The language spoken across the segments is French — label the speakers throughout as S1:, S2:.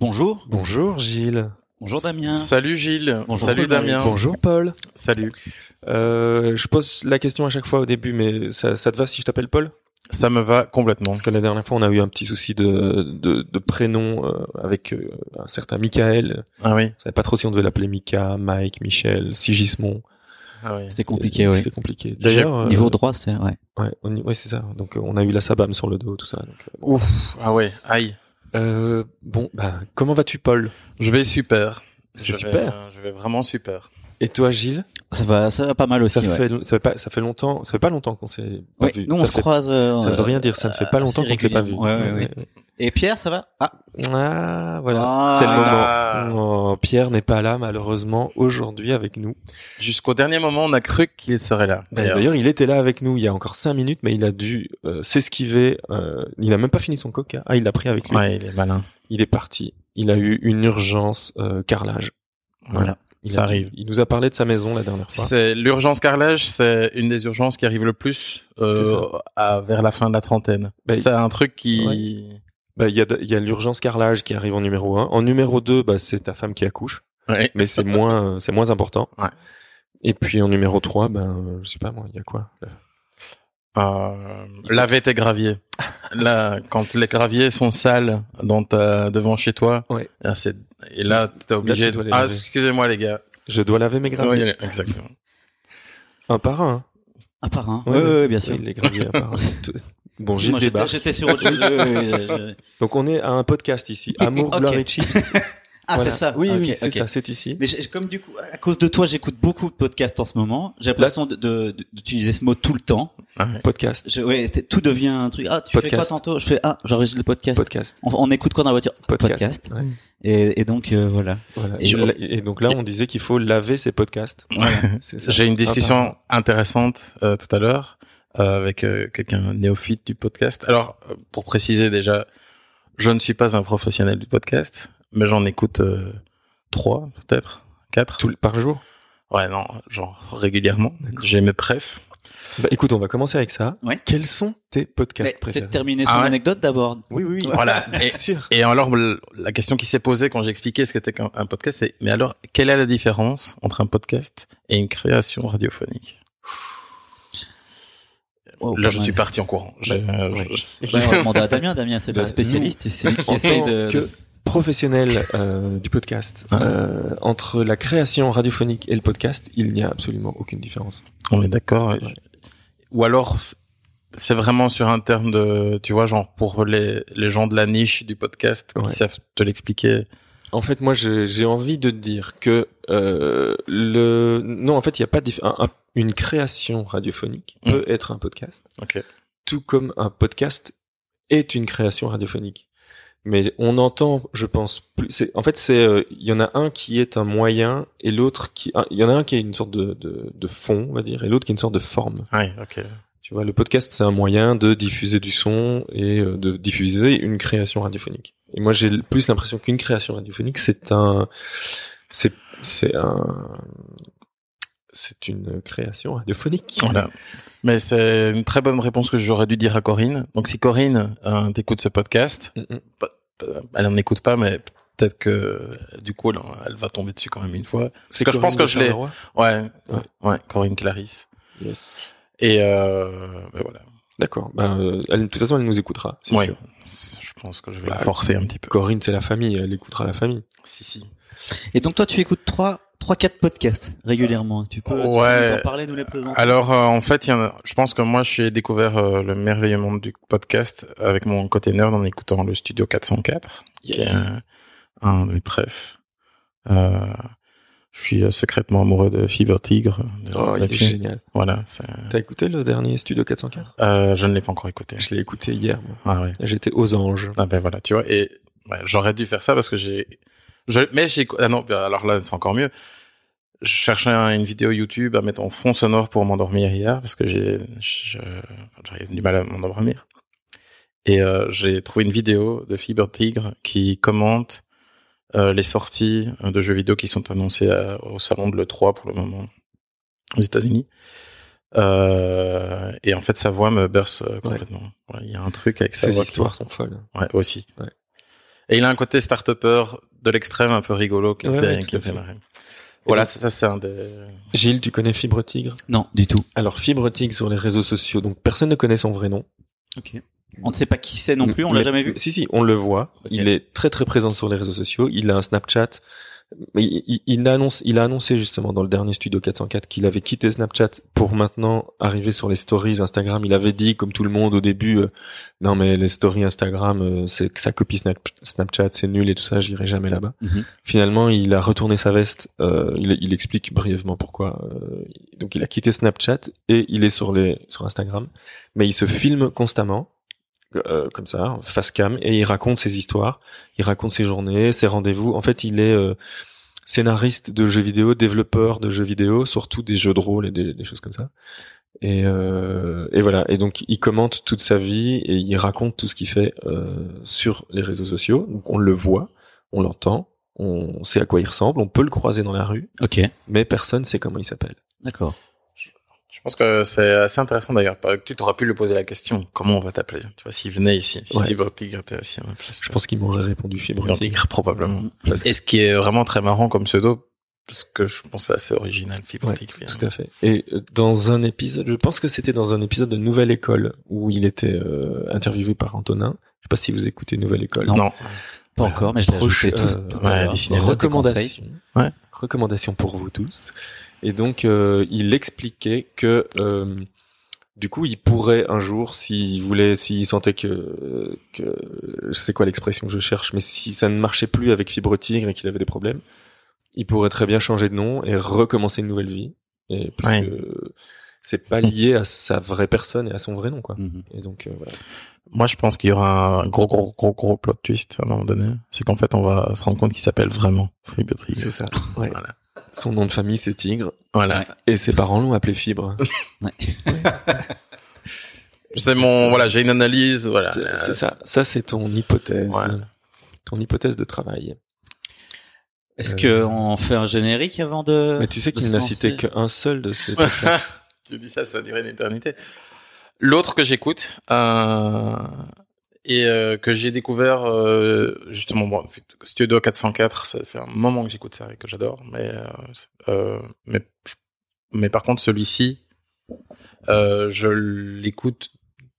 S1: Bonjour.
S2: Bonjour Gilles.
S1: Bonjour Damien.
S3: Salut Gilles.
S1: Bonjour,
S3: Salut
S1: Paul.
S3: Damien.
S2: Bonjour Paul.
S3: Salut.
S2: Euh, je pose la question à chaque fois au début, mais ça, ça te va si je t'appelle Paul
S3: Ça me va complètement.
S2: Parce que la dernière fois, on a eu un petit souci de, de, de prénom euh, avec euh, un certain Michael.
S3: Ah oui.
S2: On savait pas trop si on devait l'appeler Mika, Mike, Michel, Sigismond.
S3: Ah oui.
S1: C'était compliqué, oui.
S2: C'était compliqué. D'ailleurs,
S1: Niveau droit, c'est ouais.
S2: euh, ouais, on y- ouais, c'est ça. Donc euh, on a eu la sabam sur le dos, tout ça. Donc, euh,
S3: Ouf. Ah ouais. Aïe.
S2: euh, bon, bah, comment vas-tu Paul
S3: Je vais super.
S2: C'est
S3: Je vais,
S2: super.
S3: euh, je vais vraiment super.
S2: Et toi Gilles
S1: Ça va, ça va pas mal aussi.
S2: ça
S1: ouais.
S2: fait, ça fait pas, ça fait longtemps, ça fait pas longtemps qu'on s'est pas
S1: Ouais,
S2: vu.
S1: Nous, on
S2: ça
S1: se
S2: fait-
S1: croise. euh,
S2: Ça ne veut rien dire, ça ne fait pas longtemps
S1: assez
S2: qu'on ne s'est pas vu.
S1: régulièrement. Ouais, ouais, ouais. Et Pierre, ça va Ah,
S2: Ah, voilà.
S1: Ah.
S2: C'est
S3: Ah.
S2: le moment. Oh, Pierre n'est pas là, malheureusement, aujourd'hui avec nous.
S3: Jusqu'au dernier moment, on a cru qu'il serait là.
S2: D'ailleurs, il était là avec nous il y a encore cinq minutes, mais il a dû euh, s'esquiver. euh, il n'a même pas fini son coca. Ah, il l'a pris avec lui.
S3: Ouais, il est malin.
S2: Il est parti. Il a eu une urgence euh, carrelage.
S3: Voilà.
S2: Il
S3: Ça
S2: a-
S3: arrive.
S2: Il nous a parlé de sa maison la dernière fois.
S3: C'est l'urgence carrelage, c'est une des urgences qui arrive le plus euh,
S2: C'est
S3: à, vers la fin de la trentaine.
S2: Bah,
S3: c'est un truc qui.
S2: Bah, Il y a, de- il y a l'urgence carrelage qui arrive en numéro un. En numéro deux, bah, c'est ta femme qui accouche,
S3: Ouais.
S2: mais c'est moins, euh, c'est moins important.
S3: Ouais.
S2: Et puis en numéro trois, ben, euh, je sais pas moi, il y a quoi
S3: Euh, laver tes graviers. Là, quand les graviers sont sales dans ta- devant chez toi,
S2: Ouais.
S3: là, c'est- et là, t'es obligé
S2: tu dois
S3: de-
S2: les
S3: Ah,
S2: laver.
S3: excusez-moi, les gars.
S2: Je dois laver mes graviers.
S3: Oui, exactement.
S2: Un par un. hein.
S1: à part un.
S2: Ouais,
S1: Oui,
S2: ouais.
S1: oui, bien sûr.
S2: Oui, les graviers à part un. Tout- Bon, j'ai
S1: Moi, j'étais j'étais sur autre chose. Oui, oui, oui, je- je-
S2: Donc on est à un podcast ici. Amour,
S1: Ok.
S2: gloire et chips.
S1: Ah,
S2: Voilà.
S1: c'est ça.
S2: Oui,
S1: Ok,
S2: oui, c'est
S1: ok.
S2: ça, c'est ici.
S1: Mais j'ai- comme du coup, à cause de toi, j'écoute beaucoup de podcasts en ce moment. J'ai l'impression de- de- de- d'utiliser ce mot tout le temps.
S2: Podcast.
S1: Je, ouais, c'est- tout devient un truc. Ah, tu fais quoi
S2: Podcast.
S1: tantôt Je fais ah, j'enregistre le podcast.
S2: Podcast.
S1: on, on écoute quoi dans la voiture
S2: Podcast. Ouais.
S1: Et, et donc euh, voilà.
S2: Voilà.
S1: Et
S2: Et,
S1: je-
S2: la- et donc là, on disait qu'il faut laver ses podcasts. C'est ça. Ah,
S3: J'ai une
S2: Un
S3: discussion intéressante euh, tout à l'heure euh, avec euh, quelqu'un néophyte du podcast. Alors, euh, pour préciser déjà, je ne suis pas un professionnel du podcast, mais j'en écoute euh, trois, peut-être quatre.
S2: par- tout- par jour.
S3: Ouais, non, genre régulièrement. J'ai mes prefs.
S2: Bah, écoute, on va commencer avec ça.
S1: Ouais.
S2: Quels sont tes podcasts
S1: Mais
S2: préférés
S1: Peut-être terminer son
S3: Ah ouais.
S1: anecdote d'abord.
S2: Oui, oui, oui.
S3: Voilà. Et,
S2: Bien sûr.
S3: Et alors, le- la question qui s'est posée quand j'ai expliqué ce qu'était qu'un- un podcast, c'est mais alors, quelle est la différence entre un podcast et une création radiophonique
S1: Oh,
S3: Là,
S1: pas
S3: je
S1: mal.
S3: suis parti en courant. Je- euh,
S2: ouais.
S3: je-
S1: Bah, on va demander à Damien. Damien, c'est
S2: Bah,
S1: le spécialiste. C'est lui qui
S2: en
S1: essaye
S2: tant
S1: de.
S2: que
S1: de-
S2: professionnel euh, du podcast,
S3: Ah.
S2: euh, entre la création radiophonique et le podcast, il n'y a absolument aucune différence.
S3: On est d'accord.
S2: Ouais.
S3: Ou alors, c'est vraiment sur un terme de, tu vois, genre pour les, les gens de la niche du podcast
S2: Ouais.
S3: qui savent te l'expliquer.
S2: En fait, moi, je- j'ai envie de te dire que euh, le non, en fait, il n'y a pas de dif- un- un- une création radiophonique peut être un podcast,
S3: Ok.
S2: tout comme un podcast est une création radiophonique. Mais on entend, je pense, plus. c'est- En fait, c'est euh, il y en a un qui est un moyen et l'autre qui un- il y en a un qui est une sorte de, de, de fond, on va dire, et l'autre qui est une sorte de forme.
S3: Ouais, ok.
S2: Tu vois, le podcast, c'est un moyen de diffuser du son et euh, de diffuser une création radiophonique. Et moi, j'ai l- plus l'impression qu'une création radiophonique, c'est un, c'est, c'est un, c'est une création radiophonique.
S3: Voilà. Mais c'est une très bonne réponse que j'aurais dû dire à Corinne. Donc, si Corinne, euh, t'écoutes ce podcast,
S2: Mm-mm.
S3: Euh, elle n'en écoute pas, mais peut-être que euh, du coup, elle, elle va tomber dessus quand même une fois. Parce que je
S2: Corinne
S3: pense que je l'ai.
S2: Charleroi
S3: Ouais,
S2: Ouais.
S3: ouais, Corinne Clarisse.
S2: Yes.
S3: Et euh, ben voilà.
S2: D'accord. Ben, euh, elle, de toute façon, elle nous écoutera. c'est
S3: Ouais.
S2: sûr.
S3: Je pense que je vais la forcer un petit peu.
S2: Corinne, c'est la famille. Elle écoutera la famille.
S3: Si, si.
S1: Et donc toi, tu écoutes trois, trois, quatre podcasts régulièrement. Tu peux, tu peux
S3: Ouais.
S1: nous en parler, nous les
S2: Ah.
S1: présenter.
S3: Alors, euh, en fait, il y en a- je pense que moi, j'ai découvert euh, le merveilleux monde du podcast avec mon côté nerd en écoutant le Studio 404, qui est euh, un de mes prefs. Euh, je suis euh, secrètement amoureux de Fever Tigre. de-
S2: Oh, il est
S3: de-
S2: génial.
S3: Voilà. c'est-
S2: T'as écouté le dernier Studio 404
S3: Euh, je ne l'ai pas encore écouté.
S2: Je l'ai écouté hier. moi.
S3: Ah ouais.
S2: J'étais aux anges.
S3: Ah ben voilà, tu vois. Et ouais, j'aurais dû faire ça parce que j'ai. Je, mais j'ai. Ah non, ben alors là, c'est encore mieux. Je cherchais un- une vidéo YouTube à mettre en fond sonore pour m'endormir hier parce que j'ai. je- J'avais du mal à m'endormir. Et euh, j'ai trouvé une vidéo de Fiber Tigre qui commente euh, les sorties de jeux vidéo qui sont annoncées à- au salon de l'E3 pour le moment aux États-Unis. Euh, et en fait, sa voix me berce euh, complètement. Ouais, Il y a un truc avec sa
S2: Ces
S3: voix qui-
S2: histoires sont folles.
S3: Ouais, aussi.
S2: Ouais.
S3: Et il a un côté start-upper de l'extrême un peu rigolo qui me
S2: Ouais,
S3: fait,
S2: ouais,
S3: qui
S2: tout à
S3: me fait
S2: fait.
S3: marrer. Voilà,
S2: donc-
S3: ça, ça, c'est un des...
S2: Gilles, tu connais Fibre Tigre
S1: Non, du tout.
S2: Alors Fibre Tigre sur les réseaux sociaux, donc personne ne connaît son vrai nom.
S1: Ok. On ne sait pas qui c'est non plus. On l'a
S2: Mm. Mais-
S1: jamais vu.
S2: Si si, on le voit.
S1: Ok.
S2: Il est très très présent sur les réseaux sociaux. Il a un Snapchat. Mais il, il- il annonce, il a annoncé justement dans le dernier studio 404 qu'il avait quitté Snapchat pour maintenant arriver sur les stories Instagram. Il avait dit, comme tout le monde au début, euh, non mais les stories Instagram, euh, c'est que ça copie Snap- Snapchat, c'est nul et tout ça, j'irai jamais là-bas.
S1: Mhm.
S2: Finalement, il a retourné sa veste. euh, il, il explique brièvement pourquoi. euh, donc, il a quitté Snapchat et il est sur les sur Instagram, mais il se filme constamment. euh, comme ça, face cam, et il raconte ses histoires, il raconte ses journées, ses rendez-vous. En fait, il est euh, scénariste de jeux vidéo, développeur de jeux vidéo, surtout des jeux de rôle et des, des choses comme ça. Et, euh, et voilà. Et donc, il commente toute sa vie et il raconte tout ce qu'il fait euh, sur les réseaux sociaux. Donc, on le voit, on l'entend, on sait à quoi il ressemble, on peut le croiser dans la rue,
S1: Ok.
S2: mais personne sait comment il s'appelle.
S1: D'accord.
S3: Je pense que c'est assez intéressant d'ailleurs. Parce que Tu aurais pu lui poser la question, comment on va t'appeler Tu vois, s'il venait ici, si
S2: Ouais.
S3: Fibre Tigre était aussi à ma place.
S2: Je pense qu'il m'aurait répondu
S3: Fibre
S2: fibre.
S3: Tigre, probablement.
S2: Parce
S3: Et ce qui est vraiment très marrant comme pseudo, parce que je pense que c'est assez original, Fibre
S2: Ouais,
S3: Tigre. finalement.
S2: Tout à fait. Et euh, dans un épisode, je pense que c'était dans un épisode de Nouvelle École où il était euh, interviewé par Antonin. Je sais pas si vous écoutez Nouvelle École.
S1: Non.
S3: Non,
S1: Pas encore, mais je l'ai
S2: Proche,
S1: ajouté tout,
S2: euh,
S1: tout à
S3: ouais,
S1: l'heure.
S3: d'ici là,
S1: Recommandation.
S2: recommandation.
S3: Ouais.
S2: Recommandation pour vous tous. Et donc, euh, il expliquait que euh, du coup, il pourrait un jour, s'il voulait, s'il sentait que, que je sais quoi l'expression que je cherche, mais si ça ne marchait plus avec Fibre Tigre et qu'il avait des problèmes, il pourrait très bien changer de nom et recommencer une nouvelle vie. Et puisque
S3: Ouais.
S2: c'est pas lié à sa vraie personne et à son vrai nom, quoi.
S1: Mhm.
S2: Et donc, euh, voilà.
S3: moi je pense qu'il y aura un gros, gros, gros, gros plot twist à un moment donné. C'est qu'en fait, on va se rendre compte qu'il s'appelle vraiment Fibre Tigre.
S2: ça. Ouais.
S3: Voilà.
S2: Son nom de famille, c'est Tigre.
S3: Voilà.
S1: Ouais.
S2: Et ses parents l'ont appelé Fibre.
S3: C'est mon, voilà, j'ai une analyse, voilà.
S2: C'est-
S3: Euh,
S2: c'est ça. Ça, c'est ton hypothèse.
S3: Ouais.
S2: Ton hypothèse de travail.
S1: Est-ce
S2: Euh,
S1: qu'on fait un générique avant de.
S2: Mais tu sais
S1: de
S2: qu'il
S1: se
S2: n'a
S1: lancer
S2: cité qu'un seul de ces podcasts.
S3: tu dis ça, ça dirait une éternité. L'autre que j'écoute euh, et euh, que j'ai découvert euh, justement, bon, Studio 404, ça fait un moment que j'écoute ça et que j'adore, mais euh, euh, mais mais par contre celui-ci, euh, je l'écoute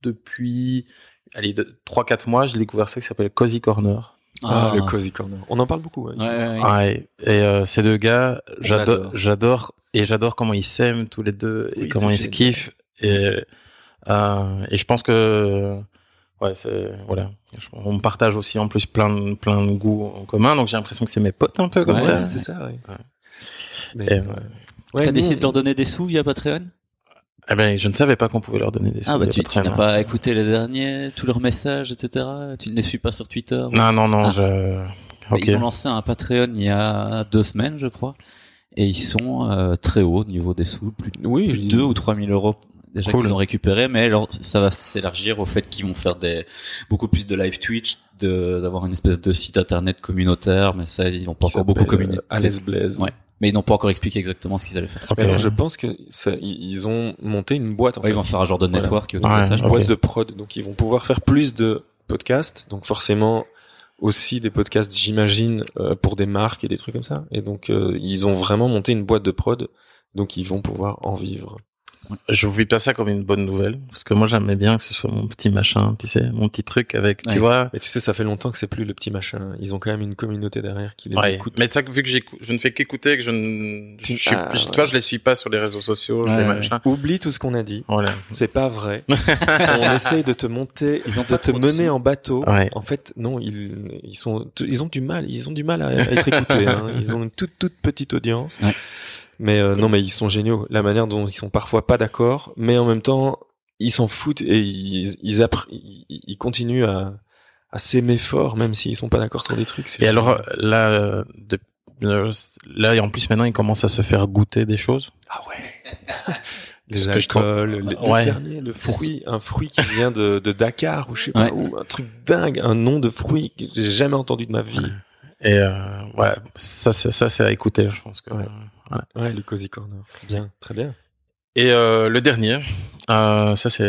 S3: depuis allez de- trois quatre mois. J'ai découvert ça qui s'appelle Cozy Corner.
S2: Ah,
S1: Ah,
S2: le Cozy Corner. On en parle beaucoup. hein.
S1: ouais, ouais, ouais.
S3: Ouais, et euh, ces deux gars, j'adore,
S2: l'adore.
S3: j'adore et j'adore comment ils s'aiment tous les deux et
S2: Oui,
S3: comment
S2: c'est
S3: ils se
S2: génial.
S3: kiffent et euh, et je pense que ouais c'est voilà Je- on partage aussi en plus plein de, plein de goûts en commun donc j'ai l'impression que c'est mes potes un peu comme
S2: Ouais,
S3: ça
S2: c'est ça, ouais.
S3: Ouais.
S2: Mais,
S3: et,
S2: euh,
S3: euh,
S2: ouais,
S1: T'as
S2: nous,
S1: décidé de leur
S2: on-
S1: donner des sous via Patreon
S3: eh ben je ne savais pas qu'on pouvait leur donner des sous
S1: Ah, bah,
S3: des
S1: tu, tu
S3: Patreons.
S1: n'as pas écouté les derniers, tous leurs messages, etc. Tu ne les suis pas sur Twitter.
S3: non non non
S1: Ah.
S3: je
S1: Mais
S3: ok
S1: Ils ont lancé un Patreon il y a deux semaines, je crois. Et ils sont euh, très hauts au niveau des sous, plus,
S2: Oui,
S1: plus de 2 ou 3 000 euros déjà
S3: Cool.
S1: qu'ils ont récupéré. Mais alors, ça va s'élargir au fait qu'ils vont faire des beaucoup plus de live Twitch, de- d'avoir une espèce de site internet communautaire. Mais ça, ils n'ont pas encore beaucoup communiqué.
S2: euh, Alice Blaise.
S1: Ouais. Mais ils n'ont pas encore expliqué exactement ce qu'ils allaient faire.
S3: Ok.
S2: Mais alors, je pense que ça- ils ils ont monté une boîte, en
S1: Ouais,
S2: fait.
S1: ils vont faire un genre de
S2: Voilà.
S1: network autour
S3: Ouais.
S1: de ça. je
S3: Ok.
S1: pense.
S2: boîte de prod. Donc, ils vont pouvoir faire plus de podcasts. Donc, forcément, aussi des podcasts, j'imagine, euh, pour des marques et des trucs comme ça. Et donc, euh, ils ont vraiment monté une boîte de prod. Donc, ils vont pouvoir en vivre.
S3: je vous vis pas ça comme une bonne nouvelle parce que moi j'aimais bien que ce soit mon petit machin tu sais mon petit truc avec tu
S1: Ouais.
S3: vois
S2: Mais tu sais, ça fait longtemps que c'est plus le petit machin. Ils ont quand même une communauté derrière qui les
S3: Ouais.
S2: écoute.
S3: Mais ça, vu que j'écoute- je ne fais qu'écouter, que je ne, je,
S2: Tu-
S3: suis-
S2: Ah,
S3: je- tu
S2: ouais.
S3: vois, je les suis pas sur les réseaux sociaux, je
S1: Ouais,
S3: les
S1: ouais.
S3: machin.
S2: Oublie tout ce qu'on a dit.
S3: Voilà.
S2: C'est pas vrai. On essaye de te monter,
S1: Ils ont
S2: de
S1: pas
S2: te
S1: trop de
S2: mener
S1: sous.
S2: en bateau.
S3: Ouais.
S2: En fait, non, ils, ils sont, ils ont du mal, ils ont du mal à, à être écoutés. hein. Ils ont une toute, toute petite audience.
S1: Ouais.
S2: Mais euh, non, mais ils sont géniaux. La manière dont ils sont parfois pas d'accord, mais en même temps, ils s'en foutent et ils, ils, appré- ils, ils continuent à, à s'aimer fort, même s'ils sont pas d'accord sur des trucs. c'est
S3: Et
S2: génial.
S3: alors, là, euh, de- euh, là, et en plus, maintenant, ils commencent à se faire goûter des choses.
S2: Ah ouais.
S3: Parce
S2: Les
S3: que je crois-
S2: alcools, les- le
S3: Ouais.
S2: dernier, le
S1: C'est-
S2: fruit, un fruit qui vient de, de Dakar ou je sais pas
S1: Ouais.
S2: où, un truc dingue, un nom de fruit que j'ai jamais entendu de ma vie.
S3: Et, euh, voilà. Ça, c'est, ça, c'est à écouter, je pense que. euh.
S2: Ouais. Ouais, le cozy corner. Bien, très bien.
S3: Et, euh, le dernier, euh, ça, c'est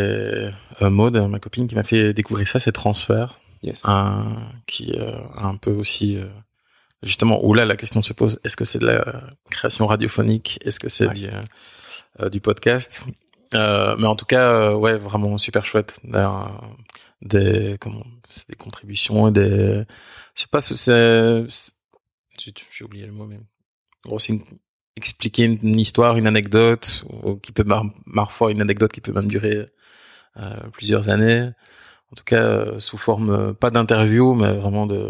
S3: euh, Maud, ma copine, qui m'a fait découvrir ça, c'est Transfert.
S2: Yes.
S3: un qui euh, a un peu aussi euh, justement où là la question se pose est-ce que c'est de la euh, création radiophonique est-ce que c'est
S2: Ouais.
S3: du, euh, euh, du podcast Euh, mais en tout cas euh, ouais vraiment super chouette d'avoir, euh, des comment c'est des contributions et des je sais pas ce c'est c'est- zut, j'ai oublié le mot mais en gros c'est une- expliquer une, une histoire une anecdote ou- qui peut mar- parfois une anecdote qui peut même durer euh, plusieurs années en tout cas euh, sous forme euh, pas d'interview mais vraiment de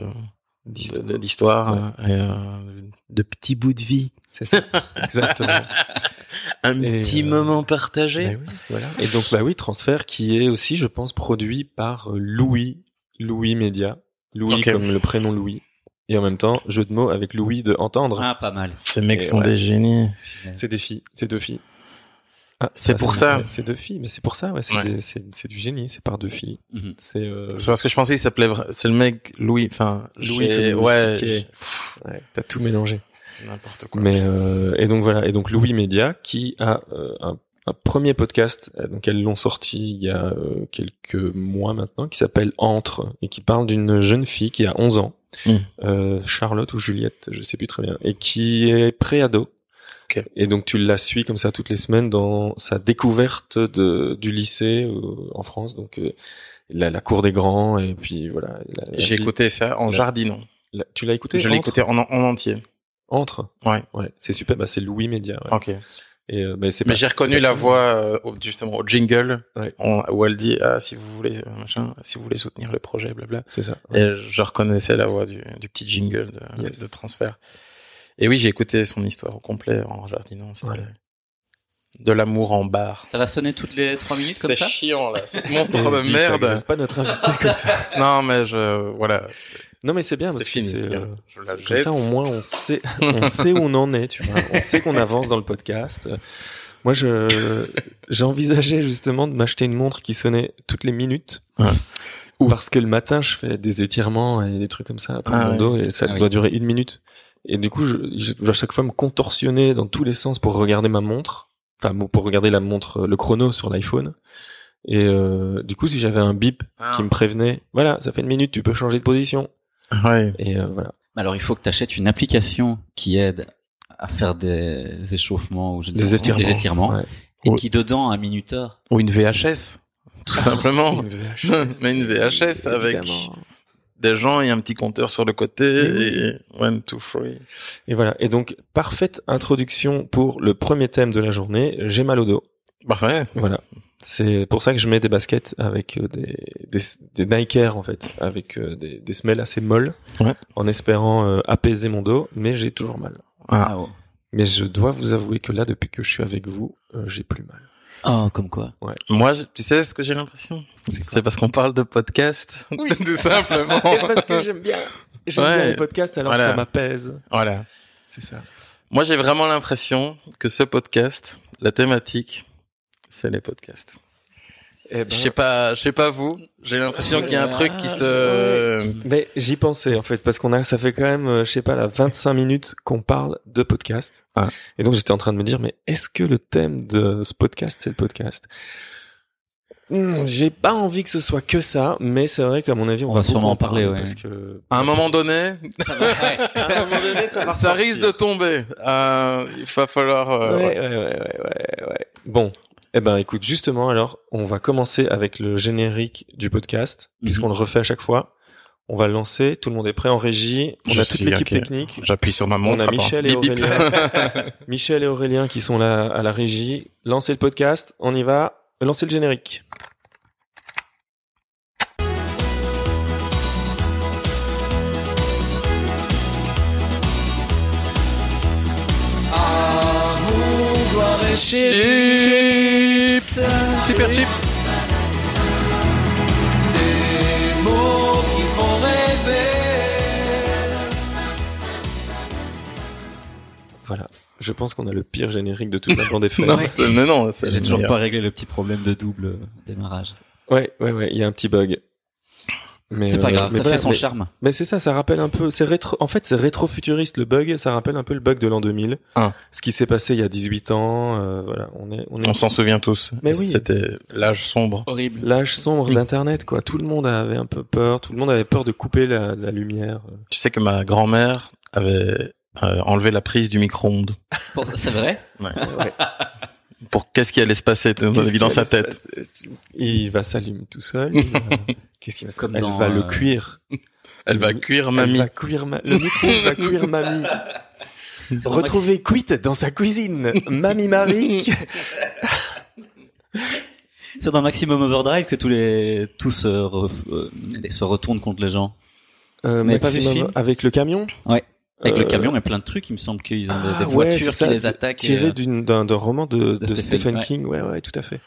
S3: de- de- d'histoire euh, et, euh, de petits bouts de vie
S2: C'est ça. Exactement.
S3: un
S2: Et,
S3: petit
S2: euh,
S3: moment partagé
S2: Ben oui, voilà. Et donc, bah oui, transfert qui est aussi, je pense, produit par euh, Louis, Louis Média. Louis
S3: Ok.
S2: comme le prénom Louis. Et en même temps, jeu de mots avec Louis de entendre.
S1: Ah, pas mal.
S3: ces mecs
S2: Et
S3: sont
S2: ouais.
S3: des génies
S2: C'est des filles, c'est deux filles. Ah,
S3: C'est pour ça.
S2: C'est deux filles, mais c'est pour ça, ouais, c'est
S3: Ouais.
S2: des- c'est c'est du génie, c'est par deux filles.
S1: Mhm.
S2: C'est euh,
S3: c'est parce que je pensais qu'il s'appelait vra- c'est le mec Louis enfin
S2: Louis
S3: j'ai-
S2: comme
S3: ouais
S2: Louis
S3: j'ai-
S2: C.K.. ouais, t'as tout mélangé.
S3: c'est n'importe quoi
S2: Mais euh, et donc voilà, et donc Louis Média qui a euh, un, un premier podcast, euh, donc elles l'ont sorti il y a euh, quelques mois maintenant, qui s'appelle Entre et qui parle d'une jeune fille qui a 11 ans,
S3: Mm.
S2: euh, Charlotte ou Juliette, je sais plus très bien, et qui est préado.
S3: Ok.
S2: Et donc tu la suis comme ça toutes les semaines dans sa découverte de, du lycée euh, en France, donc euh, la, la cour des grands et puis voilà. la- la
S3: j'ai
S2: fille-
S3: écouté ça en
S2: Ouais.
S3: jardinant
S2: la- tu l'as écouté
S3: je l'ai
S2: Entre
S3: écouté en, en entier
S2: Entre.
S3: Ouais.
S2: Ouais, c'est super. Bah c'est Louis Média. ouais.
S3: ok
S2: Et, euh, bah, c'est
S3: mais
S2: pas-
S3: j'ai reconnu
S2: c'est pas
S3: la
S2: fini.
S3: voix euh, au- justement au jingle
S2: Ouais.
S3: on- où elle dit ah si vous voulez euh, machin si vous voulez soutenir le projet blabla
S2: C'est ça.
S3: Et je reconnaissais la voix du, du petit jingle de,
S2: Yes.
S3: de transfert. Et oui, j'ai écouté son histoire au complet en jardinant. C'était
S2: Ouais.
S3: de l'amour en barre.
S1: Ça va sonner toutes les trois minutes comme
S3: C'est
S1: ça
S3: chiant là, cette montre
S2: Et
S3: de
S2: dis,
S3: Oh, merde.
S2: t'agresses pas notre invité comme ça.
S3: Non mais je voilà, c'était-
S2: Non mais c'est bien
S3: c'est
S2: parce que
S3: fini.
S2: c'est euh,
S3: je la
S2: comme
S3: jette.
S2: ça au moins on sait on sait où on en est, tu vois. On sait qu'on avance dans le podcast. Euh, Moi je j'ai envisagé justement de m'acheter une montre qui sonnait toutes les minutes.
S3: Ouais.
S2: Ou parce que le matin je fais des étirements et des trucs comme ça pour
S3: Ah
S2: mon
S3: ouais.
S2: dos et ça
S1: Ah
S2: doit durer une minute. Et du coup je, je dois à chaque fois me contorsionner dans tous les sens pour regarder ma montre, enfin pour regarder la montre le chrono sur l'iPhone. Et euh, du coup si j'avais un bip
S3: Ah.
S2: qui me prévenait. Voilà, ça fait une minute, tu peux changer de position.
S3: Ouais.
S2: Et euh, voilà.
S1: Alors, il faut que tu achètes une application qui aide à faire des échauffements ou je ne
S2: Des
S1: sais quoi,
S2: étirements.
S1: des étirements
S2: Ouais.
S1: et
S3: Ouais.
S1: qui dedans a un minuteur.
S3: Ou une VHS,
S2: Ah.
S3: tout simplement.
S2: VHS.
S3: Mais une VHS avec-
S2: Évidemment.
S3: Des gens et un petit compteur sur le côté
S2: Mais
S3: et one two three.
S2: Et voilà. Et donc, parfaite introduction pour le premier thème de la journée. J'ai mal au dos.
S3: Parfait.
S2: Voilà. C'est pour ça que je mets des baskets avec euh, des, des, des Nike Air, en fait, avec euh, des, des semelles assez molles,
S3: Ouais.
S2: en espérant euh, apaiser mon dos, mais j'ai toujours mal.
S3: Ah.
S1: oh.
S2: Mais je dois vous avouer que là, depuis que je suis avec vous, euh, j'ai plus mal.
S1: Oh, comme quoi.
S3: Moi, je- tu sais ce que j'ai l'impression C'est parce qu'on parle de podcast, tout simplement.
S2: j'aime bien,
S3: j'aime Ouais. bien les
S2: podcasts,
S3: alors Voilà. ça
S2: m'apaise.
S3: voilà.
S2: C'est ça.
S3: Moi, j'ai vraiment l'impression que ce podcast, la thématique, c'est les podcasts.
S2: Eh ben,
S3: Je sais pas, je sais pas vous, j'ai l'impression qu'il y a un truc qui se...
S2: Mais j'y pensais en fait parce qu'on a, ça fait quand même, euh, je sais pas, là, 25 minutes qu'on parle de podcast.
S3: Ah.
S2: Et donc j'étais en train de me dire, mais est-ce que le thème de ce podcast c'est le podcast Hmm, J'ai pas envie que ce soit que ça, mais c'est vrai qu'à mon avis on,
S1: On va
S2: beaucoup
S1: sûrement en parler, ouais.
S2: parce que
S3: À un moment donné,
S1: Ça va, ouais.
S2: à un moment donné ça
S3: Ah, ça risque de tomber. Euh, il va falloir... euh,
S2: ouais, ouais, ouais, ouais, ouais, ouais. Bon. Eh ben, écoute, justement, alors, on va commencer avec le générique du podcast,
S1: Mhm.
S2: puisqu'on le refait à chaque fois. On va le lancer. Tout le monde est prêt en régie. On
S3: Je
S2: a toute
S3: suis,
S2: l'équipe
S3: ok.
S2: technique.
S3: J'appuie sur ma montre.
S2: on a
S3: attends.
S2: Michel et
S3: Bip, bip.
S2: Aurélien. Michel et Aurélien qui sont là à la régie. Lancez le podcast. On y va. Lancez le générique.
S3: Chips Super chips
S2: Voilà. Je pense qu'on a le pire générique de toute la bande FM.
S3: Non, c'est- mais non, c'est
S1: J'ai
S3: le
S1: toujours
S3: meilleur.
S1: pas réglé le petit problème de double euh, démarrage.
S2: Ouais, ouais, ouais. Il y a un petit bug. Mais,
S1: C'est pas
S2: euh,
S1: grave,
S2: mais
S1: ça
S2: voilà,
S1: fait son
S2: mais-
S1: charme.
S2: Mais c'est ça, ça rappelle un peu, c'est rétro, en fait, c'est rétro-futuriste, le bug, ça rappelle un peu le bug de l'an 2000.
S3: Ah.
S2: Ce qui s'est passé il y a 18 ans, euh, voilà, on est, on est,
S3: On s'en souvient tous.
S2: Mais oui.
S3: C'était l'âge sombre.
S1: Horrible.
S2: l'âge sombre
S1: Mm.
S3: Oui.
S2: d'internet, quoi. Tout le monde avait un peu peur, tout le monde avait peur de couper la, la lumière.
S3: Tu sais que ma grand-mère avait euh, enlevé la prise du micro-ondes.
S1: C'est vrai
S3: Euh, Pour qu'est-ce qui allait se passer, à mon
S2: Qu'est-ce
S3: avis, dans
S2: qui
S3: sa
S2: allait se
S3: tête.
S2: passer Il va s'allumer tout seul. il va- Qu'est-ce qui va se
S1: Comme
S2: passer? Elle
S1: dans,
S2: va le
S1: euh,
S2: cuire.
S3: Elle va
S2: Elle
S3: cuire
S2: Elle
S3: mamie.
S2: va cuire ma... Le micro va cuire mamie.
S1: C'est dans
S2: Retrouvez Quit dans sa cuisine. Mamie Marie.
S1: Maxi- C'est dans Maximum Overdrive que tous les tous se, ref- euh, allez, se retournent contre les gens.
S2: Euh,
S1: n'avez pas vu ce
S2: Maximum
S1: film
S2: Avec le camion?
S1: Ouais. Avec le
S2: Euh,
S1: camion, il y a plein de trucs. Il me semble qu'ils ont des,
S2: Ah,
S1: des
S2: ouais,
S1: voitures
S2: c'est ça,
S1: qui les attaquent. et,
S2: tiré
S1: euh,
S2: d'une- d'un d'un roman de, de
S1: Stephen
S2: Stephen
S1: King,
S2: King. Ouais, ouais, tout à fait.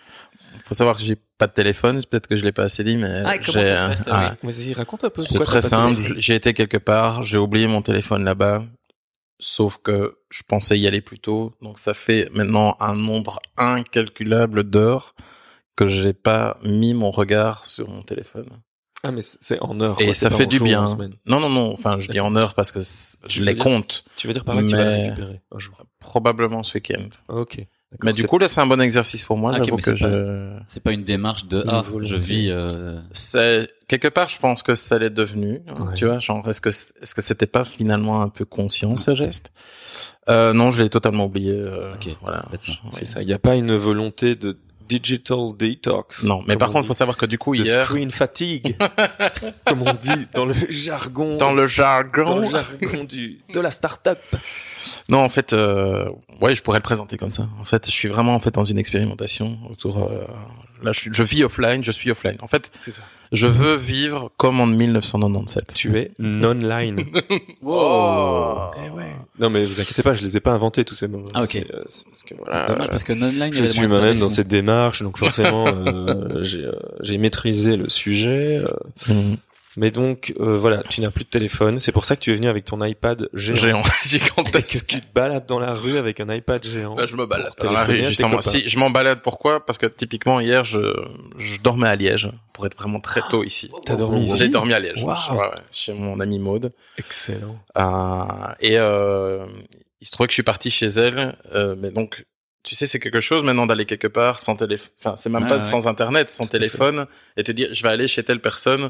S3: Faut savoir que j'ai pas de téléphone, c'est peut-être que je l'ai pas assez dit, mais
S1: Ah, et comment
S3: j'ai
S1: ça se
S3: un-
S1: fait, ça,
S3: ah,
S1: oui.
S2: Vas-y, raconte un peu.
S3: c'est
S2: pourquoi
S3: très
S2: t'as pas
S3: simple.
S2: testé.
S3: J'ai été quelque part, j'ai oublié mon téléphone là-bas, sauf que je pensais y aller plus tôt, donc ça fait maintenant un nombre incalculable d'heures que j'ai pas mis mon regard sur mon téléphone.
S2: Ah, mais c'est- c'est en heure.
S3: Et
S2: quoi,
S3: ça
S2: c'est pas
S3: fait
S2: en
S3: du
S2: jour,
S3: bien.
S2: en semaine.
S3: Non, non, non. Enfin, je dis en heures parce que c-
S2: Tu
S3: je
S2: veux
S3: les
S2: dire-
S3: compte.
S2: Tu veux dire par là que tu vas la
S3: Mais-
S2: récupérer un jour.
S3: Probablement ce week-end.
S2: Ok. D'accord,
S3: Mais du
S2: c'est-
S3: coup, là, c'est un bon exercice pour moi.
S1: Ah, ok,
S3: J'avoue
S1: mais
S3: que
S1: c'est pas-
S3: je...
S1: C'est pas une démarche de
S2: Une
S1: ah,
S2: volonté.
S1: je vis. euh,
S3: C'est... Quelque part, je pense que ça l'est devenu.
S2: Ouais.
S3: Tu vois, genre, est-ce que, c- est-ce que c'était pas finalement un peu conscient, ce geste? Euh, non, je l'ai totalement oublié. euh,
S1: Ok,
S3: Voilà.
S1: bêtement.
S3: Ouais.
S2: c'est ça. Il n'y a pas une volonté de digital detox.
S3: Non, mais
S2: comme
S3: par
S2: on
S3: contre,
S2: dit,
S3: faut savoir que du coup,
S2: de
S3: hier,
S2: screen fatigue, comme on dit dans le jargon.
S3: dans le
S2: dans
S3: jargon,
S2: le jargon du, de la start-up.
S3: Non, en fait, euh, ouais, je pourrais le présenter comme ça. En fait, je suis vraiment en fait dans une expérimentation autour. euh, là, je, suis- je vis offline, je suis offline. En fait,
S2: C'est ça.
S3: je veux vivre comme en 1997.
S2: Mhm. Tu es non-line.
S3: Oh.
S2: Eh ouais. Non, mais vous inquiétez pas, je les ai pas inventés tous ces moments.
S1: Ah, ok.
S2: C'est, euh, c'est parce que voilà.
S1: Dommage parce que Nonline.
S2: Je suis moi-même dans cette démarche, donc forcément, euh, j'ai, euh, j'ai maîtrisé le sujet. euh,
S3: Mmh.
S2: mais donc, euh, voilà, tu n'as plus de téléphone. C'est pour ça que tu es venu avec ton iPad géant.
S3: Géant,
S2: Et que
S3: gigantesque.
S2: tu te balades dans la rue avec un iPad géant.
S3: Là, Bah, je me balade
S2: Pour
S3: dans la
S2: téléphoner à
S3: rue,
S2: tes
S3: Ah, justement.
S2: copains.
S3: Si, je m'en balade. Pourquoi Parce que typiquement hier, je, je dormais à Liège pour être vraiment très tôt ici.
S2: T'as dormi ici
S3: J'ai dormi à Liège.
S2: Waouh.
S3: Ouais, ouais, chez mon ami Maude.
S2: Excellent.
S3: Euh, et euh, il se trouvait que je suis parti chez elle, euh, mais donc tu sais c'est quelque chose maintenant d'aller quelque part sans téléphone, enfin c'est même
S1: Ouais,
S3: pas
S1: ouais.
S3: sans internet, sans
S2: Tout à fait.
S3: téléphone et te dire je vais aller chez telle personne,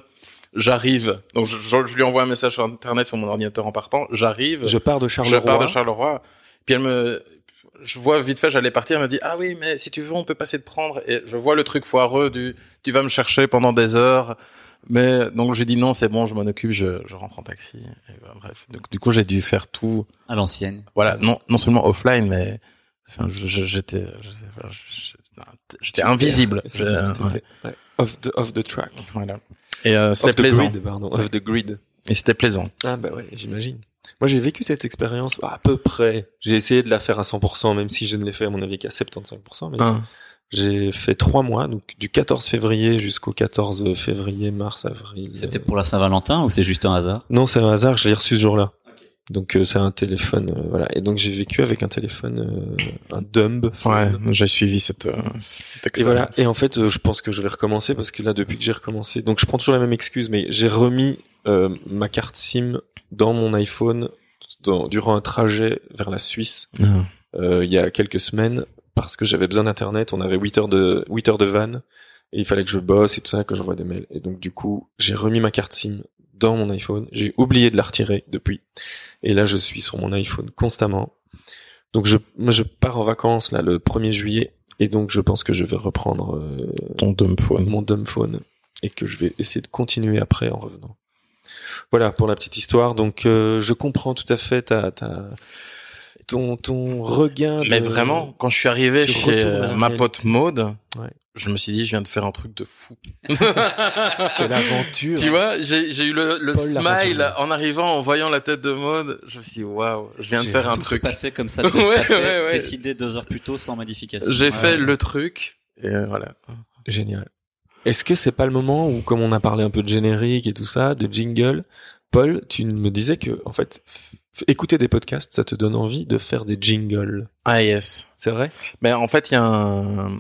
S3: j'arrive. Donc je, je- je lui envoie un message sur internet sur mon ordinateur en partant, j'arrive,
S2: Je pars de
S3: je
S2: Charleroi.
S3: pars de Charleroi. Puis elle me je vois vite fait, j'allais partir, elle me dit ah oui mais si tu veux on peut passer de prendre et je vois le truc foireux du tu vas me chercher pendant des heures. Mais donc je lui dis non c'est bon je m'en occupe je, je rentre en taxi. Et ben, bref donc du coup j'ai dû faire tout
S1: à l'ancienne.
S3: voilà non non seulement offline mais enfin, je- je- j'étais je sais pas, je- je- j'étais invisible.
S2: C'est
S3: Je-
S2: ça,
S3: ouais,
S2: t'étais- ouais. Off the, off the track.
S3: voilà. Et euh, c'était
S2: Off the
S3: plaisant.
S2: grid, pardon. Off the grid.
S3: Et c'était plaisant.
S2: Ah bah ouais, j'imagine. Moi j'ai vécu cette expérience à peu près. J'ai essayé de la faire à 100%, même si je ne l'ai fait à mon avis qu'à 75%. Mais
S3: Hein.
S2: j'ai fait trois mois, donc du 14 février jusqu'au 14 février, mars, avril.
S1: C'était pour la Saint-Valentin ou c'est juste un hasard
S2: Non, c'est un hasard, je l'ai reçu ce jour-là. Donc euh, c'est un téléphone, euh, voilà. Et donc j'ai vécu avec un téléphone, euh, un dumb.
S3: Ouais,
S2: phone.
S3: j'ai suivi cette euh, cette
S2: Et voilà.
S3: expérience.
S2: Et en fait, euh, je pense que je vais recommencer parce que là, depuis que j'ai recommencé, donc je prends toujours la même excuse, mais j'ai remis euh, ma carte SIM dans mon iPhone dans- durant un trajet vers la Suisse
S3: Non.
S2: euh, il y a quelques semaines parce que j'avais besoin d'internet. On avait 8 heures de 8 heures de van et il fallait que je bosse et tout ça, que j'envoie des mails. Et donc du coup, j'ai remis ma carte SIM dans mon iPhone. J'ai oublié de la retirer depuis. Et là, je suis sur mon iPhone constamment. Donc je, moi, je pars en vacances là le 1er juillet et donc je pense que je vais reprendre euh,
S3: Ton dumb phone.
S2: mon dumb phone et que je vais essayer de continuer après en revenant. Voilà pour la petite histoire. Donc euh, je comprends tout à fait ta, ta ton ton regain.
S3: Mais
S2: de-
S3: vraiment, quand je suis arrivé
S2: tu
S3: chez
S2: retournes à
S3: euh,
S2: la
S3: ma
S2: réalité.
S3: pote Maude,
S2: Ouais.
S3: je me suis dit je viens de faire un truc de fou.
S2: quelle aventure.
S3: Tu vois, j'ai j'ai eu le, le
S2: Paul
S3: smile
S2: l'aventurier.
S3: en arrivant, en voyant la tête de Maude. Je me suis dit, waouh, je viens de
S2: J'ai
S3: faire un
S1: Tout s'est
S3: truc.
S1: passé comme ça, devait se
S3: Ouais,
S1: passer,
S3: ouais, ouais.
S1: décidé deux heures plus tôt sans modification.
S3: J'ai
S1: Ouais.
S3: fait le truc. Et euh, voilà.
S2: Génial. Est-ce que c'est pas le moment où, comme on a parlé un peu de générique et tout ça, de jingle, Paul, tu me disais que en fait, f- écouter des podcasts, ça te donne envie de faire des jingles.
S3: Ah yes.
S2: C'est vrai
S3: Mais en fait, il y a un,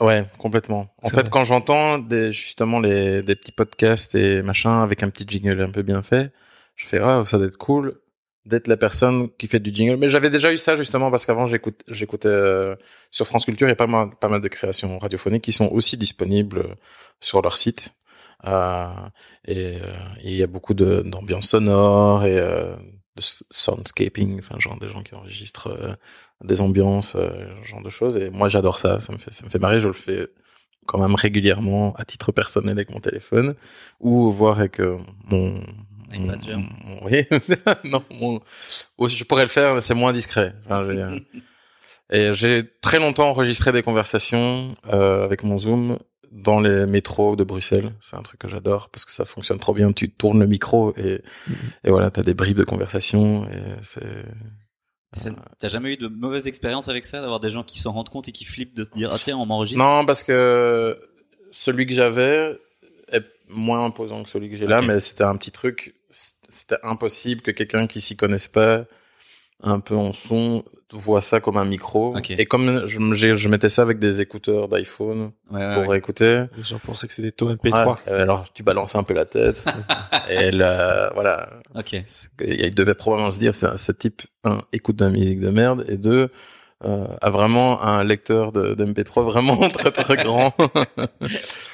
S3: Ouais, complètement. En
S2: C'est
S3: fait,
S2: vrai.
S3: quand j'entends des, justement les, des petits podcasts et machin avec un petit jingle un peu bien fait, je fais, ah, ça doit être cool d'être la personne qui fait du jingle. Mais j'avais déjà eu ça justement parce qu'avant, j'écoute- j'écoutais euh, sur France Culture, il y a pas mal, pas mal de créations radiophoniques qui sont aussi disponibles euh, sur leur site. Euh, et euh, et il y a beaucoup de- d'ambiance sonore et euh, de s- soundscaping, enfin, genre des gens qui enregistrent euh, des ambiances, euh, ce genre de choses. Et moi, j'adore ça. Ça me fait, ça me fait marrer. Je le fais quand même régulièrement à titre personnel avec mon téléphone ou voir avec euh, mon
S1: iPad,
S2: Mmh.
S1: genre.
S3: mon- mon- oui. non, mon- oh, je pourrais le faire, mais c'est moins discret. Enfin, j'ai, euh, et j'ai très longtemps enregistré des conversations euh, avec mon Zoom dans les métros de Bruxelles. C'est un truc que j'adore parce que ça fonctionne trop bien. Tu tournes le micro et, et voilà, t'as des bribes de conversation et c'est, euh,
S1: Ça- T'as jamais eu de mauvaise expérience avec ça, d'avoir des gens qui s'en rendent compte et qui flippent de se dire ah tiens on m'enregistre.
S3: Non, parce que celui que j'avais est moins imposant que celui que j'ai là,
S1: Ok.
S3: mais c'était un petit truc. C'était impossible que quelqu'un qui s'y connaisse pas un peu en son voit ça comme un micro.
S1: Ok.
S3: Et comme je, me- j'ai- je mettais ça avec des écouteurs d'iPhone
S1: Ouais, Ah ouais,
S3: pour
S1: ouais.
S3: écouter.
S2: Les gens pensaient que c'était des taux MP3.
S3: Ouais, euh, alors tu balances un peu la tête. et là, voilà,
S1: Ok.
S3: il devait probablement se dire, Putain, ce type, un, écoute de la musique de merde, et deux, euh, a vraiment un lecteur de, d'MP3 vraiment très très grand.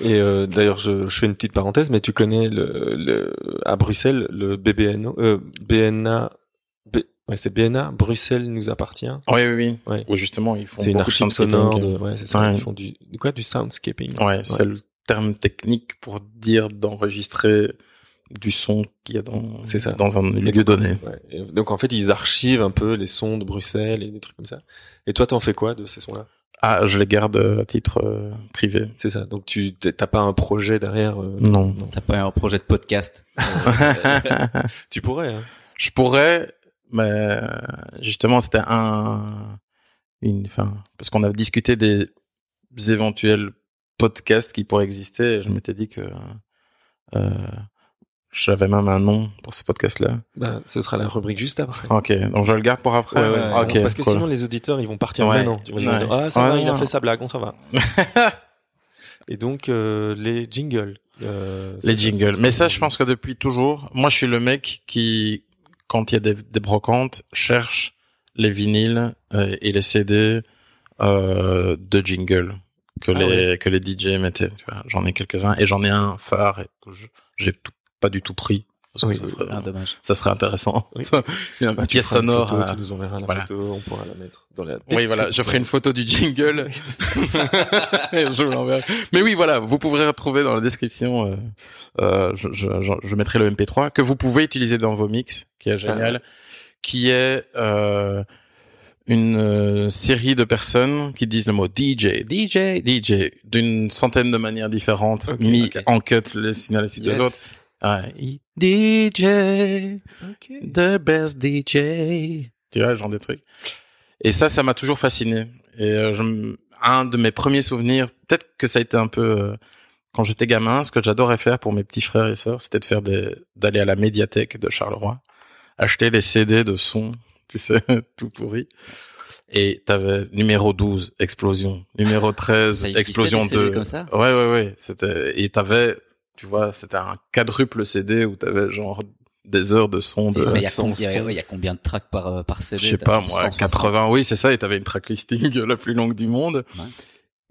S2: Et euh, d'ailleurs, je, je fais une petite parenthèse, mais tu connais le, le à Bruxelles le BBNO, euh, BNA, B- ouais, c'est BNA. Bruxelles nous appartient.
S3: Oui, oui, oui.
S2: Ouais.
S3: Où justement, ils font
S2: C'est une
S3: beaucoup de
S2: archive
S3: soundscaping.
S2: sonore. De, ouais, c'est ça.
S3: Ouais.
S2: Ils font du du quoi du soundscaping.
S3: Ouais, c'est le terme technique pour dire d'enregistrer du son qu'il y a dans,
S2: C'est ça.
S3: dans un
S2: Et
S3: lieu
S2: donc,
S3: donné.
S2: ouais. Et Donc en fait, ils archivent un peu les sons de Bruxelles et des trucs comme ça. Et toi, t'en fais quoi de ces sons-là
S3: Ah, je les garde euh, à titre euh, privé.
S2: C'est ça. Donc tu t'as pas un projet derrière. euh,
S3: Non.
S1: T'as pas un projet de podcast
S2: Tu pourrais. Hein.
S3: je pourrais, mais justement, c'était un, une, enfin, parce qu'on a discuté des éventuels podcasts qui pourraient exister. Et je m'étais dit que euh, j'avais même un nom pour ce podcast-là.
S2: Bah, ce sera la rubrique juste après.
S3: Ok, donc je le garde pour après.
S2: Ouais, ouais,
S1: ouais,
S2: non,
S3: ok,
S2: Euh, parce que
S3: cool.
S2: sinon les auditeurs ils vont partir
S3: Ouais.
S2: maintenant. Tu vois, ils vont
S3: Ouais.
S2: dire, ah ça va,
S3: Ouais,
S2: il a
S3: ouais.
S2: fait sa blague, on s'en va. Et donc euh, les jingles. euh, c'est-
S3: Les jingles.
S2: c'est-
S3: Mais ça, je pense que depuis toujours, moi, je suis le mec qui, quand il y a des, des brocantes, cherche les vinyles euh, et les CD euh, de jingles que
S2: Ah
S3: les que les DJ mettaient. tu vois. J'en ai quelques-uns et j'en ai un phare et que je- j'ai tout- pas du tout pris. Parce que
S2: Oui,
S3: ça,
S2: oui.
S3: serait,
S1: Ah dommage.
S3: ça serait intéressant.
S2: Oui.
S3: il y a
S2: Bah,
S3: une
S2: tu
S3: pièce
S2: feras une
S3: sonore.
S2: photo,
S3: euh,
S2: tu nous enverras la
S3: voilà.
S2: photo, on pourra la mettre dans la.
S3: Oui, voilà, je ferai une photo du jingle. je vous l'enverrai. Mais oui, voilà, vous pourrez retrouver dans la description, euh, euh, je, je- je- je mettrai le MP3 que vous pouvez utiliser dans vos mix, qui est génial, qui est euh, une euh, série de personnes qui disent le mot DJ, DJ, DJ d'une centaine de manières différentes,
S2: Ok,
S3: mis
S1: ok.
S3: en cut les signaux les unes des autres. Ouais, I- DJ, The best DJ. Tu vois, le genre de trucs. Et ça, ça m'a toujours fasciné. Et euh, je m- un de mes premiers souvenirs, peut-être que ça a été un peu euh, quand j'étais gamin, ce que j'adorais faire pour mes petits frères et sœurs, c'était de faire des, d'aller à la médiathèque de Charleroi, acheter les CD de sons, tu sais, tout pourri. Et t'avais numéro 12, explosion. Numéro 13,
S1: Ça existait,
S3: Euh, explosion
S1: des CD
S3: 2.
S1: comme ça.
S3: Ouais, ouais, ouais. C'était, et t'avais, tu vois, c'était un quadruple CD où t'avais genre des heures de son de.
S1: Mais il y, a
S3: 100,
S1: com- il y a-
S3: 100.
S1: ouais, il y a combien de tracks par euh, par CD
S3: Je sais
S1: T'as
S3: pas, moi,
S1: 160.
S3: 80, oui, c'est ça, et t'avais une track listing la plus longue du monde.
S1: Mince.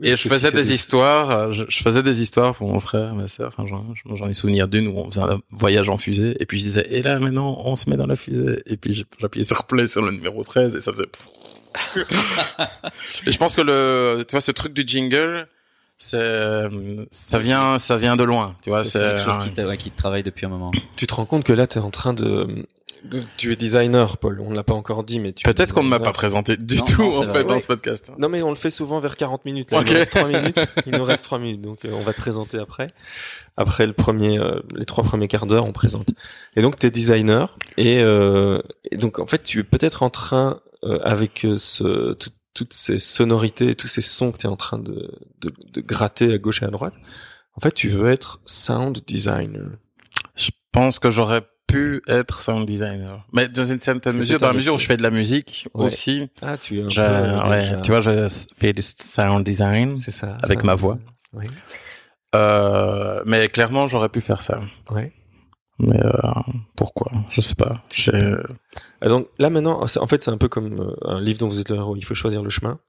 S3: Et je faisais des
S2: histoires.
S3: histoires, euh, je, je faisais des histoires pour mon frère, ma sœur, enfin, j'en- j'en j'en ai souvenir d'une où on faisait un voyage en fusée, et puis je disais, et là, maintenant, on se met dans la fusée, et puis j'- j'appuyais sur play sur le numéro 13, et ça faisait... et je pense que le, tu vois, ce truc du jingle, c'est, euh, ça vient, ça vient de loin, tu vois,
S2: C'est-
S3: c'est...
S1: C'est quelque chose qui,
S3: ouais.
S1: t'a- ouais, qui te travaille depuis un moment.
S2: Tu te rends compte que là, t'es en train de, de- Tu es designer, Paul. On ne l'a pas encore dit, mais tu. es
S3: Peut-être qu'on ne m'a pas
S2: designer.
S3: présenté du
S1: Non,
S3: tout,
S1: non, c'est
S3: en
S1: vrai.
S3: fait, dans
S1: Ouais.
S3: ce podcast. hein.
S2: Non, mais on le fait souvent vers 40 minutes. Là,
S3: Ok.
S2: Il nous reste 3 minutes. Il nous reste 3 minutes. Donc, euh, on va te présenter après. Après le premier, euh, les trois premiers quarts d'heure, on présente. Et donc, t'es designer. Et, euh, et donc, en fait, tu es peut-être en train, euh, avec euh, ce, tout- toutes ces sonorités, tous ces sons que t'es en train de, de, de gratter à gauche et à droite. En fait, tu veux être sound designer.
S3: Je pense que j'aurais pu être sound designer. Mais dans une certaine
S2: que
S3: mesure,
S2: c'est un
S3: dans la mesure où
S2: métier.
S3: je fais de la musique
S2: Ouais.
S3: aussi,
S2: Ah, tu es un
S3: je-
S2: peu,
S3: ouais,
S2: déjà-
S3: tu vois, je fais du sound design.
S2: c'est ça.
S3: avec
S2: ça,
S3: ma voix.
S2: Oui.
S3: Euh, mais clairement, j'aurais pu faire ça.
S2: Ouais.
S3: Mais euh, pourquoi Je sais pas. J'ai-
S2: Ah, Donc là maintenant, c'est- en fait, c'est un peu comme euh, un livre dont vous êtes le héros. Il faut choisir le chemin.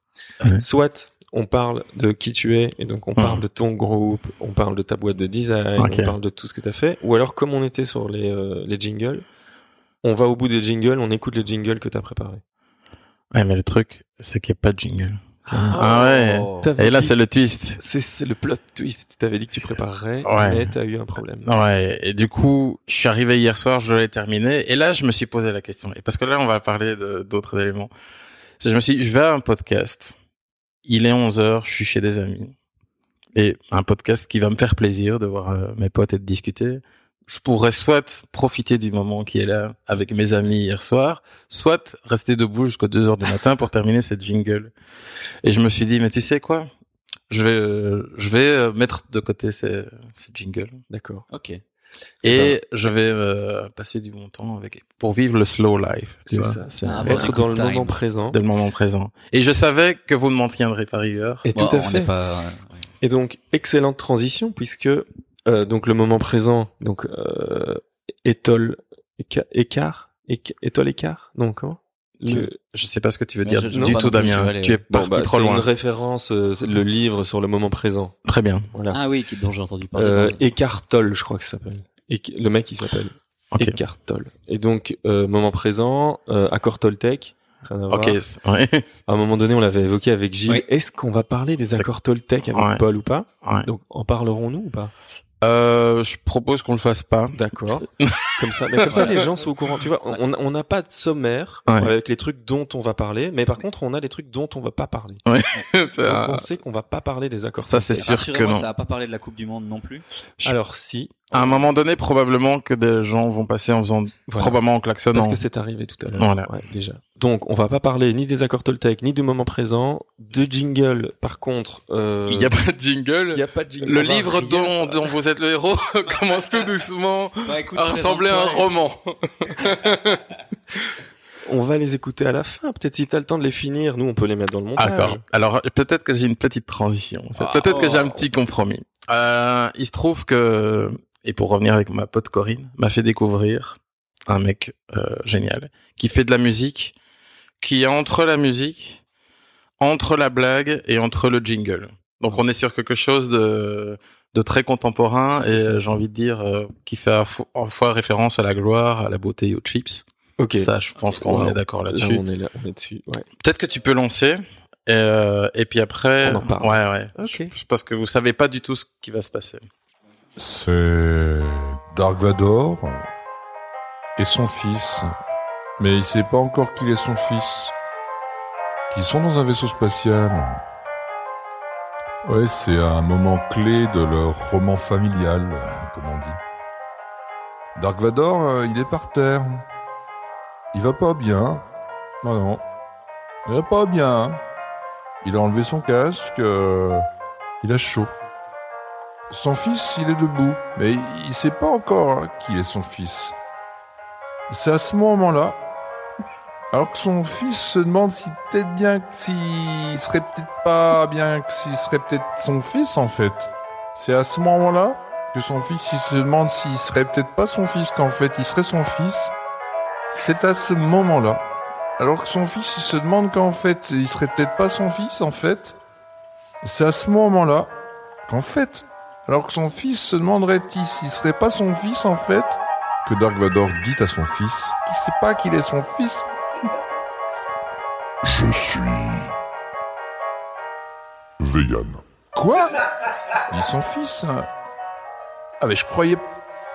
S3: Ouais.
S2: Soit on parle de qui tu es, et donc on parle de ton groupe, on parle de ta boîte de design,
S3: Ok.
S2: on parle de tout ce que tu as fait. Ou alors, comme on était sur les, euh, les jingles, on va au bout des jingles, on écoute les jingles que tu as préparés.
S3: Ouais, mais le truc, c'est qu'il n'y a pas de jingle.
S2: Oh.
S1: Ah
S3: ouais.
S2: T'avais
S3: Et là,
S2: dit-
S3: c'est le twist.
S2: c'est c'est le plot twist. T'avais dit que tu préparerais,
S3: Ouais.
S2: mais t'as eu un problème.
S3: Ouais, et du coup, je suis arrivé hier soir, je l'ai terminé, et là, je me suis posé la question. Et parce que là, on va parler de- d'autres éléments. C'est que Je me suis dit, je vais à un podcast, il est 11h, je suis chez des amis, et un podcast qui va me faire plaisir de voir euh, mes potes et de discuter. Je pourrais soit profiter du moment qui est là avec mes amis hier soir, soit rester debout jusqu'à 2h du matin pour terminer cette jingle. Et je me suis dit, mais tu sais quoi je vais, euh, je vais euh, mettre de côté ces, ces jingles.
S2: D'accord.
S1: Ok.
S3: Et je vais euh, passer du bon temps avec pour vivre le slow life. tu
S2: C'est
S3: vois.
S2: ça.
S3: C'est
S1: Ah,
S3: un-
S1: bon,
S2: Être dans le
S1: time.
S2: moment présent.
S3: de le moment présent. Et je savais que vous ne m'en tiendrez pas rigueur.
S2: Et
S1: Bon,
S2: tout à
S1: Bah, on
S2: fait.
S1: n'est Pas... euh,
S2: Et donc, excellente transition, puisque euh, donc le moment présent, donc euh, étole éca- écart, éca- étole écart, non comment Le-
S3: Je sais pas ce que tu veux
S1: Mais
S3: dire
S1: je- je
S3: du
S1: vois
S3: tout,
S1: pas non plus, je
S3: Damien.
S1: vais aller-
S3: Tu es
S2: Bon,
S3: parti
S2: bah,
S3: trop
S2: c'est
S3: loin.
S2: une référence, euh, c'est le livre sur le moment présent.
S3: Très bien.
S2: Voilà.
S1: Ah oui, qui- dont j'ai entendu parler.
S2: Euh,
S1: dans-
S2: Écartol, je crois que ça s'appelle. Éc- le mec, il s'appelle
S3: Ok.
S2: Écartol. Et donc, euh, moment présent, euh, accord Toltec. rien à voir.
S3: Ok. c'est- ouais.
S2: À un moment donné, on l'avait évoqué avec Gilles.
S1: Oui.
S2: Est-ce qu'on va parler des accords Toltec avec
S3: Ouais.
S2: Paul ou pas
S3: Ouais.
S2: Donc, en parlerons-nous ou pas
S3: Euh, je propose qu'on le fasse pas.
S2: D'accord. comme ça, mais comme ça, les gens sont au courant. Tu vois, on on n'a pas de sommaire
S3: Ouais.
S2: avec les trucs dont on va parler, mais par contre, on a les trucs dont on va pas parler.
S3: C'est
S2: Donc,
S3: un-
S2: on sait qu'on va pas parler des accords.
S3: ça, c'est
S1: Et
S3: sûr que
S1: rassurez-moi,
S3: non.
S1: Ça a pas parlé de la Coupe du Monde non plus.
S2: Alors si,
S3: À un moment donné, probablement que des gens vont passer en faisant
S2: voilà,
S3: probablement en klaxonnant.
S2: parce que c'est arrivé tout à l'heure.
S3: Voilà.
S2: Ouais, déjà. Donc, on va pas parler ni des accords Toltec, ni du moment présent, de jingle. Par contre, euh,
S3: Il n'y a pas de jingle.
S2: il y a pas de jingle.
S3: Le
S2: On va
S3: livre
S2: rien-
S3: dont, dont vous êtes le héros commence tout doucement
S1: Bah, écoute,
S3: à ressembler à un
S1: présente-toi.
S3: roman.
S2: On va les écouter à la fin. Peut-être si t'as le temps de les finir, nous on peut les mettre dans le montage.
S3: Ah, D'accord. Alors peut-être que j'ai une petite transition. en fait.
S1: Ah.
S3: Peut-être que j'ai un petit compromis. Euh, il se trouve que et pour revenir avec ma pote Corinne, m'a fait découvrir un mec euh, génial qui fait de la musique, qui est entre la musique, entre la blague et entre le jingle. Donc on est sur quelque chose de de très contemporain et
S2: C'est ça.
S3: euh, j'ai envie de dire euh, qui fait à fo- à fois référence à la gloire, à la beauté et aux chips.
S2: Ok.
S3: Ça, je pense qu'on
S2: Wow.
S3: est d'accord
S2: Là,
S3: là-dessus.
S2: on est là, on est dessus. Ouais.
S3: Peut-être que tu peux lancer. Et, euh, et puis après,
S2: On en parle.
S3: ouais, ouais,
S2: Ok.
S3: parce que vous savez pas du tout ce qui va se passer.
S4: C'est Dark Vador et son fils. Mais il sait pas encore qu'il est son fils. Qui sont dans un vaisseau spatial. Ouais, c'est un moment clé de leur roman familial, euh, comme on dit. Dark Vador, euh, il est par terre. Il va pas bien. Non, non. Il va pas bien. Il a enlevé son casque. euh, il a chaud. Son fils, il est debout, mais il sait pas encore hein, qui est son fils. C'est à ce moment-là, alors que son fils se demande si peut-être bien, que- s'il serait peut-être pas bien, que s'il serait peut-être son fils en fait. C'est à ce moment-là que son fils, il se demande s'il serait peut-être pas son fils, qu'en fait il serait son fils. C'est à ce moment-là, alors que son fils, il se demande qu'en fait il serait peut-être pas son fils en fait. C'est à ce moment-là qu'en fait, alors que son fils se demanderait-il s'il serait pas son fils en fait, que Dark Vador dit à son fils, qui sait pas qu'il est son fils.
S5: Je suis vegan.
S4: Quoi
S5: Dis son fils. Ah mais je croyais,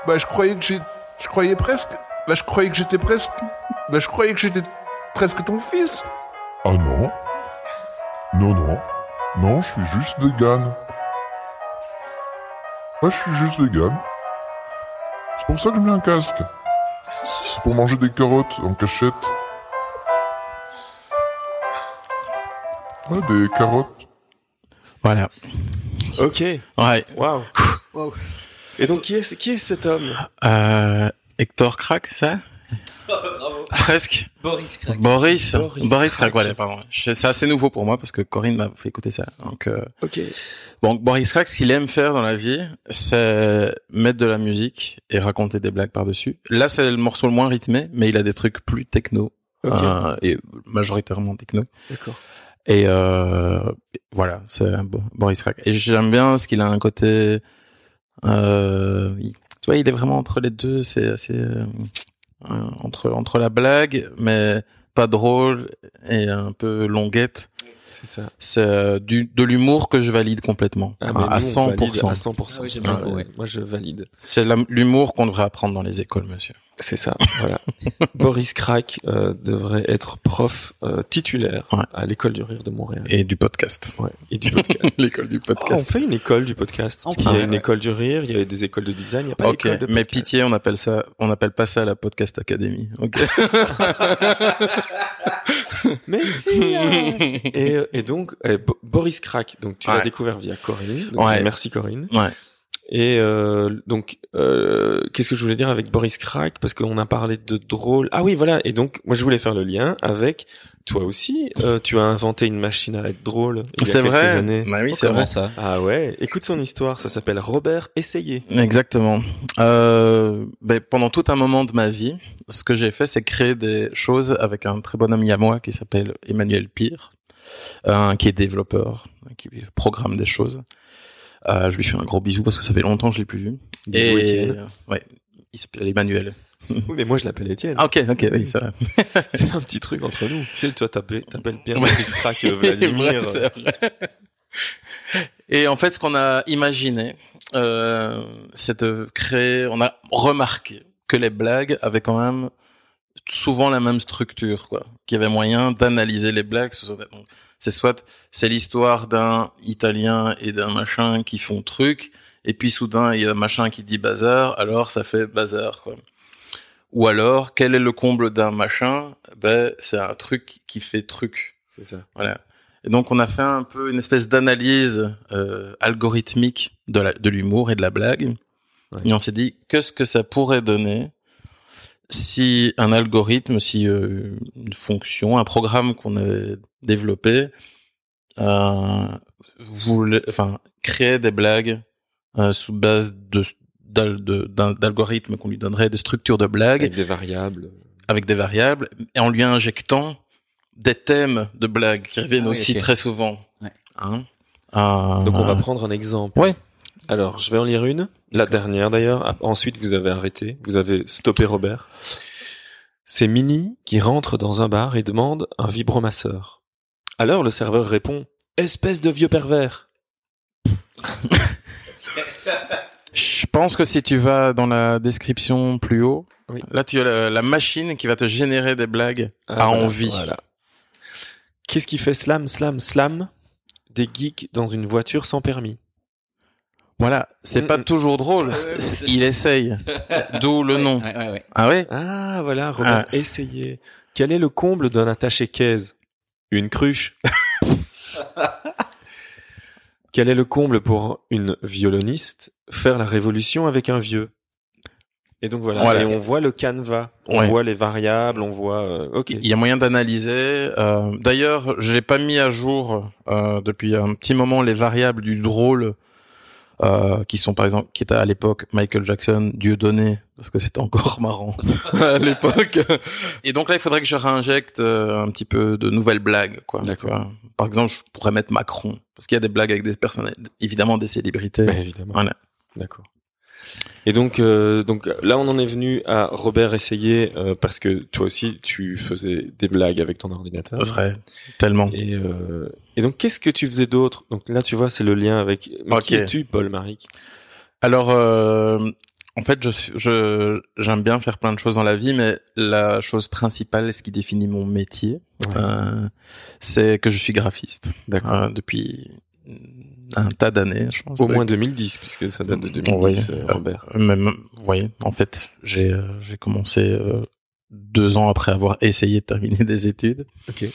S5: bah je croyais que j'ai, je croyais presque, bah je croyais que j'étais presque, bah je croyais que j'étais presque ton fils. Ah non, non non, non je suis juste vegan. Moi je suis juste vegan. C'est pour ça que je mets un casque. C'est pour manger des carottes en cachette. Ouais, des carottes.
S3: Voilà.
S2: Ok.
S3: Ouais.
S2: Waouh. Et donc qui est qui est cet homme
S3: Euh, Hector Crack, c'est ça
S1: Bravo.
S3: Presque.
S1: Boris Crack.
S3: Boris.
S1: Boris
S3: Boris,
S1: Crack.
S3: Crack, voilà, pardon. Je- C'est assez nouveau pour moi parce que Corinne m'a fait écouter ça. Donc, euh,
S2: Ok.
S3: bon, Boris Crack, ce qu'il aime faire dans la vie, c'est mettre de la musique et raconter des blagues par-dessus. Là, c'est le morceau le moins rythmé, mais il a des trucs plus techno.
S2: Ok.
S3: euh, et majoritairement techno.
S2: D'accord.
S3: Et euh, voilà, c'est Bo- Boris Crack. Et j'aime bien parce qu'il a un côté... Euh, il- tu vois, il est vraiment entre les deux. C'est assez... euh, euh, entre, entre la blague, mais pas drôle et un peu longuette.
S2: C'est ça.
S3: C'est euh, du, de l'humour que je valide complètement.
S2: Ah,
S3: à,
S2: mais nous, on
S3: à
S2: valide
S3: 100%.
S2: À 100%.
S1: Ah oui, j'aime
S2: Ah,
S1: beaucoup, ouais.
S2: Moi, je valide.
S3: C'est la- l'humour qu'on devrait apprendre dans les écoles, monsieur.
S2: C'est ça. Voilà. Boris Crack euh, devrait être prof euh, titulaire
S3: Ouais.
S2: à l'école du rire de Montréal.
S3: Et du podcast.
S2: Ouais. Et du podcast.
S3: L'école du
S2: Oh, on
S3: podcast.
S2: fait une école du podcast.
S1: On
S2: Parce qu'il y a
S1: peut,
S2: une
S1: ouais.
S2: école du rire, il y a des écoles de design, il n'y a pas
S3: ok,
S2: d'école de
S3: mais
S2: podcast.
S3: pitié, on appelle ça, on appelle pas ça la podcast academy. Ok.
S2: Mais si hein. et, euh, et donc, euh, Bo- Boris Crack, donc tu l'as
S3: Ouais.
S2: découvert via Corinne. Donc,
S3: Ouais.
S2: Merci Corinne.
S3: Ouais.
S2: Et euh, donc, euh, qu'est-ce que je voulais dire avec Boris Crack Parce qu'on a parlé de drôle. Ah oui, voilà. Et donc, moi, je voulais faire le lien avec toi aussi. euh, tu as inventé une machine à être drôle. il y a
S3: C'est
S2: quelques
S3: vrai.
S2: Années.
S3: Bah oui, c'est
S1: Oh,
S3: vrai.
S1: Comment ça
S2: Ah ouais. Écoute son histoire. Ça s'appelle Robert Essayé.
S3: Exactement. Euh, ben, pendant tout un moment de ma vie, ce que j'ai fait, c'est créer des choses avec un très bon ami à moi qui s'appelle Emmanuel Pire, euh, qui est développeur, qui programme des choses. Euh, je lui fais un gros bisou parce que ça fait longtemps que je l'ai plus vu.
S2: Bisous, Étienne.
S3: ouais, il s'appelle Emmanuel.
S2: Oui, mais moi, je l'appelle Étienne.
S3: Ah, ok, ok, oui, ça va.
S2: C'est un petit truc entre nous. Tu sais, toi, t'appelles t'appelles bien
S3: Ouais.
S2: Boris Crack euh, Vladimir.
S3: C'est vrai, c'est vrai. Et en fait, ce qu'on a imaginé, euh, c'est de créer. On a remarqué que les blagues avaient quand même souvent la même structure, quoi. Qu'il y avait moyen d'analyser les blagues. sous- donc, C'est soit c'est l'histoire d'un Italien et d'un machin qui font truc, et puis soudain il y a un machin qui dit bazar, alors ça fait bazar, quoi. Ou alors, quel est le comble d'un machin Ben, c'est un truc qui fait truc.
S2: C'est ça.
S3: Voilà. Et donc on a fait un peu une espèce d'analyse euh, algorithmique de la- de l'humour et de la blague.
S2: Ouais.
S3: Et on s'est dit qu'est-ce que ça pourrait donner si un algorithme, si euh, une fonction, un programme qu'on avait développé, euh, voulait, enfin créait des blagues euh, sous base de d'al- de- d'un- d'algorithmes qu'on lui donnerait, de structures de blagues
S2: Avec des variables.
S3: avec des variables et en lui injectant des thèmes de blagues qui reviennent
S1: Ah oui,
S3: aussi
S1: ok.
S3: très souvent.
S1: Ouais.
S3: Hein Euh,
S2: Donc on va prendre un exemple.
S3: Ouais.
S2: Alors, je vais en lire une, la dernière d'ailleurs. Ah, Ensuite, vous avez arrêté, vous avez stoppé Robert. C'est Minnie qui rentre dans un bar et demande un vibromasseur. Alors le serveur répond espèce de vieux pervers.
S3: Je pense que si tu vas dans la description plus haut,
S2: Oui.
S3: là tu as la, la machine qui va te générer des blagues à
S2: Ah, voilà,
S3: Ah, envie.
S2: voilà. Qu'est-ce qui fait slam slam slam Des geeks dans une voiture sans permis.
S3: Voilà, c'est
S2: Mm,
S3: pas
S2: mm.
S3: toujours drôle.
S1: Ouais, ouais, ouais, c'est-
S3: Il essaye, d'où le nom.
S1: Ouais, ouais, ouais.
S3: Ah ouais
S2: Ah voilà, Robert, essayez. Quel est le comble d'un attaché caisse Une cruche. Quel est le comble pour une violoniste Faire la révolution avec un vieux. Et donc voilà,
S3: Voilà.
S2: Et on voit le canevas, on
S3: Ouais.
S2: voit les variables, on voit. euh, ok.
S3: Il y a moyen d'analyser. Euh, D'ailleurs, j'ai pas mis à jour euh, depuis un petit moment les variables du drôle euh, qui sont par exemple qui étaient à l'époque Michael Jackson, Dieudonné, parce que c'était encore marrant à l'époque. Et donc là, il faudrait que je réinjecte euh, un petit peu de nouvelles blagues, quoi.
S2: D'accord.
S3: Tu vois. Par exemple, je pourrais mettre Macron, parce qu'il y a des blagues avec des personnes, évidemment des célébrités.
S2: Bah, évidemment.
S3: Voilà.
S2: D'accord. Et donc, euh, donc là, on en est venu à Robert essayer euh, parce que toi aussi, tu faisais des blagues avec ton ordinateur.
S3: Vrai, tellement.
S2: Et, euh, et donc, qu'est-ce que tu faisais d'autre Donc là, tu vois, c'est le lien avec. Mais
S3: Ok.
S2: Qui es-tu, Paul Maric
S3: Alors, euh, en fait, je suis- je j'aime bien faire plein de choses dans la vie, mais la chose principale, ce qui définit mon métier,
S2: Ouais.
S3: euh, c'est que je suis graphiste
S2: D'accord.
S3: euh, depuis un tas d'années, je pense.
S2: Au
S3: Ouais.
S2: moins 2010, puisque ça date de
S3: Ouais.
S2: 2010, euh, Robert.
S3: Même, oui, en fait, j'ai euh, j'ai commencé euh, deux ans après avoir essayé de terminer des études.
S2: Ok.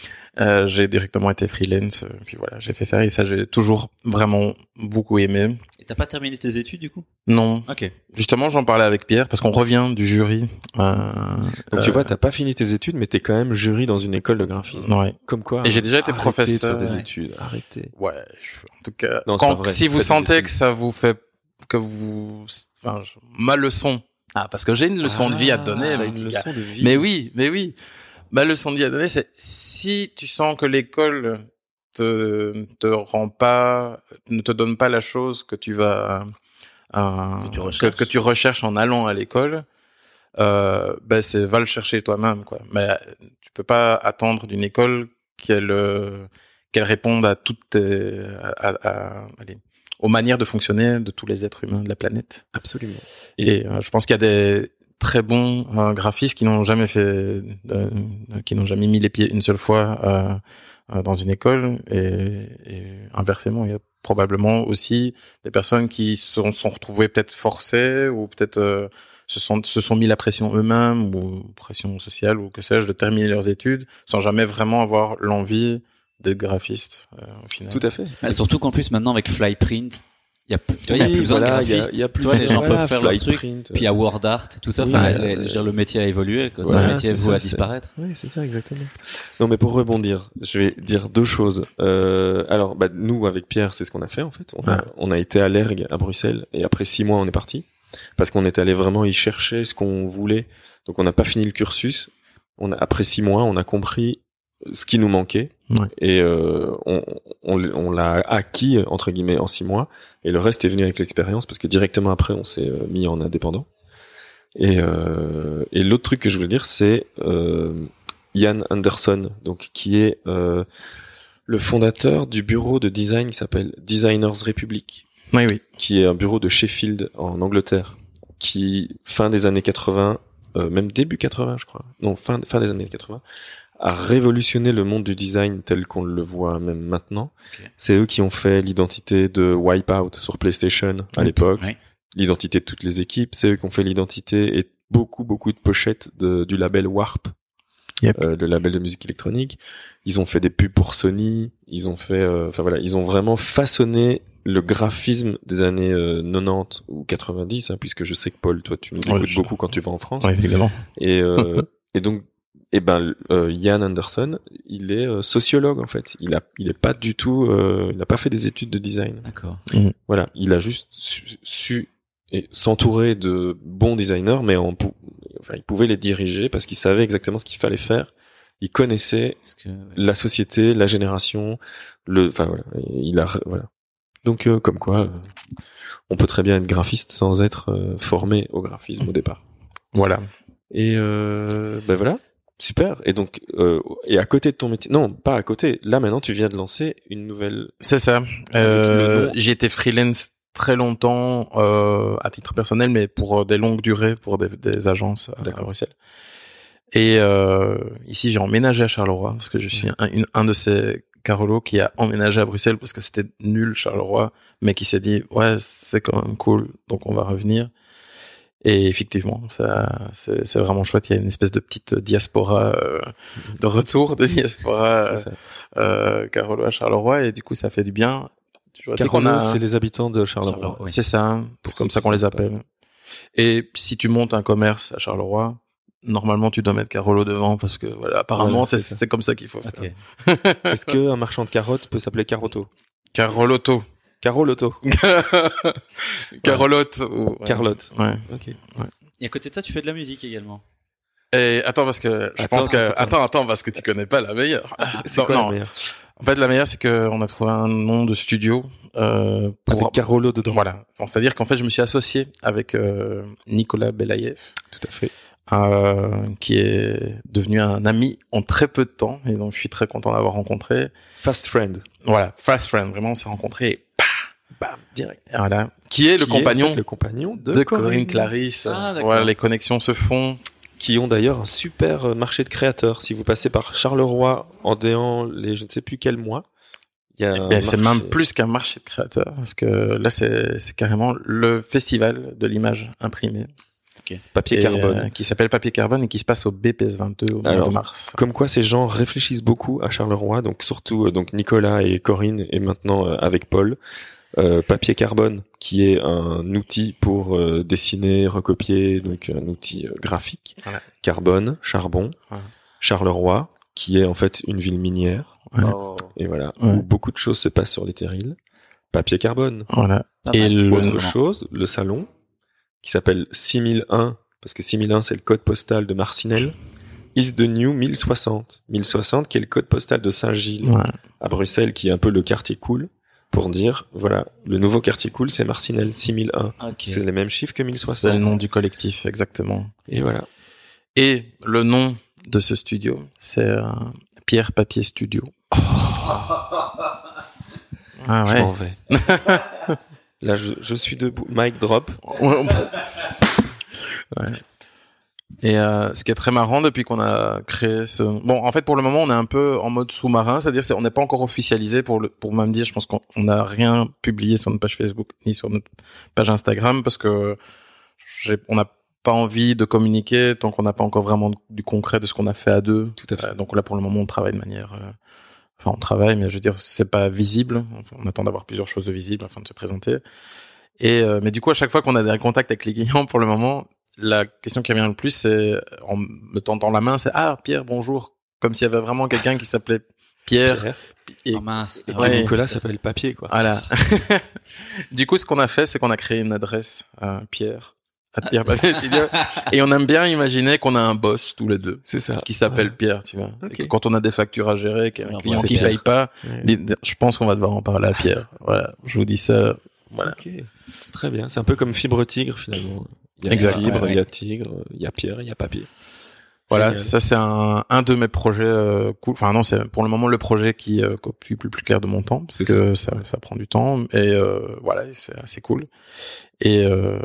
S3: Euh, j'ai directement été freelance, euh, puis voilà, j'ai fait ça et ça j'ai toujours vraiment beaucoup aimé.
S1: Et t'as pas terminé tes études du coup
S3: Non,
S1: Ok.
S3: justement j'en parlais avec Pierre parce qu'on revient du jury. Euh,
S2: Donc tu
S3: euh,
S2: vois, t'as pas fini tes études, mais t'es quand même jury dans une école de graphisme.
S3: ouais.
S2: Comme quoi.
S3: Et j'ai déjà été
S2: arrêtez de
S3: professeur.
S2: faire des
S3: Ouais.
S2: études. Arrêtez.
S3: Ouais, je- en tout cas,
S2: Non, c'est
S3: quand-
S2: pas vrai,
S3: si vous
S2: faites des
S3: sentez
S2: études.
S3: que ça vous fait que vous enfin je- ma leçon. Ah parce que j'ai une leçon de vie à te donner
S2: Ah,
S3: les
S2: une
S3: petits gars.
S2: leçon de vie.
S3: Mais oui, mais oui. Bah, Ma leçon de vie à donner, c'est si tu sens que l'école te, te rend pas, ne te donne pas la chose que tu vas, euh,
S1: Que tu
S3: que,
S1: recherches.
S3: que tu recherches en allant à l'école, euh, ben c'est va le chercher toi-même, quoi. Mais euh, tu peux pas attendre d'une école qu'elle euh, qu'elle réponde à toutes tes, à- à- à- allez, aux manières de fonctionner de tous les êtres humains de la planète.
S2: Absolument.
S3: Et euh, je pense qu'il y a des très bons euh, graphistes qui n'ont jamais fait, euh, euh, qui n'ont jamais mis les pieds une seule fois euh, euh, dans une école. Et, et inversement, il y a probablement aussi des personnes qui se sont, sont retrouvées peut-être forcées ou peut-être euh, se sont se sont mis la pression eux-mêmes ou pression sociale ou que sais-je de terminer leurs études sans jamais vraiment avoir l'envie d'être graphiste euh, au final.
S2: Tout à fait.
S1: Bah, surtout qu'en plus maintenant avec Flyprint, il y a plus, tu vois, il y a
S2: Oui,
S1: plus besoin de
S2: voilà, il y a-
S1: graphistes.
S2: il y a plus
S1: tu vois, les gens
S2: voilà,
S1: peuvent faire leur truc.
S2: Flyprint.
S1: Puis il y a WordArt, tout ça.
S2: Oui,
S1: Enfin,
S2: ouais,
S1: les-
S2: ouais.
S1: je veux dire, le métier a évolué. quoi.
S2: Voilà,
S1: c'est un métier
S2: c'est
S1: voué
S2: ça,
S1: à
S2: c'est-
S1: disparaître.
S2: Oui, c'est ça, exactement. Non, mais pour rebondir, je vais dire deux choses. Euh, alors, bah, nous, avec Pierre, c'est ce qu'on a fait, en fait. On a, on a été à l'ERG, à Bruxelles, et après six mois, on est parti. Parce qu'on est allé vraiment y chercher ce qu'on voulait. Donc, on n'a pas fini le cursus. On a, après six mois, on a compris ce qui nous manquait.
S3: Ouais.
S2: Et euh, on, on, l- on l'a acquis, entre guillemets, en six mois. Et le reste est venu avec l'expérience, parce que directement après, on s'est euh, mis en indépendant. Et, euh, et l'autre truc que je voulais dire, c'est euh, Ian Anderson, donc qui est euh, le fondateur du bureau de design qui s'appelle Designers Republic,
S3: Oui, oui.
S2: qui est un bureau de Sheffield en Angleterre, qui fin des années 80, euh, même début 80, je crois, non fin fin des années 80, a révolutionné le monde du design tel qu'on le voit même maintenant.
S1: Ok.
S2: C'est eux qui ont fait l'identité de Wipeout sur PlayStation à
S3: Oui.
S2: l'époque
S1: Ouais.
S2: l'identité de toutes les équipes, c'est eux qui ont fait l'identité et beaucoup beaucoup de pochettes de- du label Warp,
S3: Yep.
S2: euh, le label de musique électronique. Ils ont fait des pubs pour Sony, ils ont fait, euh, enfin voilà, ils ont vraiment façonné le graphisme des années euh, 90 ou 90, hein, puisque je sais que Paul, toi, tu nous
S3: Ouais,
S2: écoutes
S3: je-
S2: beaucoup quand tu vas en France.
S3: Ouais, évidemment.
S2: Et, euh, et donc, eh ben, euh, Ian Anderson, il est euh, sociologue en fait. Il a, il est pas du tout, euh, il n'a pas fait des études de design.
S1: D'accord.
S2: Voilà, il a juste su, su et s'entourer de bons designers, mais en pou- enfin, il pouvait les diriger parce qu'il savait exactement ce qu'il fallait faire. Il connaissait
S1: Parce que, ouais.
S2: la société, la génération, le, enfin voilà, il a voilà. Donc euh, comme quoi, euh, on peut très bien être graphiste sans être euh, formé au graphisme au départ.
S3: Voilà.
S2: Et euh, ben voilà, super. Et donc euh, et à côté de ton métier, non, pas à côté. Là maintenant, tu viens de lancer une nouvelle.
S3: C'est ça.
S2: le
S3: Euh,
S2: nom.
S3: j'ai été freelance très longtemps euh, à titre personnel, mais pour euh, des longues durées, pour des, des agences à- à,
S2: D'accord.
S3: Bruxelles. Et euh, ici, j'ai emménagé à Charleroi parce que je suis un, une- un de ces Carolo qui a emménagé à Bruxelles parce que c'était nul Charleroi, mais qui s'est dit ouais c'est quand même cool, donc on va revenir. Et effectivement, ça c'est c'est vraiment chouette. Il y a une espèce de petite diaspora euh, de retour de diaspora.
S2: c'est ça.
S3: euh, Carolo à Charleroi et du coup ça fait du bien. J'aurais dit qu'on
S2: Carolo,
S3: a-
S2: c'est les habitants de Charleroi.
S1: Charleroi, oui.
S3: C'est ça,
S2: Pour
S3: c'est comme
S2: ceux
S3: ça
S2: qui
S3: qu'on les
S2: savent pas.
S3: appelle. Et si tu montes un commerce à Charleroi, normalement tu dois mettre Carolo devant parce que voilà, apparemment
S2: Voilà,
S3: c'est
S2: c'est ça.
S3: c'est comme ça qu'il faut faire.
S1: Ok.
S2: Est-ce qu'un marchand de carottes peut s'appeler Carotto
S3: Caroloto.
S2: Carolotto.
S3: Carolote. ou- ouais.
S2: Carlotte.
S3: Ouais.
S2: Ok.
S1: Et à côté de ça, tu fais de la musique également.
S3: Et attends parce que je
S2: Attends,
S3: pense que
S2: attends. Ah,
S3: attends attends parce que tu connais pas la meilleure.
S2: C'est
S3: Non,
S2: quoi
S3: non.
S2: la meilleure
S3: En fait la meilleure c'est que on a trouvé un nom de studio euh, pour
S2: Avec Carolo dedans.
S3: Voilà. Bon, C'est-à-dire qu'en fait, je me suis associé avec euh, Nicolas Belaïev,
S2: Tout à fait.
S3: euh, qui est devenu un ami en très peu de temps, et donc je suis très content d'avoir rencontré.
S2: Fast Friend.
S3: Voilà, fast friend, vraiment, on s'est rencontrés. et pah,
S2: Bam, direct.
S3: voilà. Qui est le
S2: Qui
S3: compagnon
S2: en fait le compagnon de,
S3: de, Corinne Clarisse.
S1: Ah, d'accord.
S3: voilà, les connexions se font.
S2: Qui ont d'ailleurs un super euh, marché de créateurs. Si vous passez par Charleroi en déant les je ne sais plus quel mois, il y a. un
S3: et Eh ben, c'est
S2: marché.
S3: même plus qu'un marché de créateurs, parce que là, c'est c'est carrément le festival de l'image imprimée.
S1: ok.
S2: Papier
S3: et,
S2: carbone.
S3: euh, qui s'appelle Papier Carbone et qui se passe au BPS 22 au mois
S2: Alors,
S3: de mars.
S2: Comme quoi, ces gens réfléchissent beaucoup à Charleroi, donc surtout euh, donc Nicolas et Corinne et maintenant euh, avec Paul. Euh, papier carbone, qui est un outil pour euh, dessiner, recopier, donc un outil euh, graphique.
S3: Voilà.
S2: Carbone, charbon.
S3: Voilà.
S2: Charleroi, qui est en fait une ville minière.
S3: Ouais.
S2: Et voilà,
S3: Ouais.
S2: où beaucoup de choses se passent sur les terrils. Papier carbone.
S3: Voilà.
S2: Ah, bah,
S1: Pas
S3: Et
S1: mal.
S3: le,
S2: Autre
S1: nom.
S2: chose, le salon, qui s'appelle 6001, parce que 6001, c'est le code postal de Marcinelle, is the new 1060. 1060, qui est le code postal de Saint-Gilles,
S3: ouais.
S2: à Bruxelles, qui est un peu le quartier cool, pour dire, voilà, le nouveau quartier cool, c'est Marcinelle, 6001.
S1: Ok.
S2: C'est les mêmes chiffres que
S3: c'est
S2: 1060.
S3: le nom du collectif, exactement.
S2: Et voilà.
S3: Et le nom de ce studio, c'est euh, Pierre Papier Studio. Ah
S2: Je
S3: ouais.
S2: m'en vais. Là, je, je suis debout. Mic drop.
S3: Ouais. Et euh, ce qui est très marrant depuis qu'on a créé ce bon en fait pour le moment on est un peu en mode sous-marin c'est-à-dire c'est- on n'est pas encore officialisé pour le pour même dire je pense qu'on on n'a rien publié sur notre page Facebook ni sur notre page Instagram parce que j'ai on n'a pas envie de communiquer tant qu'on n'a pas encore vraiment du concret de ce qu'on a fait à deux
S2: Tout à fait.
S3: Euh, donc là, pour le moment, on travaille de manière. euh, Enfin, on travaille, mais je veux dire, c'est pas visible. Enfin, on attend d'avoir plusieurs choses de visibles afin de se présenter. Et euh, mais du coup, à chaque fois qu'on a des contacts avec les clients, pour le moment, la question qui revient le plus, c'est en me tendant la main, c'est ah Pierre, bonjour, comme s'il y avait vraiment quelqu'un qui s'appelait Pierre.
S2: Pierre.
S3: Et-
S1: Ah mince.
S2: Et que
S1: Ah ouais.
S2: Nicolas s'appelle Papier, quoi.
S3: Voilà. du coup, ce qu'on a fait, c'est qu'on a créé une adresse à Pierre. À Pierre Papasidio. Et on aime bien imaginer qu'on a un boss tous les deux
S2: C'est ça.
S3: qui s'appelle Pierre, tu vois.
S2: Ok.
S3: Et que quand on a des factures à gérer, qu'il y a un
S1: Alors,
S3: client
S2: c'est
S3: qui
S2: Pierre.
S3: paye pas,
S2: Ouais.
S3: dis- dis- je pense qu'on va devoir en parler à Pierre. Voilà, je vous dis ça. Voilà.
S2: Ok, très bien. C'est un peu comme Fibre Tigre finalement. Il y a
S3: Exact.
S2: Fibre,
S1: Ouais.
S2: il y a Tigre, il y a Pierre, il y a Papier.
S3: Voilà,
S2: Génial.
S3: ça c'est un, un de mes projets euh, cool. Enfin non, c'est pour le moment le projet qui euh, copie plus plus clair de mon temps parce
S2: C'est
S3: que ça. ça prend du temps et euh, voilà, c'est assez cool. Et euh,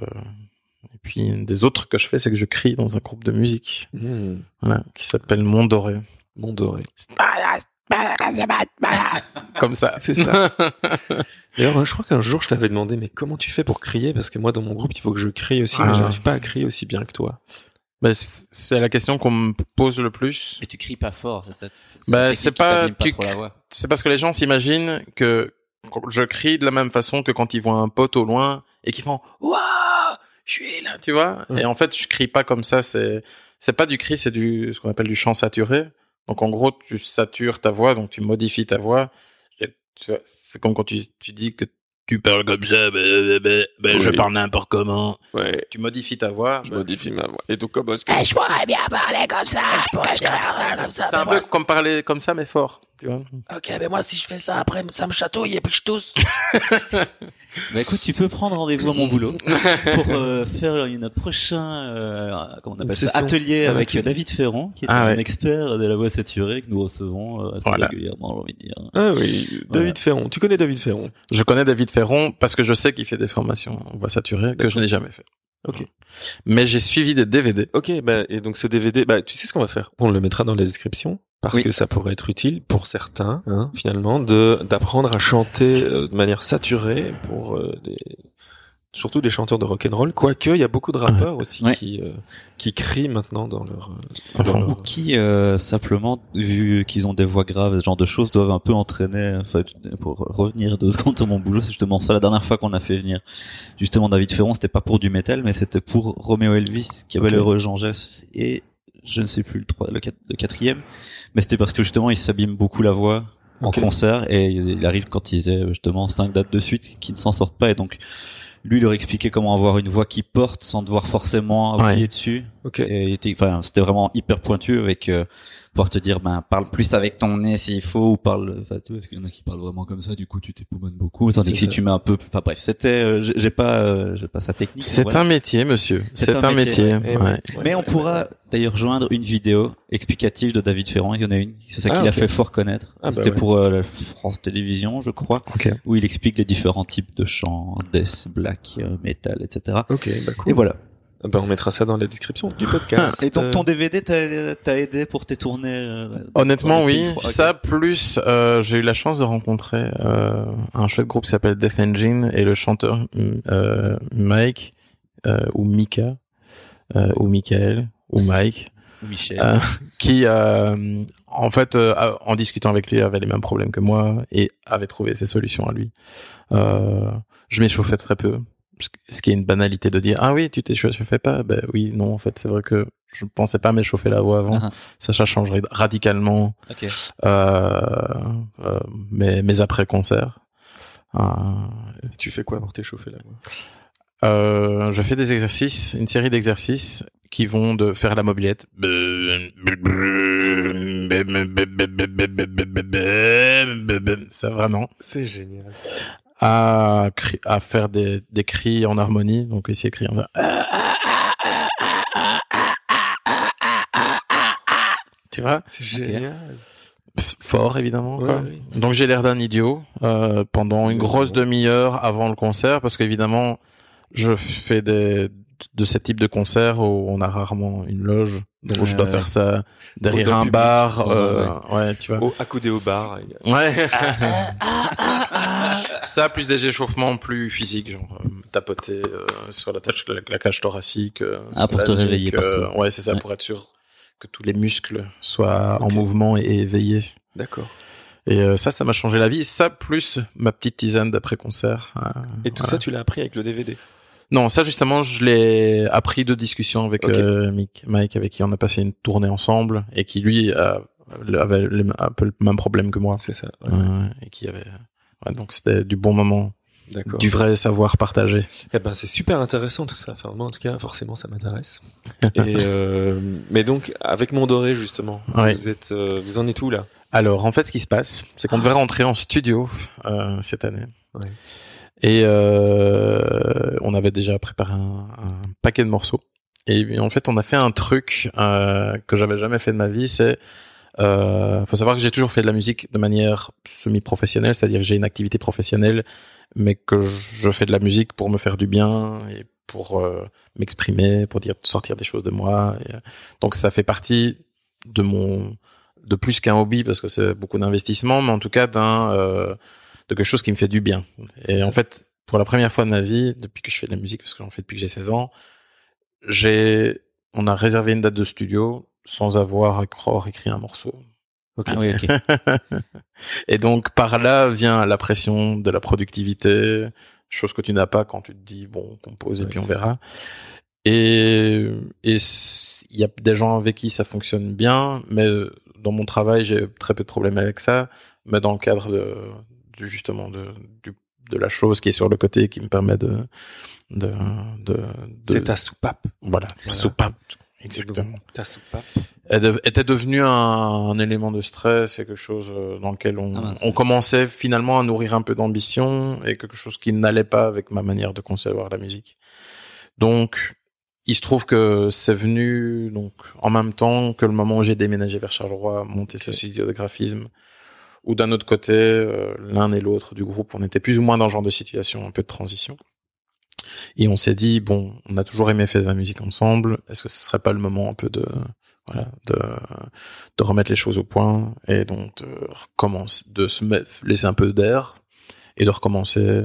S3: et puis une des autres que je fais, c'est que je crie dans un groupe de musique,
S2: Mmh,
S3: voilà, qui s'appelle Mont Doré.
S2: Mont doré.
S3: Comme ça.
S2: Ah. C'est ça. D'ailleurs, hein, je crois qu'un jour je t'avais demandé, mais comment tu fais pour crier Parce que moi, dans mon groupe, il faut que je crie aussi,
S3: Ah.
S2: mais j'arrive pas à crier aussi bien que toi.
S3: Mais c'est Bah, c'est la question qu'on me pose le plus.
S1: Et tu cries pas fort, c'est ça.
S3: Bah,
S1: une
S3: c'est
S1: technique qui
S3: pas-
S1: t'abîme
S3: tu
S1: trop la voix.
S3: c'est parce que les gens s'imaginent que je crie de la même façon que quand ils voient un pote au loin et qu'ils font waouh je suis là tu vois
S2: Ouais.
S3: et en fait je crie pas comme ça c'est c'est pas du cri c'est du ce qu'on appelle du chant saturé donc en gros tu satures ta voix donc tu modifies ta voix Et tu vois, c'est comme quand tu, tu dis que tu parles comme ça ben, ben, ben, ben, je
S2: Oui.
S3: parle n'importe comment
S2: Ouais,
S3: tu modifies ta voix ben,
S2: modifie ma voix. Et donc, comment est-ce
S1: Ah,
S3: c'est un peu comme parler comme ça mais fort tu vois
S1: Bah écoute, tu peux prendre rendez-vous à mon boulot pour euh, faire une prochain euh, comment on appelle
S2: Une
S1: ça,
S2: session.
S1: atelier
S2: Un
S1: avec
S2: atelier.
S1: David Ferrand, qui est
S3: Ah
S1: un
S3: ouais.
S1: expert de la voix saturée que nous recevons euh, assez
S3: Voilà.
S1: régulièrement, j'ai envie de dire.
S2: Ah oui,
S1: Voilà.
S2: David Ferron. Tu connais David Ferron
S3: Je connais David Ferron parce que je sais qu'il fait des formations en voix saturée que je n'ai jamais fait.
S2: Ok.
S3: Mais j'ai suivi des DVD.
S2: Ok, bah, et donc ce DVD, bah, tu sais ce qu'on va faire On le mettra dans la description parce
S1: Oui.
S2: que ça pourrait être utile pour certains, hein, finalement, de d'apprendre à chanter euh, de manière saturée pour euh, des surtout des chanteurs de rock and roll. Quoique, il y a beaucoup de rappeurs aussi
S1: Ouais.
S2: qui euh, qui crient maintenant dans leur. euh,
S3: Ah
S2: dans
S3: bon.
S2: leur-
S1: Ou qui euh, simplement, vu qu'ils ont des voix graves, ce genre de choses, doivent un peu entraîner. Enfin, pour revenir deux secondes à mon boulot, c'est justement ça. La dernière fois qu'on a fait venir justement David Ferron, c'était pas pour du métal, mais c'était pour Romeo Elvis, qui avait
S2: Ok.
S1: le heureux Jean Jass et je ne sais plus le, trois, le, quat- le quatrième, mais c'était parce que justement il s'abîme beaucoup la voix en
S2: Ok.
S1: concert et il arrive quand ils aient justement cinq dates de suite qui ne s'en sortent pas et donc lui leur expliquer comment avoir une voix qui porte sans devoir forcément appuyer dessus
S2: Ok.
S1: et il était- enfin, c'était vraiment hyper pointu avec euh, pouvoir te dire, ben, parle plus avec ton nez s'il faut, ou parle, enfin, tu vois, parce qu'il y en a qui parlent vraiment comme ça, du coup, tu t'époumones beaucoup, tandis que si
S2: C'est ça.
S1: tu mets un peu, enfin, bref, c'était, euh, j'ai j'ai pas, euh, j'ai pas sa technique.
S3: C'est
S1: voilà.
S3: un métier, monsieur.
S1: C'est
S3: C'est
S1: un
S3: un, métier.
S2: Eh ouais.
S3: Ouais.
S1: Mais on
S2: Ouais.
S1: pourra d'ailleurs joindre une vidéo explicative de David Ferrand. Il y en a une. C'est ça
S2: Ah,
S1: qui l'a
S2: ok.
S1: fait fort connaître.
S2: Ah, bah
S1: C'était
S2: ouais.
S1: pour euh, la France Télévisions, je crois,
S2: Ok.
S1: où il explique les différents types de chants, death, black, euh, metal, etc.
S2: Ok, bah cool.
S1: Et voilà.
S2: Ah bah, on mettra ça dans la description du podcast. Euh,
S1: Et donc ton DVD t'a t'a aidé pour tes tournées euh,
S3: Honnêtement,
S1: dans les
S3: oui.
S1: pays froids.
S3: Ça,
S1: Ok.
S3: plus, euh, j'ai eu la chance de rencontrer euh, un chouette groupe qui s'appelle Death Engine et le chanteur euh, Mike euh, ou Mika. euh, ou Michael ou Mike
S1: Michel.
S3: Euh, qui euh, en fait euh, a- en discutant avec lui avait les mêmes problèmes que moi et avait trouvé ses solutions à lui. Euh, je m'échauffais très peu, ce- ce qui est une banalité de dire ah oui tu t'échauffais pas ben oui non en fait c'est vrai que je pensais pas m'échauffer la voix avant
S1: Ah,
S3: ça ça changerait radicalement
S1: ok.
S3: euh, euh, mes, mes après concerts. Euh,
S2: Tu fais quoi pour t'échauffer la voix
S3: euh, je fais des exercices, une série d'exercices qui vont de faire la mobilette. Ça vraiment.
S2: C'est génial.
S3: À, cri- à faire des, des cris en harmonie. Donc ici, écrit en Tu vois
S2: C'est génial.
S3: F- Fort, évidemment. quoi.
S2: Ouais,
S3: Donc j'ai l'air d'un idiot euh, pendant une grosse demi-heure avant le concert parce qu'évidemment je fais des de ce type de concert où on a rarement une loge donc
S2: Ouais,
S3: je dois
S2: ouais.
S3: faire ça derrière
S2: d'un
S3: un
S2: public,
S3: bar
S2: dans un
S3: euh, ouais tu vois
S2: Au, accoudé au bar. euh, il y a-
S3: ouais ça plus des échauffements plus physiques genre euh, me tapoter euh, sur la, tâche, la, la cage thoracique euh,
S1: Ah,
S3: sur
S1: pour
S3: la
S1: te
S3: nuque,
S1: réveiller
S3: euh,
S1: partout.
S3: ouais c'est ça
S1: Ouais.
S3: pour être sûr que tous les muscles soient en
S2: Ok.
S3: mouvement et éveillés
S2: D'accord.
S3: et euh, ça, ça m'a changé la vie. Ça, plus ma petite tisane d'après-concert. euh,
S2: Et tout
S3: voilà.
S2: ça, tu l'as appris avec le DVD.
S3: Non, ça, justement, je l'ai appris de discussion avec
S2: Ok.
S3: euh, Mick- Mike, avec qui on a passé une tournée ensemble, et qui, lui, a- avait le- un peu le même problème que moi.
S2: C'est ça.
S3: Euh, et qui avait... ouais, donc, c'était du bon moment,
S2: D'accord.
S3: du vrai savoir partagé.
S2: Eh ben, c'est super intéressant tout ça. Enfin, moi, en tout cas, forcément, ça m'intéresse. Et euh, mais donc, avec Mondoré, justement,
S3: Ouais.
S2: vous êtes, euh, vous en êtes où là
S3: Alors, en fait, ce qui se passe, c'est qu'on devait rentrer en studio euh, cette année.
S2: Ouais.
S3: Et euh, on avait déjà préparé un, un paquet de morceaux. Et en fait, on a fait un truc euh, que j'avais jamais fait de ma vie. C'est, euh, faut savoir que j'ai toujours fait de la musique de manière semi-professionnelle, c'est-à-dire que j'ai une activité professionnelle, mais que je fais de la musique pour me faire du bien et pour euh, m'exprimer, pour dire sortir des choses de moi. Et, euh, donc, ça fait partie de mon de plus qu'un hobby parce que c'est beaucoup d'investissement, mais en tout cas d'un euh, de quelque chose qui me fait du bien. Et en fait, pour la première fois de ma vie, depuis que je fais de la musique, parce que j'en fais depuis que j'ai 16 ans, j'ai on a réservé une date de studio sans avoir à croire écrit un morceau.
S1: Ah oui, ok.
S3: Et donc par là vient la pression de la productivité, chose que tu n'as pas quand tu te dis bon, on compose et
S2: Ouais,
S3: puis on
S2: c'est
S3: verra. Et et c- il y a des gens avec qui ça fonctionne bien, mais euh, dans mon travail, j'ai très peu de problèmes avec ça, mais dans le cadre de, du justement de du- de la chose qui est sur le côté qui me permet de de de, de-
S2: C'est ta soupape.
S3: voilà,
S2: Voilà.
S3: soupape. Exactement
S2: Ta soupape.
S3: elle dev- était devenue un, un élément de stress et quelque chose euh, dans lequel on,
S1: Ah mince.
S3: on commençait finalement à nourrir un peu d'ambition et quelque chose qui n'allait pas avec ma manière de concevoir la musique. Donc, il se trouve que c'est venu donc en même temps que le moment où j'ai déménagé vers Charleroi, monté ce studio de graphisme, où d'un autre côté, euh, l'un et l'autre du groupe, on était plus ou moins dans ce genre de situation, un peu de transition. Et on s'est dit, bon, on a toujours aimé faire de la musique ensemble, est-ce que ce serait pas le moment un peu de voilà, de, de remettre les choses au point et donc de recommencer, de se mettre, laisser un peu d'air et de recommencer.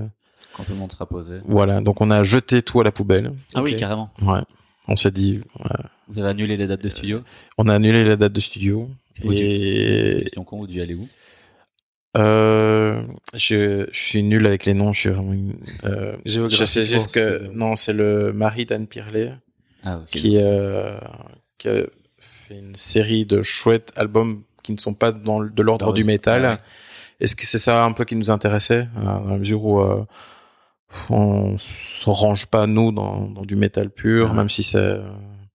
S1: Quand tout le monde sera posé.
S3: Voilà, donc on a jeté tout à la poubelle.
S1: Ah oui,
S2: Ok.
S1: carrément.
S3: Ouais, on s'est dit, ouais.
S1: Vous avez annulé les dates de studio.
S3: on a annulé la date de studio
S1: Ou tu-
S3: et
S1: Question con, vous deviez aller où
S3: euh, je, je suis nul avec les noms. Je suis vraiment. une- euh, je
S2: Géographiquement.
S3: sais juste que
S2: c'était-
S3: non, c'est le mari d'Anne Pirlet.
S1: Ah, ok.
S3: qui, euh, qui a fait une série de chouettes albums qui ne sont pas dans le- de l'ordre
S1: Dans
S3: du
S1: le-
S3: métal.
S1: ouais.
S3: Est-ce que c'est ça un peu qui nous intéressait, euh, dans la mesure où euh, on se range pas nous dans, dans du métal pur,
S1: Ouais.
S3: même si c'est, euh,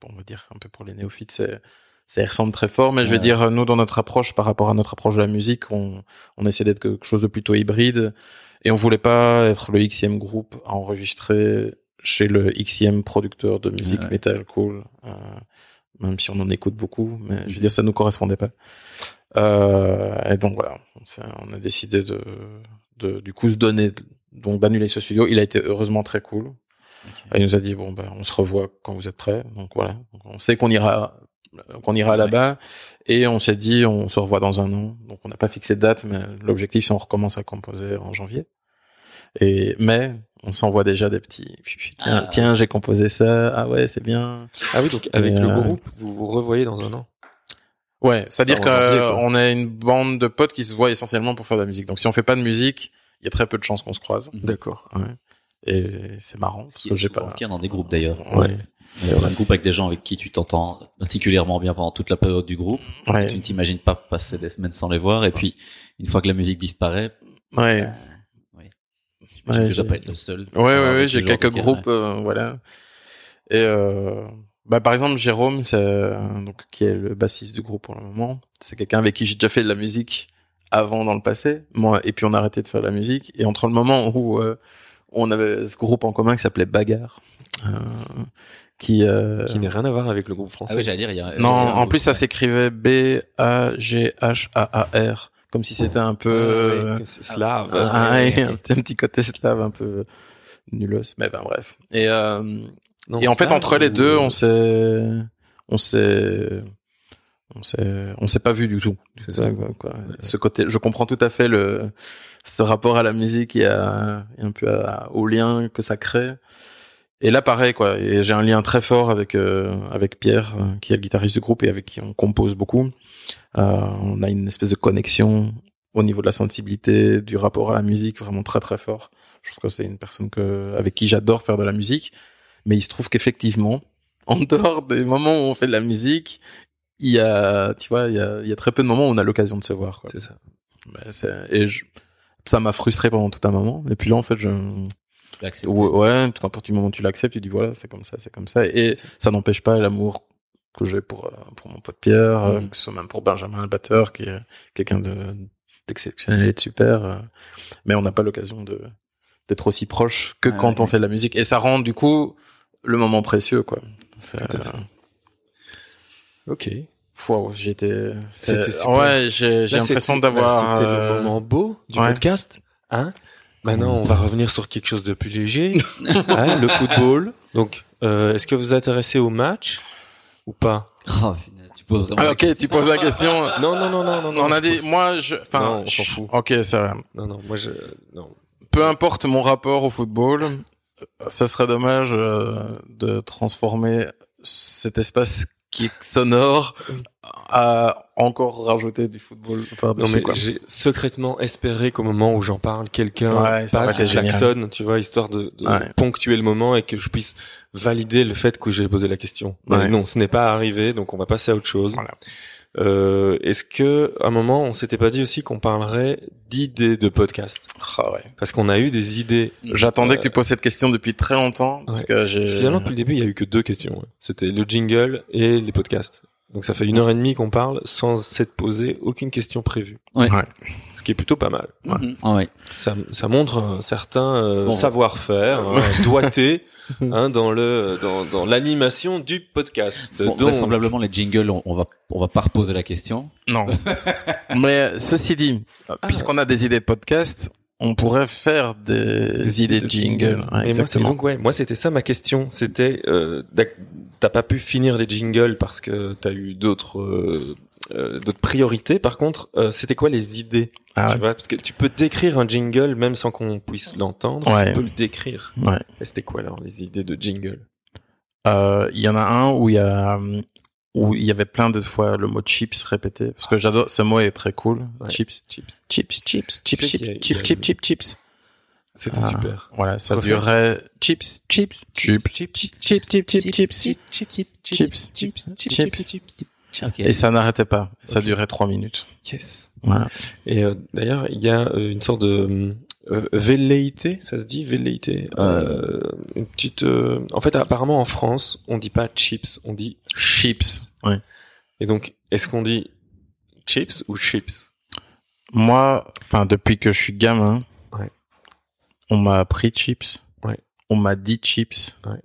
S3: bon, on va dire un peu pour les néophytes, c'est ça y ressemble très fort, mais je vais
S1: Ouais.
S3: dire, euh, nous, dans notre approche, par rapport à notre approche de la musique, on, on essaie d'être quelque chose de plutôt hybride, et on voulait pas être le Xème groupe à enregistrer chez le Xème producteur de musique
S1: Ouais.
S3: metal cool, euh, même si on en écoute beaucoup, mais je veux dire, ça nous correspondait pas. Euh, et donc voilà, on s'est- on a décidé de, de du coup se donner, donc d'annuler ce studio. Il a été heureusement très cool. Il nous a dit bon ben on se revoit quand vous êtes prêts. Donc voilà, Donc, on sait qu'on ira qu'on ira là-bas et on s'est dit on se revoit dans un an. Donc on n'a pas fixé de date, mais l'objectif c'est on recommence à composer en janvier. Et mais on s'envoie déjà des petits. Tiens,
S1: Ah.
S3: tiens, j'ai composé ça. Ah ouais, c'est bien.
S2: Ah oui, donc avec
S3: Et,
S2: le
S3: euh,
S2: groupe, vous vous revoyez dans un an.
S3: Ouais, c'est-à-dire
S2: Enfin, en janvier, quoi.
S3: qu'on a une bande de potes qui se voient essentiellement pour faire de la musique. Donc si on fait pas de musique, il y a très peu de chances qu'on se croise.
S2: D'accord.
S3: Ouais. Et c'est marrant parce
S1: Ce qui
S3: que
S1: est
S3: j'ai
S1: souvent
S3: pas.
S1: le cas dans des groupes d'ailleurs.
S3: Ouais.
S1: Euh, Un groupe avec des gens avec qui tu t'entends particulièrement bien pendant toute la période du groupe.
S3: Ouais.
S1: Tu ne t'imagines pas passer des semaines sans les voir. Et puis, une fois que la musique disparaît,
S3: Ouais.
S1: j'imagine
S3: Ouais,
S1: que je dois
S3: j'ai-
S1: pas être le seul.
S3: Ouais, ouais, ouais,
S1: Avec
S3: j'ai
S1: ce genre
S3: quelques
S1: de cas,
S3: groupes, euh, voilà. Et euh, bah, par exemple, Jérôme, c'est, euh, donc, qui est le bassiste du groupe pour le moment, c'est quelqu'un avec qui j'ai déjà fait de la musique avant dans le passé, moi, et puis on a arrêté de faire de la musique. Et entre le moment où euh, on avait ce groupe en commun qui s'appelait Bagarre, euh, qui... euh,
S2: Qui n'a rien à voir avec le groupe français.
S1: Ah oui, j'allais dire, il y a.
S3: non,
S1: il y a un
S3: en
S1: groupe,
S3: plus, ça
S1: ouais.
S3: s'écrivait B-A-G-H-A-A-R, comme si c'était un peu... euh,
S2: Ouais, c'est slave.
S3: ah, ouais, un petit un petit côté slave un peu nulos, mais ben bref. Et, euh,
S2: Non,
S3: et en fait,
S2: slave
S3: entre les
S2: ou-
S3: deux, on s'est, on s'est, on s'est, on s'est pas vu du tout.
S2: C'est ça.
S3: quoi, quoi. Ce côté, je comprends tout à fait le, ce rapport à la musique et, à, et un peu à- au lien que ça crée. Et là, pareil, quoi. Et j'ai un lien très fort avec euh, avec Pierre, euh, qui est le guitariste du groupe et avec qui on compose beaucoup. Euh, on a une espèce de connexion au niveau de la sensibilité, du rapport à la musique, vraiment très très fort. Je pense que c'est une personne que, avec qui j'adore faire de la musique. Mais il se trouve qu'effectivement, en dehors des moments où on fait de la musique, il y a, tu vois, il y a, il y a très peu de moments où on a l'occasion de se voir. Quoi.
S2: C'est ça.
S3: Mais c'est- et je- ça m'a frustré pendant tout un moment. Et puis là, en fait, je,
S1: Tu l'as accepté.
S3: ouais, ouais, à partir du moment où tu l'acceptes, tu dis voilà, c'est comme ça, c'est comme ça. Et ça n'empêche pas l'amour que j'ai pour, euh, pour mon pote Pierre, euh,
S2: Mmh.
S3: que ce soit même pour Benjamin, le batteur, qui est quelqu'un de, d'exceptionnel et de super. euh, mais on n'a pas l'occasion de, d'être aussi proche que
S2: Ah
S1: Ouais,
S3: quand
S1: ouais,
S3: on
S1: ouais.
S3: fait de la musique. Et ça rend, du coup, le moment précieux, quoi. euh, C'est,
S2: Tout à fait. Ok.
S3: Waouh, j'étais. c'est-
S2: C'était super.
S3: Ouais, j'ai, j'ai
S2: Là,
S3: l'impression
S2: c'était-
S3: d'avoir.
S2: C'était
S3: euh,
S2: le moment beau du
S3: ouais.
S2: podcast. Hein Maintenant, on va revenir sur quelque chose de plus léger. Hein, le football. Donc, euh, est-ce que vous vous intéressez au match ou pas
S1: Oh, punaise, tu poses vraiment.
S3: Ah,
S1: la
S3: ok,
S1: question.
S3: tu poses la question.
S2: Non, non, non, non, non. non,
S3: on a
S2: je
S3: dit,
S2: pose-
S3: moi, je. Enfin,
S2: Non, on s'en
S3: je-
S2: fout.
S3: Ok, ça va.
S2: Non, non, moi je. Non.
S3: peu importe mon rapport au football, ça serait dommage euh, de transformer cet espace qui est sonore à encore rajouter du football par
S2: Non
S3: dessus.
S2: mais
S3: quoi.
S2: j'ai secrètement espéré qu'au moment où j'en parle, quelqu'un
S3: Ouais, ça va,
S2: passe
S3: c'est
S2: et
S3: génial.
S2: klaxonne, tu vois, histoire de, de
S3: Ouais.
S2: ponctuer le moment et que je puisse valider le fait que j'ai posé la question. Mais
S3: Ouais.
S2: non, ce n'est pas arrivé, donc on va passer à autre chose.
S3: Voilà.
S2: Euh, Est-ce que à un moment on s'était pas dit aussi qu'on parlerait d'idées de podcast
S3: Ah ouais.
S2: Parce qu'on a eu des idées.
S3: J'attendais que tu poses cette question depuis très longtemps parce
S2: Ouais.
S3: que j'ai.
S2: Finalement, depuis le début, il y a eu que deux questions. ouais. C'était le jingle et les podcasts. Donc ça fait une heure et demie qu'on parle sans s'être posé aucune question prévue.
S1: Ouais.
S3: Ouais.
S2: Ce qui est plutôt pas mal.
S1: Mhm. Ah ouais.
S2: Ça, ça montre un certain euh,
S1: Bon.
S2: savoir-faire, un doigté hein, dans le dans, dans l'animation du podcast.
S3: Euh,
S1: Bon,
S2: Donc,
S1: vraisemblablement, les jingles, on, on va, on va pas reposer la question.
S3: Non. mais ceci dit, puisqu'on a des idées de podcast, on pourrait faire des, idées de jingle. Ouais,
S2: Et moi, c'est
S3: exactement.
S2: donc ouais, moi c'était ça ma question. C'était euh, d'ac- t'as pas pu finir les jingles parce que t'as eu d'autres euh, euh, d'autres priorités. Par contre, euh, c'était quoi les idées
S3: Ah
S2: Tu vois, parce que tu peux décrire un jingle même sans qu'on puisse l'entendre.
S3: Ouais.
S2: Tu peux le décrire.
S3: ouais.
S2: Et c'était quoi alors les idées de jingle
S3: Euh, Il y en a un où il y a hum, où il y avait plein de fois le mot chips répété parce que j'adore ce mot est très cool
S2: Ouais.
S3: chips
S2: Chips.
S3: chips chips chips
S2: sais qu'il y a-
S3: chips
S2: il y
S3: chips
S2: a le-
S3: chips chips chips
S2: C'était
S3: Ah.
S2: super.
S3: voilà ça
S2: Refaire.
S3: durait chips chips chips
S2: chips, chips,
S3: chips chips chips chips
S2: chips,
S3: chips chips
S1: Ok.
S3: et ça n'arrêtait pas ça durait trois minutes
S2: Yes.
S3: voilà
S2: Et euh, d'ailleurs, il y a euh, une sorte de euh, velléité, ça se dit velléité. Euh, une petite. euh, en fait, apparemment, en France, on dit pas chips, on dit.
S3: chips ouais
S2: Et donc, est-ce qu'on dit chips ou chips
S3: moi enfin depuis que je suis gamin
S2: Ouais.
S3: on m'a appris chips
S2: Ouais.
S3: on m'a dit chips
S2: Ouais.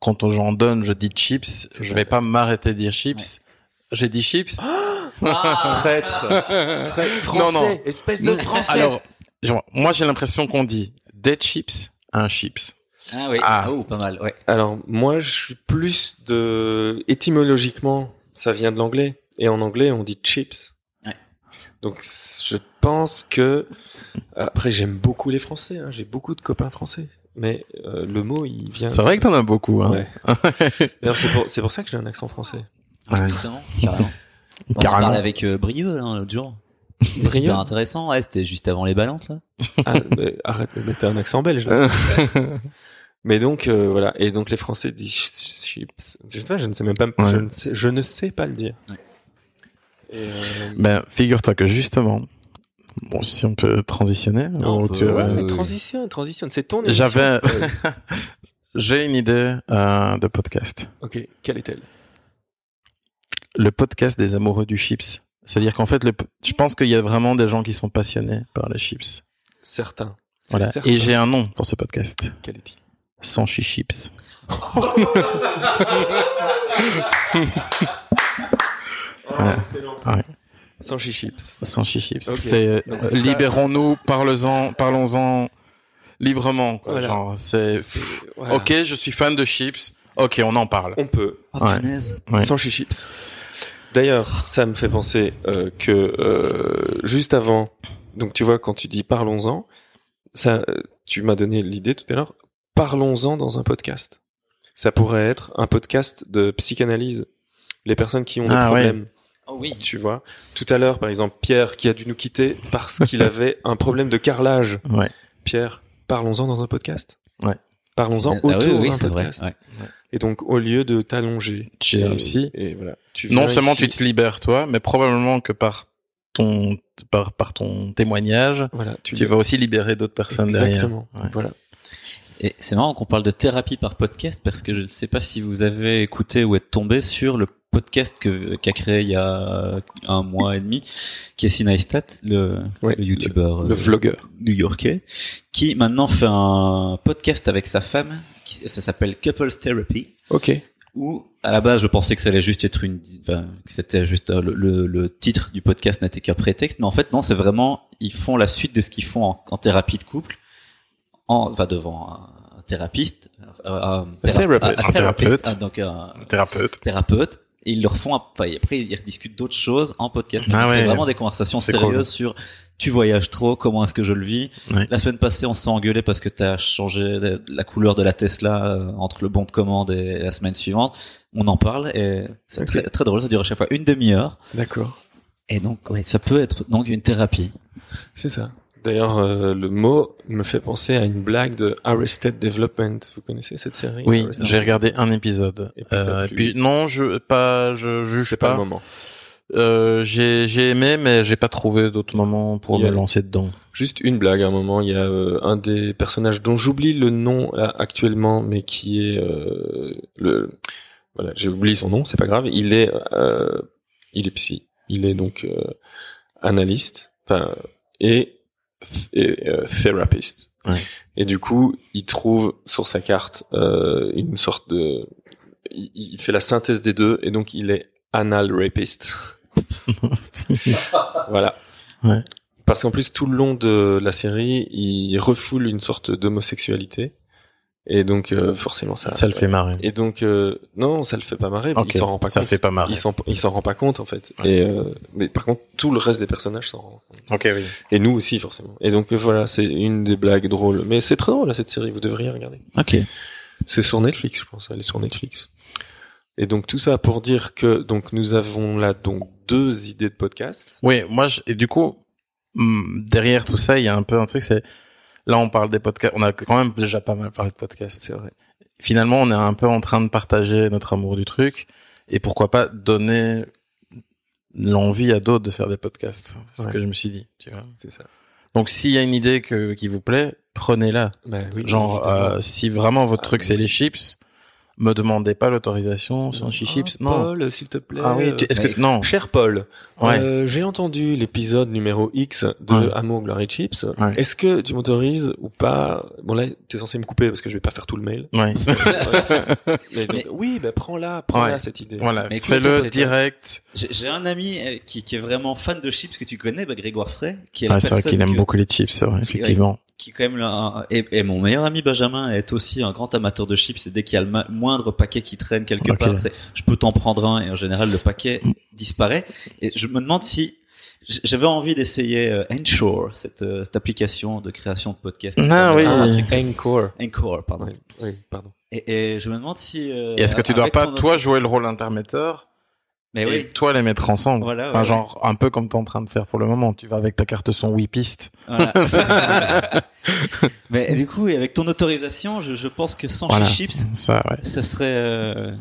S3: quand on- j'en donne je dis chips
S2: C'est
S3: je
S2: ça. Ah,
S3: vais pas m'arrêter de dire chips j'ai dit chips
S2: Traître. Traître.
S3: Non, non.
S2: Espèce
S3: Alors, genre, moi j'ai l'impression qu'on dit des chips, un chips.
S1: Ah oui.
S3: Ah.
S1: Ah, oh, pas mal. Ouais.
S2: Alors, moi, je suis plus de. Étymologiquement, ça vient de l'anglais. Et en anglais, on dit chips.
S1: Ouais.
S2: Donc c- je pense que euh, après j'aime beaucoup les Français, hein, j'ai beaucoup de copains français, mais euh, le mot il vient.
S3: C'est vrai que t'en as beaucoup, hein.
S2: Ouais. D'ailleurs, c'est pour, c'est pour ça que j'ai un accent français. Ah
S3: Ouais.
S1: Putain, hein, carrément. On en
S3: Carrément.
S1: parle avec euh, Brieux hein, l'autre jour. C'était
S2: Brieux
S1: super intéressant. Ouais, c'était juste avant les balances là.
S2: Ah, mais arrête de mettre un accent belge. là. mais donc euh, voilà, et donc les Français disent ch- chips. Je, sais pas, je ne sais même pas, je,
S3: Ouais.
S2: ne sais, je ne sais pas le dire.
S1: Ouais.
S2: Et, euh,
S3: Ben, figure-toi que justement, bon, si on peut transitionner,
S1: Non,
S3: ou
S1: on peut,
S3: tu-
S1: ouais,
S3: ouais.
S1: ouais.
S2: mais transitionne, transitionne, c'est ton. émission.
S3: euh, J'avais-
S2: Euh,
S3: j'ai une idée euh, de podcast.
S2: ok, quelle est-elle
S3: Le podcast des amoureux du chips. C'est-à-dire qu'en fait, le p- je pense qu'il y a vraiment des gens qui sont passionnés par les chips.
S2: Certains. C'est
S3: Voilà.
S2: certain.
S3: Et j'ai un nom pour ce podcast.
S2: Quel est-il
S3: Sans chips. Voilà.
S2: excellent.
S3: Ouais.
S2: Sans chips.
S3: Sans chips.
S2: Ok.
S3: C'est
S2: Donc
S3: euh,
S2: ça-
S3: libérons-nous, parlons-en, parlons-en librement. quoi.
S2: Voilà.
S3: Genre, c'est
S2: C'est- voilà.
S3: ok, je suis fan de chips. Ok, on en parle.
S2: On peut.
S1: Oh,
S3: Ouais.
S1: punaise.
S3: Ouais.
S2: Sans chips. D'ailleurs, ça me fait penser euh, que euh, juste avant, donc tu vois, quand tu dis parlons-en, ça, euh, tu m'as donné l'idée tout à l'heure, parlons-en dans un podcast. Ça pourrait être un podcast de psychanalyse. Les personnes qui ont des
S3: Ah ouais.
S2: problèmes.
S1: Oh oui.
S2: Tu vois, tout à l'heure, par exemple, Pierre qui a dû nous quitter parce qu'il avait un problème de carrelage.
S3: Ouais.
S2: Pierre, parlons-en dans un podcast.
S3: Ouais.
S2: Parlons-en
S1: Ah oui,
S2: autour
S1: oui,
S2: d'un
S1: c'est vrai.
S2: podcast.
S1: Ouais.
S2: Et donc, au lieu de t'allonger
S3: Chez un
S2: et-
S3: psy.
S2: et voilà, tu
S3: non
S2: viens
S3: seulement
S2: ici.
S3: tu te libères toi, mais probablement que par ton par par ton témoignage,
S2: voilà, tu,
S3: tu
S2: le-
S3: vas aussi libérer d'autres personnes derrière.
S2: exactement.
S3: derrière. Ouais.
S2: Voilà.
S1: Et c'est marrant qu'on parle de thérapie par podcast parce que je ne sais pas si vous avez écouté ou êtes tombé sur le podcast que euh, qu'a créé il y a un mois et demi Casey Neistat, le,
S2: Ouais,
S1: le youtubeur
S2: Le
S1: euh,
S2: vlogueur.
S1: new-yorkais, qui maintenant fait un podcast avec sa femme, qui- ça s'appelle Couples Therapy,
S2: Ok.
S1: où à la base je pensais que ça allait juste être une, enfin, que c'était juste euh, le, le- le titre du podcast n'était qu'un prétexte, mais en fait non, c'est vraiment ils font la suite de ce qu'ils font en, en thérapie de couple, en va devant un, un thérapeute, euh, un, théra-
S3: Therapist.
S1: un- un
S3: Un thérapeute.
S1: ah, donc un
S3: Thérapeute.
S1: thérapeute. Et ils leur font, un- enfin, et après ils rediscutent d'autres choses en podcast.
S3: Ah
S1: Donc, C'est
S3: ouais.
S1: vraiment des conversations
S3: C'est
S1: sérieuses sur
S3: cool.
S1: tu voyages trop, comment est-ce que je le vis.
S3: Ouais.
S1: La semaine passée, on s'est engueulé parce que t'as changé la- la couleur de la Tesla euh, entre le bon de commande et la semaine suivante. On en parle et c'est
S2: Ok.
S1: très, très drôle. Ça dure à chaque fois une demi-heure.
S2: D'accord.
S1: Et donc, ouais, ça peut être donc une thérapie.
S2: C'est ça. D'ailleurs, euh, le mot me fait penser à une blague de Arrested Development. Vous connaissez cette série
S3: Oui,
S2: Arrested
S3: j'ai regardé un épisode.
S2: Et puis t'as
S3: Euh,
S2: plus-
S3: puis non, je pas, je juge
S2: C'est
S3: pas.
S2: le moment.
S3: Euh, j'ai j'ai aimé, mais j'ai pas trouvé d'autres moments pour
S2: Il y a-
S3: me lancer dedans.
S2: Juste une blague à un moment, il y a euh, un des personnages dont j'oublie le nom là, actuellement, mais qui est euh, le voilà, j'ai oublié son nom, c'est pas grave. Il est euh, il est psy, il est donc euh, analyste, enfin et, et euh, therapist.
S3: Ouais.
S2: Et du coup, il trouve sur sa carte euh, une sorte de il, il fait la synthèse des deux et donc il est anal rapist. Voilà.
S3: Ouais.
S2: Parce qu'en plus, tout le long de la série, il refoule une sorte d'homosexualité. Et donc, euh, forcément, ça.
S3: ça le fait marrer.
S2: Et donc, euh, non, ça le fait pas marrer. mais
S3: Ok,
S2: Il s'en rend pas
S3: ça le
S2: compte.
S3: fait pas marrer.
S2: Il s'en, il s'en rend pas compte, en fait.
S3: Ouais.
S2: Et, euh, mais par contre, tout le reste des personnages s'en rend.
S3: Ok, oui.
S2: Et nous aussi, forcément. Et donc, euh, voilà, c'est une des blagues drôles. Mais c'est très drôle, là, cette série. Vous devriez regarder.
S1: Ok.
S2: C'est sur Netflix, je pense. Elle est sur Netflix. Et donc, tout ça pour dire que, donc, nous avons là, donc, deux idées de podcast.
S3: Oui, moi, je- et du coup, hmm, derrière tout ça, il y a un peu un truc, c'est là, on parle des podcasts. On a quand même déjà pas mal parlé de podcasts.
S2: C'est vrai.
S3: Finalement, on est un peu en train de partager notre amour du truc et pourquoi pas donner l'envie à d'autres de faire des podcasts. C'est ce
S2: Ouais.
S3: que je me suis dit, tu vois.
S2: C'est ça.
S3: Donc, s'il y a une idée que, qui vous plaît, prenez-la.
S2: Ben oui,
S3: Genre,
S2: évidemment.
S3: euh, si vraiment votre
S2: Ah,
S3: truc,
S2: oui.
S3: c'est les chips, me demandez pas l'autorisation sans chips. Non.
S2: Paul, s'il te plaît.
S3: Ah oui, tu- est-ce que, non.
S2: Cher Paul,
S3: Ouais.
S2: euh, j'ai entendu l'épisode numéro X de
S3: Ouais.
S2: Amour, Gloire et Chips.
S3: Ouais.
S2: Est-ce que tu m'autorises ou pas Bon là, t'es censé me couper parce que je vais pas faire tout le mail.
S3: Ouais.
S2: Mais donc,
S1: Mais-
S2: Oui, bah prends-la, prends-la
S3: Ouais.
S2: cette idée.
S3: Voilà.
S1: Mais écoute,
S3: Fais-le
S1: c'est-
S3: direct.
S1: J'ai j'ai un ami euh, qui, qui est vraiment fan de chips que tu connais, bah, Grégoire Frey, qui est la
S3: Ah, c'est vrai
S1: personne
S3: qu'il aime
S1: que-
S3: beaucoup les chips, c'est vrai, effectivement.
S1: qui est quand même le- un- et, et mon meilleur ami Benjamin est aussi un grand amateur de chips et dès qu'il y a le ma- moindre paquet qui traîne quelque
S3: Ok.
S1: part c'est je peux t'en prendre un et en général le paquet disparaît et je me demande si J'avais envie d'essayer euh, Anchor, cette, euh, cette application de création de podcast.
S3: Ah oui.
S1: un truc-
S2: Encore.
S1: Anchor, pardon.
S2: Oui, oui, pardon.
S1: Et, et je me demande si. euh,
S3: Et est-ce que tu dois
S1: avec
S3: pas,
S1: ton-
S3: toi, jouer le rôle intermetteur
S2: Eh
S1: Mais
S3: et
S1: oui.
S3: toi les mettre ensemble
S1: Voilà, ouais,
S3: Enfin,
S1: ouais.
S3: Genre, un peu comme t'es en train de faire pour le moment. Tu vas avec ta carte son Whipiste.
S1: voilà. Mais du coup, et avec ton autorisation, je, je pense que sans
S3: Voilà.
S1: chips,
S3: Ça, ouais.
S1: ça serait euh,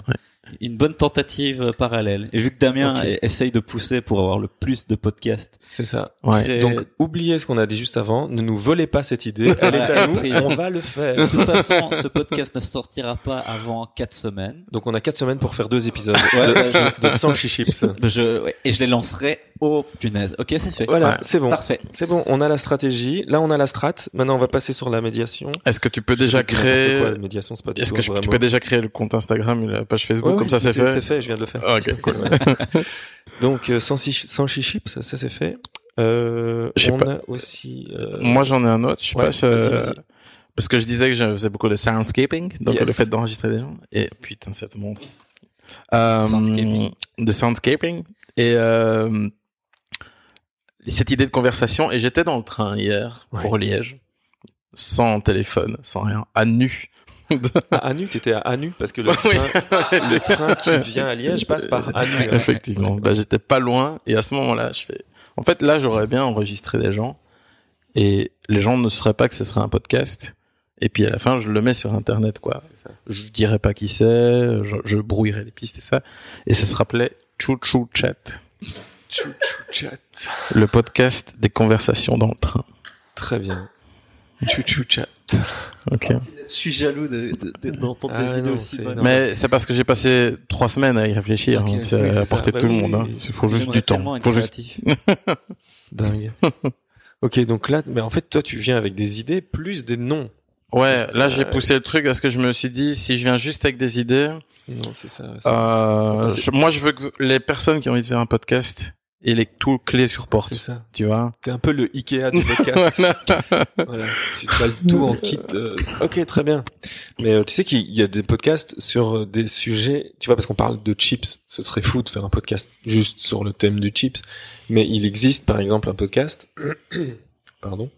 S1: une bonne tentative euh, parallèle. Et vu que Damien
S2: Ok.
S1: e- essaye de pousser pour avoir le plus de podcasts,
S2: C'est ça.
S3: Ouais.
S1: c'est-
S2: Donc, oubliez ce qu'on a dit juste avant. Ne nous volez pas cette idée. Elle est à nous.
S1: Pris.
S2: On va
S1: euh, de
S2: le faire.
S1: toute façon, ce podcast ne sortira pas avant quatre semaines.
S2: Donc, on a quatre semaines pour faire deux épisodes
S1: Ouais,
S2: de,
S1: ouais, je-
S2: de Sanchi Chips.
S1: Ben, je, ouais, et je les lancerai. Oh punaise. Ok, c'est fait.
S2: Voilà,
S3: Ouais.
S2: c'est bon.
S1: Parfait.
S2: C'est bon, on a la stratégie. Là, on a la strat. Maintenant, on va passer sur la médiation.
S3: Est-ce que tu peux déjà
S2: Je dis n'importe
S3: créer
S2: quoi, la médiation, c'est pas du
S3: Est-ce
S2: tout
S3: que
S2: un
S3: je-
S2: vrai
S3: tu
S2: mot.
S3: peux déjà créer le compte Instagram et la page Facebook
S2: Ouais,
S3: Comme
S2: ouais,
S3: ça, c'est fait
S2: C'est fait, je viens de le faire.
S3: Ah, Ok, cool.
S2: Donc, euh, sans, chi- sans chichip, ça, ça c'est fait. Euh,
S3: Je sais
S2: on
S3: pas.
S2: a aussi. euh,
S3: Moi, j'en ai un autre. Je sais
S2: ouais,
S3: pas. si,
S2: vas-y,
S3: euh,
S2: vas-y.
S3: Parce que je disais que je faisais beaucoup de soundscaping, donc
S2: Yes.
S3: le fait d'enregistrer des gens. Et putain, ça te montre. Euh,
S1: Soundscaping.
S3: de soundscaping. Et euh, cette idée de conversation. Et j'étais dans le train hier pour Liège, sans téléphone, sans rien, à nu.
S2: Ah, Anu, t'étais à Anu parce que le,
S3: Oui.
S2: train, le train qui vient à Liège passe par Anu. hein.
S3: Effectivement. Bah, j'étais pas loin. Et à ce moment-là, je fais. En fait, là, j'aurais bien enregistré des gens. Et les gens ne sauraient pas que ce serait un podcast. Et puis à la fin, je le mets sur Internet, quoi.
S2: C'est ça.
S3: Je dirais pas qui c'est. Je, je brouillerai les pistes et ça. Et ça se rappelait Chou Chou Chat.
S2: Tchou, tchou, chat.
S3: Le podcast des conversations dans le train.
S2: Très bien. Tchou, tchou, chat.
S3: Ok.
S1: Je suis jaloux d'entendre de, d'entendre
S2: Ah
S1: des idées
S2: non,
S1: aussi
S2: c'est
S1: bonnes.
S2: énorme.
S3: Mais c'est parce que j'ai passé trois semaines à y réfléchir.
S2: Ok,
S3: hein. C'est
S2: oui, c'est
S3: à
S2: ça.
S3: portée de
S2: Bah
S3: tout
S2: oui,
S3: le monde. hein.
S2: oui.
S3: Il faut juste
S1: J'aimerais
S3: du
S1: tellement
S3: temps.
S1: être
S3: Faut juste...
S1: créatif.
S2: Dingue. ok, donc là, mais en fait, toi, tu viens avec des idées plus des noms.
S3: Ouais, là j'ai
S2: Euh,
S3: poussé le truc parce que je me suis dit, si je viens juste avec des idées,
S2: Non, c'est ça. c'est-
S3: Euh,
S2: c'est-
S3: je- moi, je veux que les personnes qui ont envie de faire un podcast aient les tout clés sur porte,
S2: c'est ça.
S3: tu vois.
S2: T'es un peu le Ikea du podcast. Voilà. Tu te balles tout en kit. euh, Ok, très bien. Mais euh, tu sais qu'il y a des podcasts sur euh, des sujets, tu vois, parce qu'on parle de chips. Ce serait fou de faire un podcast juste sur le thème du chips. Mais il existe, par exemple, un podcast, pardon,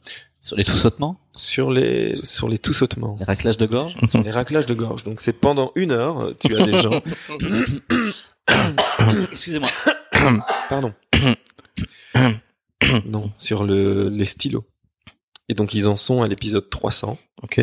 S1: Sur les sous-sautements,
S2: sur les, sur les tout sautements.
S1: les raclages de gorge.
S2: Sur les raclages de gorge. Donc c'est pendant une heure, euh, tu as des gens.
S3: Bah
S1: Excusez-moi.
S2: Pardon. non, sur le, les stylos. Et donc ils en sont à l'épisode 300.
S3: Ok.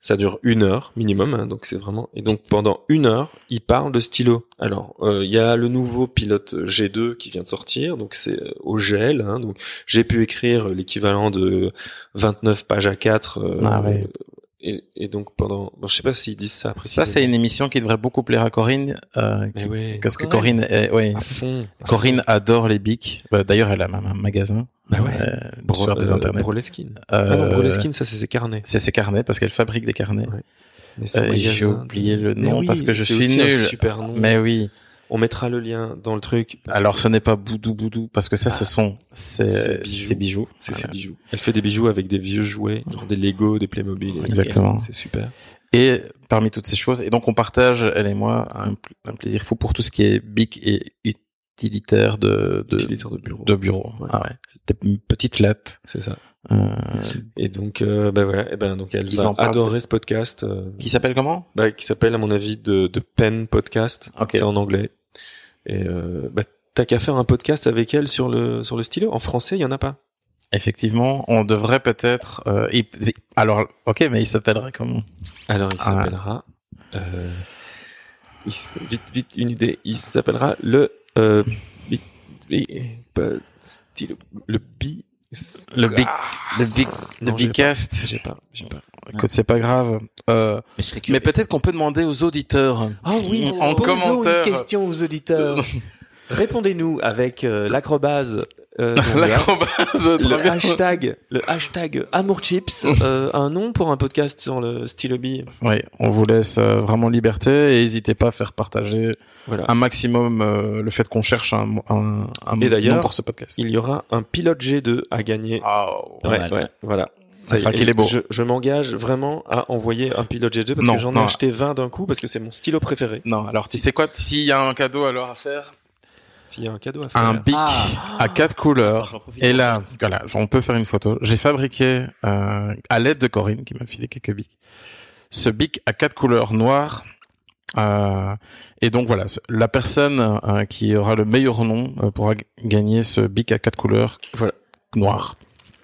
S2: Ça dure une heure minimum, hein, donc c'est vraiment. Et donc pendant une heure, il parle de stylo. Alors euh, il y a le nouveau pilote G2 qui vient de sortir, donc c'est euh, au gel. hein, donc j'ai pu écrire l'équivalent de 29 pages à 4. euh,
S3: Ah ouais.
S2: et, et donc pendant, bon, je sais pas s'ils disent ça.
S3: Ça, c'est une émission qui devrait beaucoup plaire à Corinne, euh,
S2: Mais
S3: qui-
S2: ouais. Ah,
S3: parce que Corinne, est- ouais,
S2: à fond. à
S3: Corinne adore les bics. Bah, D'ailleurs, elle a même un magasin
S2: Bah ouais.
S3: euh,
S2: fond. Bro-
S3: sur des
S2: euh,
S3: internets.
S2: Broleskin.
S3: Euh,
S2: Ah non, Broleskin, ça c'est ses carnets.
S3: c'est ses carnets parce qu'elle fabrique des carnets.
S2: Ouais. Mais
S3: Euh,
S2: son
S3: j'ai
S2: magasin-
S3: oublié le
S2: Mais
S3: nom
S2: oui,
S3: parce que je
S2: c'est
S3: suis
S2: aussi un
S3: nul.
S2: Super nom.
S3: Mais oui.
S2: On mettra le lien dans le truc. parce
S3: Alors, ce n'est pas Boudou Boudou parce que ça, ce sont
S2: Ses
S3: ses,
S2: bijoux.
S3: ses bijoux.
S2: Ah. C'est
S3: Voilà.
S2: ses bijoux. Elle fait des bijoux avec des vieux jouets, genre des Lego, des Playmobil. et-
S3: Exactement.
S2: C'est super.
S3: Et parmi toutes ces choses, et donc on partage, elle et moi, un, pl- un plaisir fou pour tout ce qui est bic et utilitaire de, de,
S2: Utilitaire de bureau.
S3: De bureau.
S2: Ouais.
S3: Ah ouais. Des petites lattes.
S2: C'est ça.
S3: euh,
S2: Et donc, euh, bah voilà. Et ben donc elle
S3: Ils
S2: va
S3: en parlent
S2: adorer
S3: peut-être.
S2: ce podcast, euh,
S3: qui s'appelle comment
S2: bah, qui s'appelle à mon avis de, de Pen Podcast.
S3: Ok.
S2: C'est en anglais. Et euh, bah, t'as qu'à faire un podcast avec elle sur le sur le stylo. En français, il y en a pas.
S3: Effectivement, on devrait peut-être. euh, il- alors, ok, mais il s'appellerait comment
S2: Alors il
S3: Ah.
S2: s'appellera. euh, il s- vite, vite, une idée. Il s'appellera le. Euh, bi- bi- pas- stylo- le bi.
S3: Le bic, le bic, le
S2: Ah non, j'ai
S3: bicast.
S2: J'ai pas, j'ai pas.
S3: Écoute, c'est pas grave. Euh,
S1: Mais, je serais
S3: mais
S1: curieux.
S3: peut-être qu'on peut demander aux auditeurs.
S2: Ah
S3: oui, En posons commentaire. une question
S2: aux auditeurs. Répondez-nous avec euh, l'acrobase. euh,
S3: L'acrobase. très bien.
S2: hashtag, le hashtag Amourchips, un nom pour un podcast sur le stylo bi.
S3: Oui, on vous laisse euh, vraiment liberté et n'hésitez pas à faire partager
S2: Voilà.
S3: un maximum euh, le fait qu'on cherche un, un, un
S2: Et d'ailleurs,
S3: nom pour ce podcast.
S2: Il y aura un pilote G2 à gagner
S3: Oh.
S1: Pas
S2: Ouais,
S1: mal.
S2: ouais, voilà.
S3: Ça,
S2: y
S3: c'est vrai
S2: est,
S3: qu'il est beau.
S2: Je, je m'engage vraiment à envoyer un pilote G2 parce
S3: Non,
S2: que j'en ai
S3: non.
S2: acheté 20 d'un coup parce que c'est mon stylo préféré.
S3: Non, alors tu sais quoi, s'il y a un cadeau alors à faire,
S2: S'il y a un cadeau à faire.
S3: Un bic
S1: Ah.
S3: à quatre couleurs.
S1: J'en profite.
S3: Et là, voilà, on peut faire une photo. J'ai fabriqué, euh, à l'aide de Corinne, qui m'a filé quelques bics, ce bic à quatre couleurs noires. Euh, et donc voilà, ce- la personne euh, qui aura le meilleur nom euh, pourra g- gagner ce bic à quatre couleurs
S2: Voilà.
S3: noir.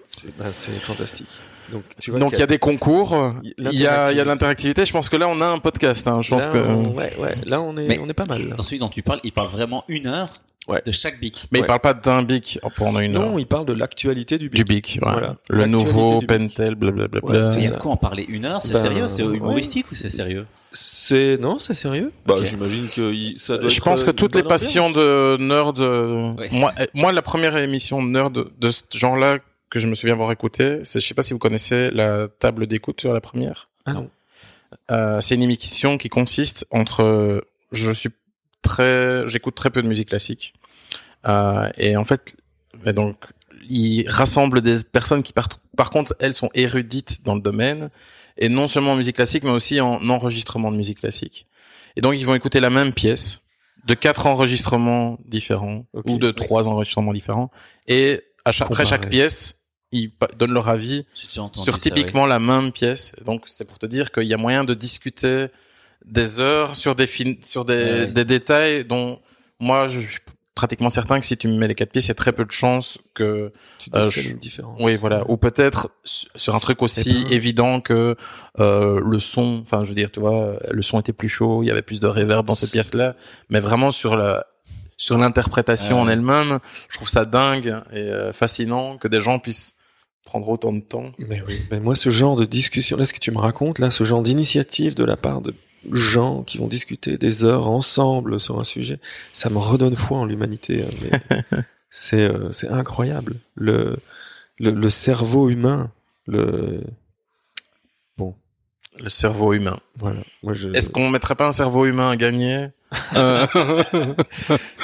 S2: C'est bah, c'est fantastique. Donc, tu vois
S3: Donc il y a des concours, euh, il y a il y a
S2: l'interactivité.
S3: de l'interactivité. Je pense que là on a un podcast. hein. Je pense
S2: là,
S3: que
S2: on- ouais, ouais, là, on est,
S1: Mais-
S2: on est pas mal. là.
S1: Dans celui dont tu parles, il parle vraiment une heure
S2: Ouais.
S1: de chaque bic.
S3: mais
S2: ouais.
S3: il parle pas d'un bic Oh, pendant une
S2: Non,
S3: heure.
S2: il parle de l'actualité du
S3: Du
S2: bic.
S3: bic, voilà.
S2: Voilà.
S3: le
S2: L'actualité
S3: nouveau
S2: du bic.
S3: Pentel, blablabla.
S2: Ouais, c'est
S1: Il y a
S2: ça.
S1: de quoi en parler une heure C'est
S3: Bah,
S2: Ben,
S1: sérieux C'est
S2: ouais.
S1: humoristique ou c'est sérieux
S2: C'est non, c'est sérieux. Bah,
S1: Ok.
S2: j'imagine que il- ça doit.
S3: Je
S2: être,
S3: pense
S2: euh,
S3: que
S2: une
S3: toutes les
S2: bonne ambiance.
S3: passions de nerd, euh,
S1: Ouais.
S3: moi, euh, moi, la première émission nerd de ce genre-là que je me souviens avoir écouté, c'est, je sais pas si vous connaissez la table d'écoute sur la première.
S2: Ah non.
S3: Euh, c'est une émission qui consiste entre, euh, je suis très, j'écoute très peu de musique classique, euh, et en fait, et donc ils rassemblent des personnes qui par, par contre elles sont érudites dans le domaine et non seulement en musique classique mais aussi en enregistrement de musique classique. Et donc ils vont écouter la même pièce de quatre enregistrements différents
S2: Ok.
S3: ou de trois enregistrements différents et à chaque, après
S2: Comparer.
S3: chaque pièce ils pa- donnent leur avis
S1: J'ai déjà entendu
S3: sur
S1: ça,
S3: typiquement la même pièce. Donc c'est pour te dire qu'il y a moyen de discuter des heures sur des fin- sur des,
S1: Ouais, ouais.
S3: des détails dont moi je suis pratiquement certain que si tu me mets les quatre pieds, il y a très peu de chances que
S2: Tu
S3: Euh,
S2: décèles
S3: je-
S2: différent.
S3: oui voilà ou peut-être su- sur un truc aussi
S2: Eh ben.
S3: évident que euh, le son, enfin je veux dire tu vois le son était plus chaud, il y avait plus de reverb dans cette pièce là, mais vraiment sur la sur l'interprétation
S1: Ouais.
S3: en elle-même, je trouve ça dingue et euh, fascinant que des gens puissent prendre autant de temps.
S2: Mais oui. Mais moi, ce genre de discussion, là, ce que tu me racontes, là, ce genre d'initiative de la part de gens qui vont discuter des heures ensemble sur un sujet, ça me redonne foi en l'humanité. hein, mais c'est, euh, c'est incroyable. Le, le, le cerveau humain, le,
S3: Le cerveau humain.
S2: voilà. Moi, je,
S3: Est-ce qu'on mettrait pas un cerveau humain à gagner Euh,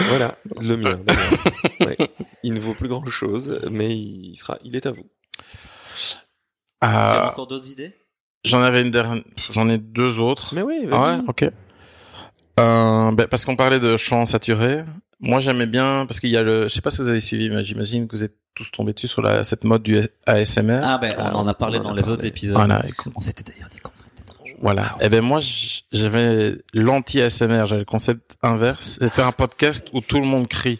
S2: Voilà, le mien. d'ailleurs. Ouais. Il ne vaut plus grand chose, mais il sera, il est à vous.
S1: oui. Tu as
S3: euh,
S1: encore d'autres idées
S3: J'en avais une dernière, j'en ai deux autres.
S2: Mais oui, vas-y.
S3: Ah ouais, ok. Euh, ben, parce qu'on parlait de champs saturés. Moi, j'aimais bien parce qu'il y a le, je sais pas si vous avez suivi, mais j'imagine que vous êtes tous tombés dessus sur la, cette mode du ASMR.
S1: Ah ben, on en a parlé
S2: on en a
S1: dans les
S2: parlé.
S1: autres épisodes.
S3: voilà. et qu'on-
S1: On s'était d'ailleurs dit qu'on ferait peut-être un jour.
S3: Voilà.
S2: Ah,
S3: Et ben moi, j- j'avais l'anti-ASMR, j'avais le concept inverse, c'est de faire un podcast où tout le monde crie.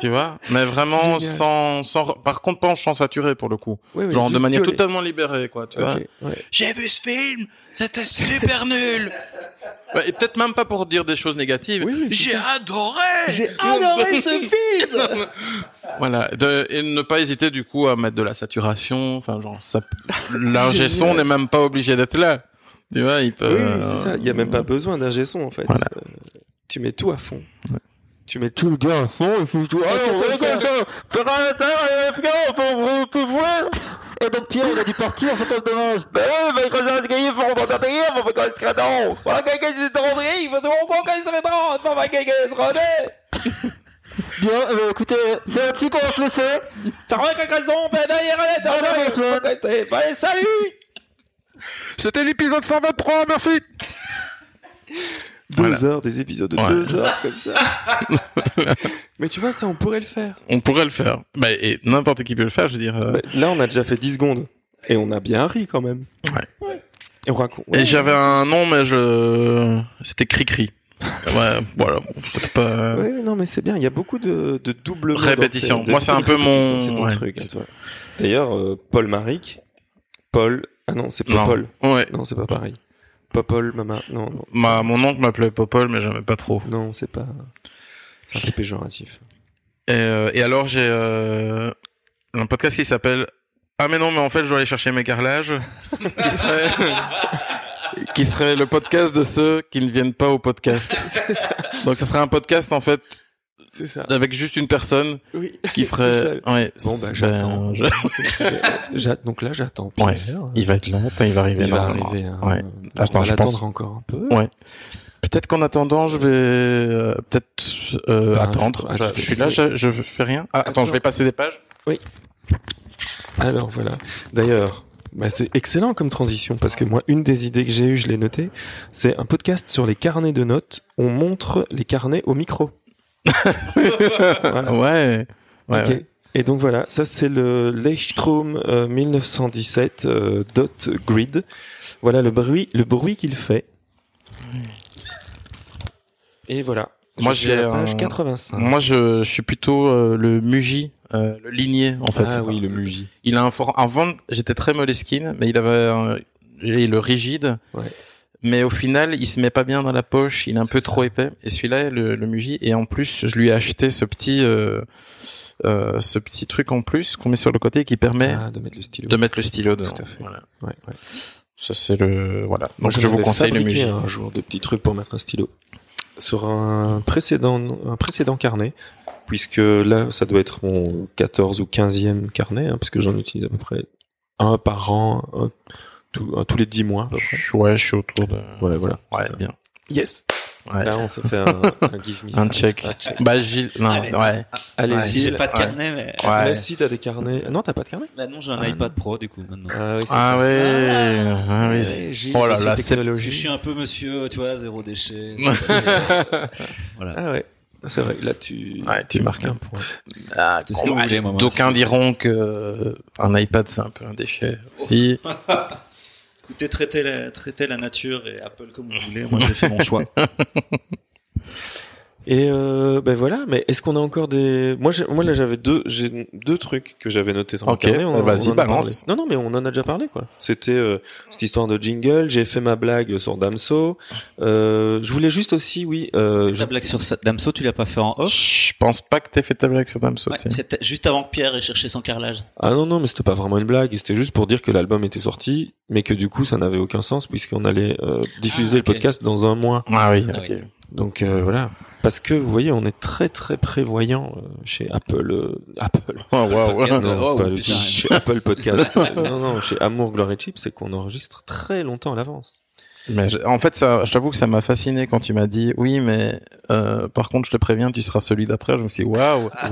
S3: Tu vois Mais vraiment
S2: Génial.
S3: sans, sans, par contre pas en chant saturé pour le coup.
S2: Ouais, ouais,
S3: Genre de
S2: juste
S3: manière
S2: gueuler.
S3: totalement libérée, quoi. Tu vois
S2: Ok, ouais.
S3: J'ai vu ce film, c'était super nul. Ouais, Bah, et peut-être même pas pour dire des choses négatives.
S2: Oui, oui, c'est
S3: J'ai
S2: ça.
S3: adoré.
S2: J'ai adoré ce film.
S3: Voilà. De- et ne pas hésiter du coup à mettre de la saturation. Enfin, genre, ça, l'ingé son
S2: Génial.
S3: n'est même pas obligé d'être là. Tu vois, il peut.
S2: Oui, oui, c'est ça. Il n'y a même pas besoin d'un G son en fait.
S3: euh, Voilà.
S2: Euh, tu mets tout à fond. Tu mets tout.
S3: C'était l'épisode 123. Merci.
S2: Deux
S3: Voilà.
S2: heures, des épisodes de
S3: Ouais.
S2: deux heures comme ça. Mais tu vois, ça, on pourrait le faire.
S3: On pourrait le faire. Bah, et n'importe qui peut le faire. Je veux dire. euh,
S2: Mais là, on a déjà fait 10 secondes. Et on a bien ri quand même. Ouais. Et on raconte.
S3: Et j'avais un nom, mais je. C'était Cricri. Ouais, voilà. C'était pas. euh,
S2: Ouais, non, mais c'est bien. Il y a beaucoup de, de double
S3: Répétition. Moi, c'est un peu mon-
S2: C'est ton
S3: ouais.
S2: truc. hein, toi. D'ailleurs, euh, Paul Maric. Paul. Ah non, c'est pas
S3: Non.
S2: Paul.
S3: Ouais.
S2: Non, c'est pas pareil. Pas Paul, Mama. Non, non.
S3: Ma, mon oncle m'appelait Popol, mais j'aimais pas trop.
S2: Non, c'est pas. C'est un peu péjoratif.
S3: Et, euh, et alors, j'ai euh, un podcast qui s'appelle Ah, mais non, mais en fait, je dois aller chercher mes carrelages. qui, serait, qui serait le podcast de ceux qui ne viennent pas au podcast.
S2: c'est ça.
S3: Donc, ce serait un podcast, en fait,
S2: C'est ça.
S3: avec juste une personne
S2: Oui.
S3: qui
S2: Tout
S3: ferait.
S2: seul.
S3: Ouais,
S2: Bon, bah,
S3: c'est- ben,
S2: j'attends.
S3: je-
S2: J'a- Donc là, j'attends.
S3: Ouais.
S2: Pierre.
S3: Il va être là. Attends, il va arriver
S2: Il va
S3: normalement.
S2: arriver. hein.
S3: Ouais.
S2: On
S3: Attends,
S2: va
S3: je
S2: l'attendre
S3: pense-
S2: encore un peu.
S3: Ouais. Peut-être qu'en attendant, je vais euh, peut-être euh,
S2: Bah,
S3: attendre.
S2: je-
S3: Je,
S2: attends.
S3: je suis là, je, je fais rien. Ah, attends,
S2: Attends.
S3: je vais passer des pages.
S2: Alors voilà. D'ailleurs, bah, c'est excellent comme transition parce que moi, une des idées que j'ai eues, je l'ai notée, c'est un podcast sur les carnets de notes. On montre les carnets au micro. Voilà.
S3: Ouais. Ouais,
S2: Ok.
S3: ouais.
S2: Et donc voilà, ça c'est le Leichtstrom euh, 1917 euh, dot grid. Voilà le bruit, le bruit qu'il fait. Et voilà.
S3: Moi,
S2: Je suis
S3: j'ai
S2: à la page
S3: un-
S2: 85.
S3: Moi, je, je suis plutôt euh, le Muji, euh, le ligné en fait.
S2: ah oui, le Muji.
S3: Il a un fort. Avant, j'étais très Moleskine, mais il avait un- et le rigide.
S2: Ouais.
S3: Mais au final, il se met pas bien dans la poche. Il est un peu trop épais. Et celui-là, le, le Muji. Et en plus, je lui ai acheté ce petit, euh, euh, ce petit truc en plus qu'on met sur le côté qui permet
S2: Ah, de mettre le stylo.
S3: de mettre le stylo dedans.
S2: à fait.
S3: Voilà.
S2: Ouais, ouais.
S3: Ça c'est le voilà. Donc
S2: Moi,
S3: je,
S2: j'en
S3: vous
S2: avais
S3: conseille le
S2: fabriqué
S3: Muji.
S2: Un jour de petits trucs pour mettre un stylo sur un précédent, un précédent carnet, puisque là, ça doit être mon 14 ou 15e carnet, hein, parce que j'en utilise à peu près un par an, un- tout- un tous les 10 mois. à peu près.
S3: Je- Ouais, je suis autour de.
S2: Ouais, voilà.
S3: Ouais,
S2: c'est ça.
S3: bien.
S2: Yes.
S3: Ouais.
S2: Là, on s'est fait un, un give me.
S3: Un check. Bah Gilles, non,
S1: Allez.
S3: ouais.
S2: Allez,
S3: Ouais,
S1: J'ai
S2: Gilles.
S1: pas de
S3: ouais.
S1: carnet, mais.
S3: Ouais.
S2: Mais si t'as des carnets. Non, t'as pas de carnet.
S1: Bah non, j'ai un
S2: Ah,
S1: iPad Pro du coup maintenant.
S2: Ah oui. c'est
S3: Ah
S2: ça.
S3: ouais, ah oui. c'est-
S2: Ouais, Gilles,
S3: Oh là
S2: c'est
S3: là,
S2: une
S3: c'est-
S1: Je
S2: technologie.
S1: suis un peu monsieur, tu vois, zéro déchet. euh, voilà.
S2: Ah ouais. C'est vrai. Là, tu.
S3: Ouais, tu marques un
S2: point.
S3: Ah,
S1: C'est ce que vous
S3: bon,
S1: voulez, moi, moi.
S3: D'aucuns diront que euh, un iPad c'est un peu un déchet aussi.
S1: Écoutez, traitez la, traitez la nature et Apple comme vous voulez. Moi, j'ai fait mon choix.
S2: Et euh, ben voilà, mais est-ce qu'on a encore des Moi, j'ai- moi là j'avais deux, j'ai deux trucs que j'avais notés sur mon
S3: Ok,
S2: carnet. on-
S3: euh, vas-y,
S2: on en a
S3: balance.
S2: parlé. Non, non, mais on en a déjà parlé quoi. C'était euh, cette histoire de jingle. J'ai fait ma blague sur Damso. Euh, je voulais juste aussi, oui, euh, je-
S1: La blague sur Sa- Damso, tu l'as pas fait en off
S3: Je pense pas que t'aies fait ta blague sur Dame Saut,
S1: Ouais,
S3: tiens.
S1: C'était juste avant que Pierre ait cherché son carrelage.
S2: ah non non, mais c'était pas vraiment une blague. C'était juste pour dire que l'album était sorti, mais que du coup ça n'avait aucun sens puisqu'on allait euh, diffuser
S1: Ah,
S2: le
S1: ok.
S2: podcast dans un mois.
S3: Ah oui,
S1: Ah
S3: ok.
S1: oui.
S2: Donc euh, voilà. Parce que vous voyez, on est très très prévoyant euh, chez Apple, euh, Apple.
S3: Oh, wow,
S1: Podcast,
S3: wow.
S1: ouais. Oh,
S2: pas le-
S1: putain.
S2: chez Apple Podcast. non, non, chez Amour, Glory Chip, c'est qu'on enregistre très longtemps à l'avance.
S3: Mais je- en fait, ça, je t'avoue que ça m'a fasciné quand tu m'as dit oui, mais euh, par contre, je te préviens, tu seras celui d'après. Je me suis dit waouh,
S2: Ah,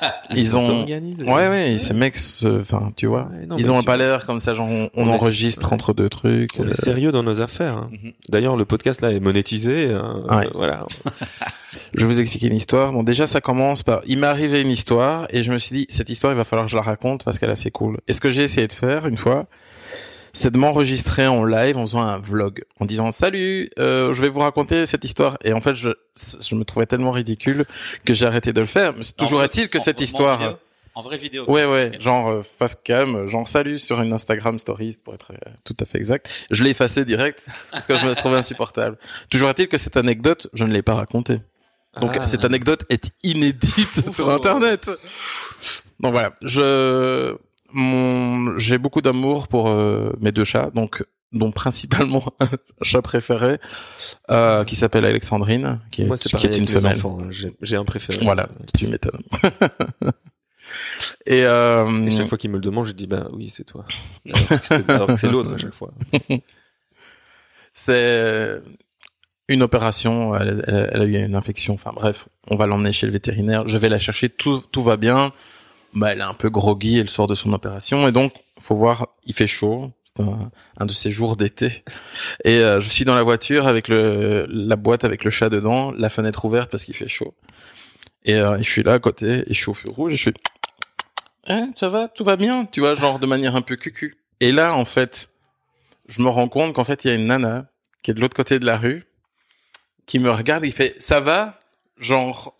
S1: Ah.
S3: ils ont.
S2: organisé.
S3: Ouais, ouais, ces mecs, se- enfin, tu vois,
S2: Ouais, non,
S3: ils
S2: mais
S3: ont
S2: tu-
S3: pas l'air comme ça. Genre, on, on
S2: On est-
S3: enregistre
S2: ouais.
S3: entre deux trucs.
S2: On
S3: euh,
S2: est sérieux dans nos affaires. hein.
S1: Mhm.
S2: D'ailleurs, le podcast là est monétisé. hein.
S3: Ouais.
S2: Euh, voilà.
S3: Je vais vous expliquer une histoire. Bon, déjà, ça commence par, il m'est arrivé une histoire et je me suis dit, cette histoire, il va falloir que je la raconte parce qu'elle est assez cool. Et ce que j'ai essayé de faire une fois, c'est de m'enregistrer en live en faisant un vlog, en disant, salut, euh, je vais vous raconter cette histoire. Et en fait, je, je me trouvais tellement ridicule que j'ai arrêté de le faire. Mais c'est toujours
S1: En-
S3: est-il que
S1: en-
S3: cette
S1: en
S3: histoire, euh,
S1: vidéo En vraie vidéo.
S3: Ouais, ouais,
S1: Ok.
S3: genre euh, face cam, genre salut sur une Instagram story, pour être euh, tout à fait exact. Je l'ai effacé direct parce que je me trouvais insupportable. Toujours est-il que cette anecdote, je ne l'ai pas racontée. Donc
S2: Ah.
S3: cette anecdote est inédite sur Internet. Donc voilà, je, mon, j'ai beaucoup d'amour pour euh, mes deux chats, donc dont principalement un chat préféré euh, qui s'appelle Alexandrine, qui est,
S2: Moi, c'est
S3: qui
S2: pareil
S3: est une
S2: avec les
S3: femelle.
S2: enfants. hein. J'ai j'ai un préféré.
S3: Voilà, tu m'étonnes. Et, euh,
S2: Et chaque fois qu'il me le demande, je dis bah oui, c'est toi. Alors que c'est- Alors que c'est l'autre à chaque fois.
S3: C'est une opération, elle, elle- elle a eu une infection, enfin bref, on va l'emmener chez le vétérinaire, je vais la chercher, tout, tout va bien. Bah, elle est un peu groggy, elle sort de son opération, et donc, faut voir, il fait chaud, c'est un, un de ces jours d'été. Et euh, je suis dans la voiture avec le, la boîte avec le chat dedans, la fenêtre ouverte parce qu'il fait chaud. Et euh, je suis là à côté, et je suis au feu rouge, et je suis... Eh, ça va, tout va bien, tu vois, genre de manière un peu cucu. Et là, en fait, je me rends compte qu'en fait, il y a une nana qui est de l'autre côté de la rue, qui me regarde, il fait ça va, genre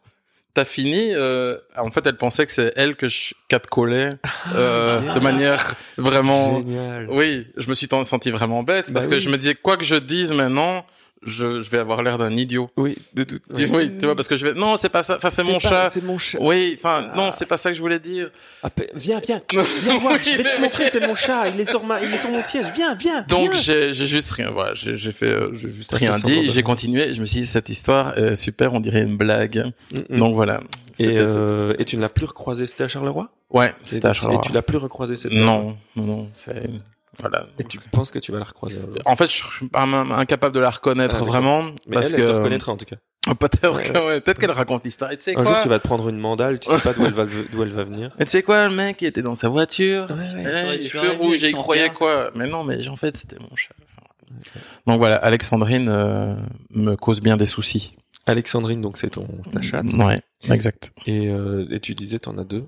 S3: t'as fini. euh, en fait, elle pensait que c'est elle que je catcallais euh, de manière
S2: Oh.
S3: vraiment.
S2: Génial.
S3: Oui, je me suis tant- senti vraiment bête parce
S2: Bah
S3: que
S2: oui.
S3: je me disais quoi que je dise maintenant, je, je vais avoir l'air d'un idiot.
S2: Oui, de tout.
S3: Tu- Oui, tu vois parce que je vais non c'est pas ça, enfin c'est mon
S2: pas-
S3: chat.
S2: C'est mon chat.
S3: Oui, enfin
S2: Ah.
S3: non c'est pas ça que je voulais dire.
S2: Appelle- Viens, viens, viens voir, je vais te montrer, c'est mon chat, il est sur, ma... il est sur mon siège, viens, viens.
S3: Donc
S2: viens.
S3: j'ai j'ai juste rien, voilà, j'ai j'ai fait, euh, j'ai juste
S2: T'as fait
S3: rien
S2: semblant
S3: dit,
S2: de
S3: j'ai
S2: rien.
S3: continué. Je me suis dit cette histoire est super, on dirait une blague.
S2: Mm, mm.
S3: Donc voilà.
S2: et,
S3: C'était-
S2: euh, et tu ne l'as plus recroisé, c'était à Charleroi
S3: Ouais,
S2: Et
S3: c'était
S2: donc,
S3: à
S2: Et tu
S3: Charleroi.
S2: l'as plus recroisé cette
S3: Non, non, non, c'est voilà.
S2: Et tu penses que tu vas la recroiser un jour.
S3: En fait, je suis pas- même incapable de la reconnaître
S2: Ah, d'accord.
S3: vraiment
S2: Mais
S3: parce
S2: elle, elle te
S3: que euh,
S2: reconnaîtra en tout cas.
S3: peut-être
S2: Ouais,
S3: que- ouais, peut-être qu'elle raconte l'histoire. Et tu sais
S2: Un jour,
S3: quoi
S2: tu vas te prendre une mandale, tu sais pas d'où elle va, d'où elle va venir.
S3: Et tu sais quoi, le mec il était dans sa voiture.
S1: ouais,
S3: Ouais,
S1: t'aurais-
S3: les
S1: tu
S3: cheveux
S1: aurais vu,
S3: rouges,
S1: ils
S3: et il
S1: sont
S3: croyait
S1: bien.
S3: quoi Mais non, mais en fait, c'était mon chat. Enfin, Donc voilà, Alexandrine euh, me cause bien des soucis.
S2: Alexandrine, donc c'est ton ta
S3: Mm.
S2: chatte.
S3: Ouais, exact.
S2: Et, euh, et tu disais, t'en as deux.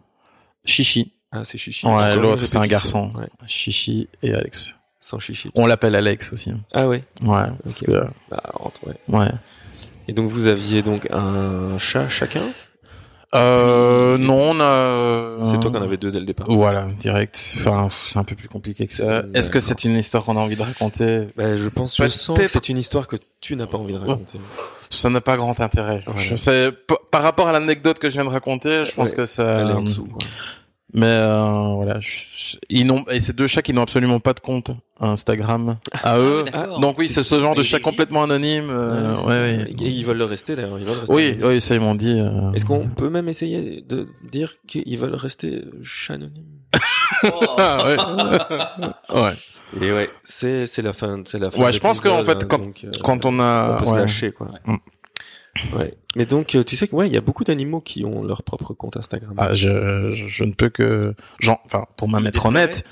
S3: Chichi.
S2: Ah, c'est Chichi.
S3: Ouais,
S2: Encore une
S3: l'autre, c'est un
S2: répétition.
S3: garçon.
S2: Ouais,
S3: Chichi et Alex.
S2: sans Chichi.
S3: On l'appelle Alex aussi.
S2: Ah ouais.
S3: Ouais, parce
S2: Ok.
S3: que,
S2: Bah, entre, ouais.
S3: ouais.
S2: Et donc vous aviez donc un chat chacun.
S3: Euh, non, on a... euh,
S2: C'est toi qui en avais deux dès le départ.
S3: Voilà, direct. Enfin, c'est un peu plus compliqué que ça. Est-ce que
S2: D'accord.
S3: c'est une histoire qu'on a envie de raconter
S2: Bah, je pense, je
S3: Peut-être-
S2: sens que c'est une histoire que tu n'as pas envie de raconter.
S3: Ça n'a pas grand intérêt.
S2: Voilà.
S3: Je sais, p- par rapport à l'anecdote que je viens de raconter, je pense
S2: Ouais,
S3: que ça.
S2: Elle est en dessous. quoi.
S3: Mais euh, voilà, je- je- ils n'ont et ces deux chats qui n'ont absolument pas de compte Instagram
S2: Ah,
S3: à eux. Donc oui, c'est ce genre de
S1: Ils
S3: chat
S1: hésitent.
S3: complètement anonyme. euh,
S2: Ouais, c'est
S3: ouais,
S2: ça.
S3: oui.
S2: Et ils veulent le rester d'ailleurs. Ils veulent rester
S3: Oui,
S2: anonymes.
S3: oui, ça ils m'ont dit. euh,
S2: Est-ce qu'on peut même essayer de dire qu'ils veulent rester chanonymes
S3: Ah, ouais. ouais.
S2: Et ouais, c'est c'est la fin, c'est la fin.
S3: Ouais,
S2: de
S3: je pense qu'en
S2: l'épisode,
S3: fait,
S2: hein,
S3: quand-
S2: donc, euh,
S3: Quand on
S2: on
S3: a.
S2: peut se
S3: ouais. Mm.
S2: lâcher quoi.
S3: Ouais.
S2: Ouais. Mais donc euh, tu sais que ouais, il y a beaucoup d'animaux qui ont leur propre compte Instagram.
S3: Ah, je, je, je ne peux que. J'en, enfin, pour m'en être honnête,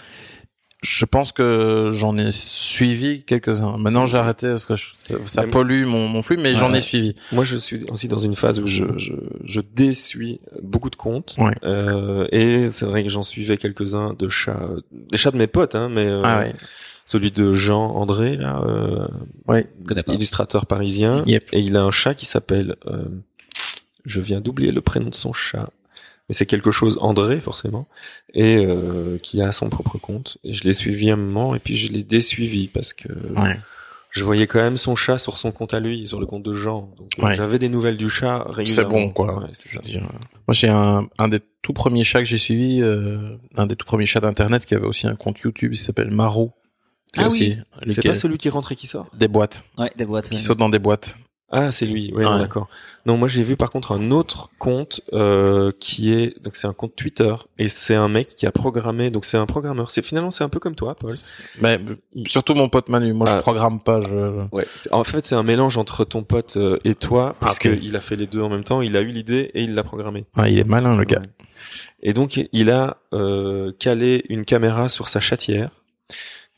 S3: je pense que j'en ai suivi quelques-uns. Maintenant, j'ai arrêté parce que je- ça, ça
S2: Mais-
S3: pollue mon, mon flux, mais
S2: Ouais.
S3: j'en ai suivi.
S2: Moi, je suis aussi dans une phase où je je, je dessuis beaucoup de comptes.
S3: Ouais.
S2: Euh, et c'est vrai que j'en suivais quelques-uns de chats, euh, des chats de mes potes, hein, mais euh,
S3: Ah ouais.
S2: celui de Jean André là, euh,
S3: Ouais.
S1: connais pas.
S2: illustrateur parisien.
S3: Yep.
S2: Et il a un chat qui s'appelle. euh, je viens d'oublier le prénom de son chat. Mais c'est quelque chose André, forcément. Et euh, qui a son propre compte. Et je l'ai suivi un moment et puis je l'ai désuivi parce que
S3: Ouais.
S2: je voyais quand même son chat sur son compte à lui, sur le compte de Jean. Donc euh,
S3: Ouais.
S2: j'avais des nouvelles du chat régulièrement.
S3: bon, quoi.
S2: Ouais, c'est
S3: Je
S2: ça.
S3: veux dire, euh, Moi, j'ai un, un des tout premiers chats que j'ai suivi, euh, un des tout premiers chats d'internet qui avait aussi un compte YouTube, il s'appelle Maro. Qui
S1: Ah
S3: aussi, lui
S2: C'est
S3: qui
S2: pas
S3: a-
S2: celui qui rentre et qui sort
S3: Des boîtes,
S1: Ouais, des boîtes.
S3: qui
S1: ouais.
S3: saute dans des boîtes.
S2: Ah, c'est lui. Ouais,
S3: Ouais.
S2: d'accord. Non, moi j'ai vu par contre un autre compte euh, qui est donc c'est un compte Twitter et c'est un mec qui a programmé. Donc c'est un programmeur. C'est finalement c'est un peu comme toi, Paul.
S3: Mais euh, surtout mon pote Manu, moi
S2: Ah.
S3: je programme pas, je...
S2: Ouais, c'est- en fait, c'est un mélange entre ton pote euh, et toi, parce
S3: ok.
S2: qu'il a fait les deux en même temps, il a eu l'idée et il l'a programmé.
S3: Ah, il est malin le gars.
S2: Ouais. Et donc, il a euh, calé une caméra sur sa chatière,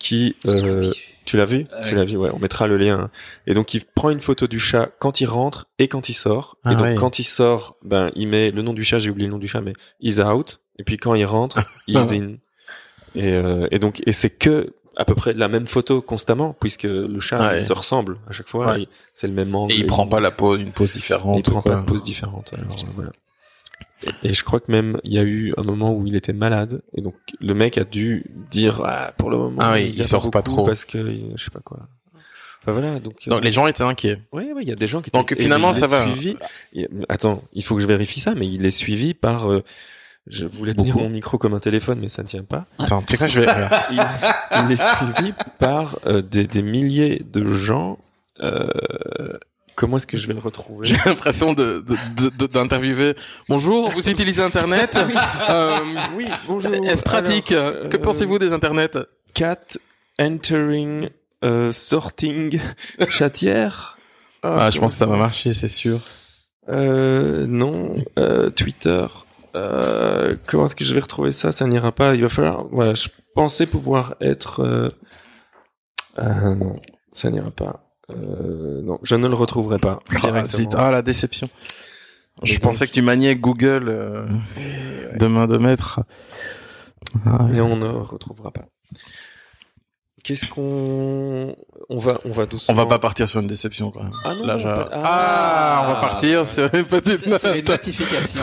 S2: qui, euh, tu l'as vu
S1: Ouais.
S2: Tu l'as vu, ouais, on mettra le lien. Et donc, il prend une photo du chat quand il rentre et quand il sort.
S3: Ah
S2: et donc,
S3: ouais.
S2: quand il sort, ben, il met le nom du chat, j'ai oublié le nom du chat, mais he's out. Et puis, quand il rentre, he's in. Et, euh, et donc, et c'est que à peu près la même photo constamment, puisque le chat,
S3: Ouais.
S2: il se ressemble à chaque fois.
S3: Ouais.
S2: il- C'est le même angle.
S3: Et il prend pas la pose, une pose
S2: Il
S3: différente.
S2: prend
S3: ou quoi.
S2: pas de pause différente. Alors, euh, voilà. Et je crois que même il y a eu un moment où il était malade et donc le mec a dû dire ah, pour le moment
S3: Ah oui, il
S2: y a
S3: sort pas
S2: beaucoup
S3: trop.
S2: parce que il- je sais pas quoi. Enfin voilà donc. euh,
S3: Donc les gens étaient inquiets.
S2: Ouais ouais il y a des gens qui.
S3: Donc,
S2: étaient-
S3: finalement,
S2: et il
S3: ça
S2: est
S3: va.
S2: suivi- et- Attends il faut que je vérifie ça mais il est suivi par. euh, je voulais tenir
S1: Beaucoup.
S2: mon micro comme un téléphone mais ça ne tient pas.
S3: Attends, tu sais quoi, je vais... voilà.
S2: il, il est suivi par euh, des, des milliers de gens. euh, comment est-ce que je vais le retrouver
S3: J'ai l'impression de- de- de- de- d'interviewer. Bonjour, vous utilisez Internet Euh,
S2: Ah Oui, bonjour.
S3: Est-ce pratique
S2: Alors,
S3: Que
S2: euh,
S3: pensez-vous des Internets
S2: Cat entering euh, sorting chatière.
S3: Ah, je pense que ça va marcher, c'est sûr.
S2: Euh, non, euh, Twitter. Euh, comment est-ce que je vais retrouver ça Ça n'ira pas. Il va falloir. Voilà, je pensais pouvoir être. euh, Ah non, ça n'ira pas. Euh, non, je ne le retrouverai pas.
S3: Ah,
S2: directement.
S3: zut. Ah, la déception.
S2: Et
S3: Je
S2: donc-
S3: pensais que tu maniais Google euh, de main de maître. Ah, ouais.
S2: Mais on ne retrouvera pas. Qu'est-ce qu'on on va on va
S3: on
S2: doucement.
S3: va pas partir sur une déception quand même.
S2: Ah non.
S3: Là, je-
S2: pas-
S3: ah, on va
S1: Ah.
S3: partir sur une petite
S1: C'est c'est une
S3: note.
S1: notification.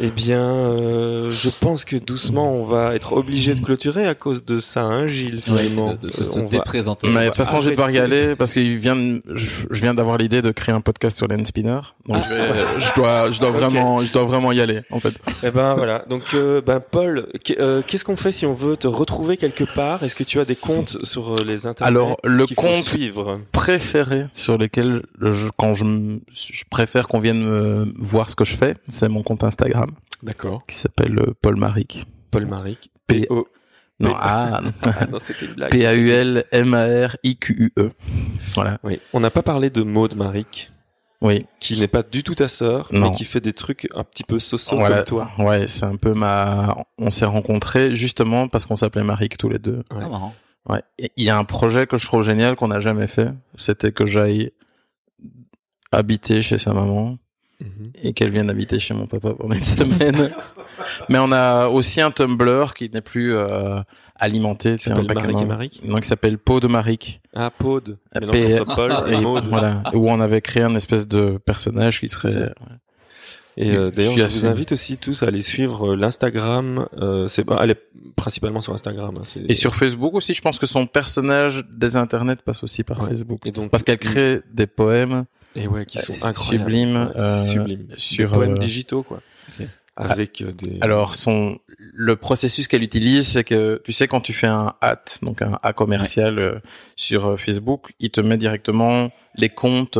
S2: Eh bien, euh, je pense que doucement, on va être obligé de clôturer à cause de ça, hein, Gilles, finalement.
S1: de, de se
S2: Euh, on va-
S1: déprésenter.
S3: Mais de toute façon, je vais devoir y
S2: arrêter.
S3: aller parce qu'il vient, de- je, je viens d'avoir l'idée de créer un podcast sur l'end spinner. Donc je, vais- je dois, je dois
S2: Ah. Ok.
S3: vraiment, je dois vraiment y aller en fait.
S2: Eh ben voilà. Donc, euh, ben Paul, qu'est- euh, qu'est-ce qu'on fait si on veut te retrouver quelque part Est-ce que tu as des comptes sur euh, les internets
S3: Alors, le
S2: qu'il faut
S3: compte-
S2: suivre.
S3: préférés sur lesquels je, quand je, m- je préfère qu'on vienne me voir ce que je fais, c'est mon compte Instagram
S2: D'accord.
S3: qui s'appelle euh, Paul Maric.
S2: Paul Maric. P
S3: P-
S2: O.
S3: Non,
S2: P-
S3: ah, non.
S2: Ah, non, c'était une blague.
S3: P A U L M A R I Q U E. Voilà.
S2: Oui. On n'a pas parlé de Maud Maric,
S3: Oui.
S2: qui n'est pas du tout ta sœur,
S3: Non.
S2: mais qui fait des trucs un petit peu sociaux
S3: voilà.
S2: comme toi.
S3: Ouais, c'est un peu ma. On s'est rencontrés justement parce qu'on s'appelait Maric tous les deux.
S1: Ah, marrant.
S3: Ouais. Et Il y a un projet que je trouve génial qu'on n'a jamais fait. C'était que j'aille habiter chez sa maman
S2: Mhm.
S3: et qu'elle vienne habiter chez mon papa pendant une semaine. Mais on a aussi un Tumblr qui n'est plus euh, alimenté.
S2: Ça
S3: tiens,
S2: s'appelle
S3: pas
S2: Marik et
S3: canon.
S2: Marik.
S3: Non, qui s'appelle Peau de Maric.
S2: Ah, Pod.
S3: La
S2: Mélange
S3: Euh, P-
S2: entre Paul et
S3: Et
S2: Maud.
S3: voilà, où on avait créé un espèce de personnage qui
S2: C'est
S3: serait.
S2: Et euh,
S3: Je
S2: d'ailleurs,
S3: suis
S2: je
S3: assez-
S2: vous invite aussi tous à aller suivre euh, l'Instagram. euh, c'est bah, elle est principalement sur Instagram. hein, c'est-
S3: Et sur Facebook aussi, je pense que son personnage des internets passe aussi par
S2: Ouais.
S3: Facebook.
S2: et donc euh,
S3: Parce qu'elle crée des poèmes
S2: et ouais qui
S3: euh,
S2: sont incroyables,
S3: sublimes,
S2: Ouais,
S3: euh,
S2: c'est sublime
S3: sur,
S2: sur poèmes
S3: euh,
S2: digitaux quoi.
S3: Ok. Ah,
S2: Avec euh, des
S3: Alors son le processus qu'elle utilise, c'est que tu sais quand tu fais un hat, donc un A commercial euh, sur euh, Facebook, il te met directement les comptes,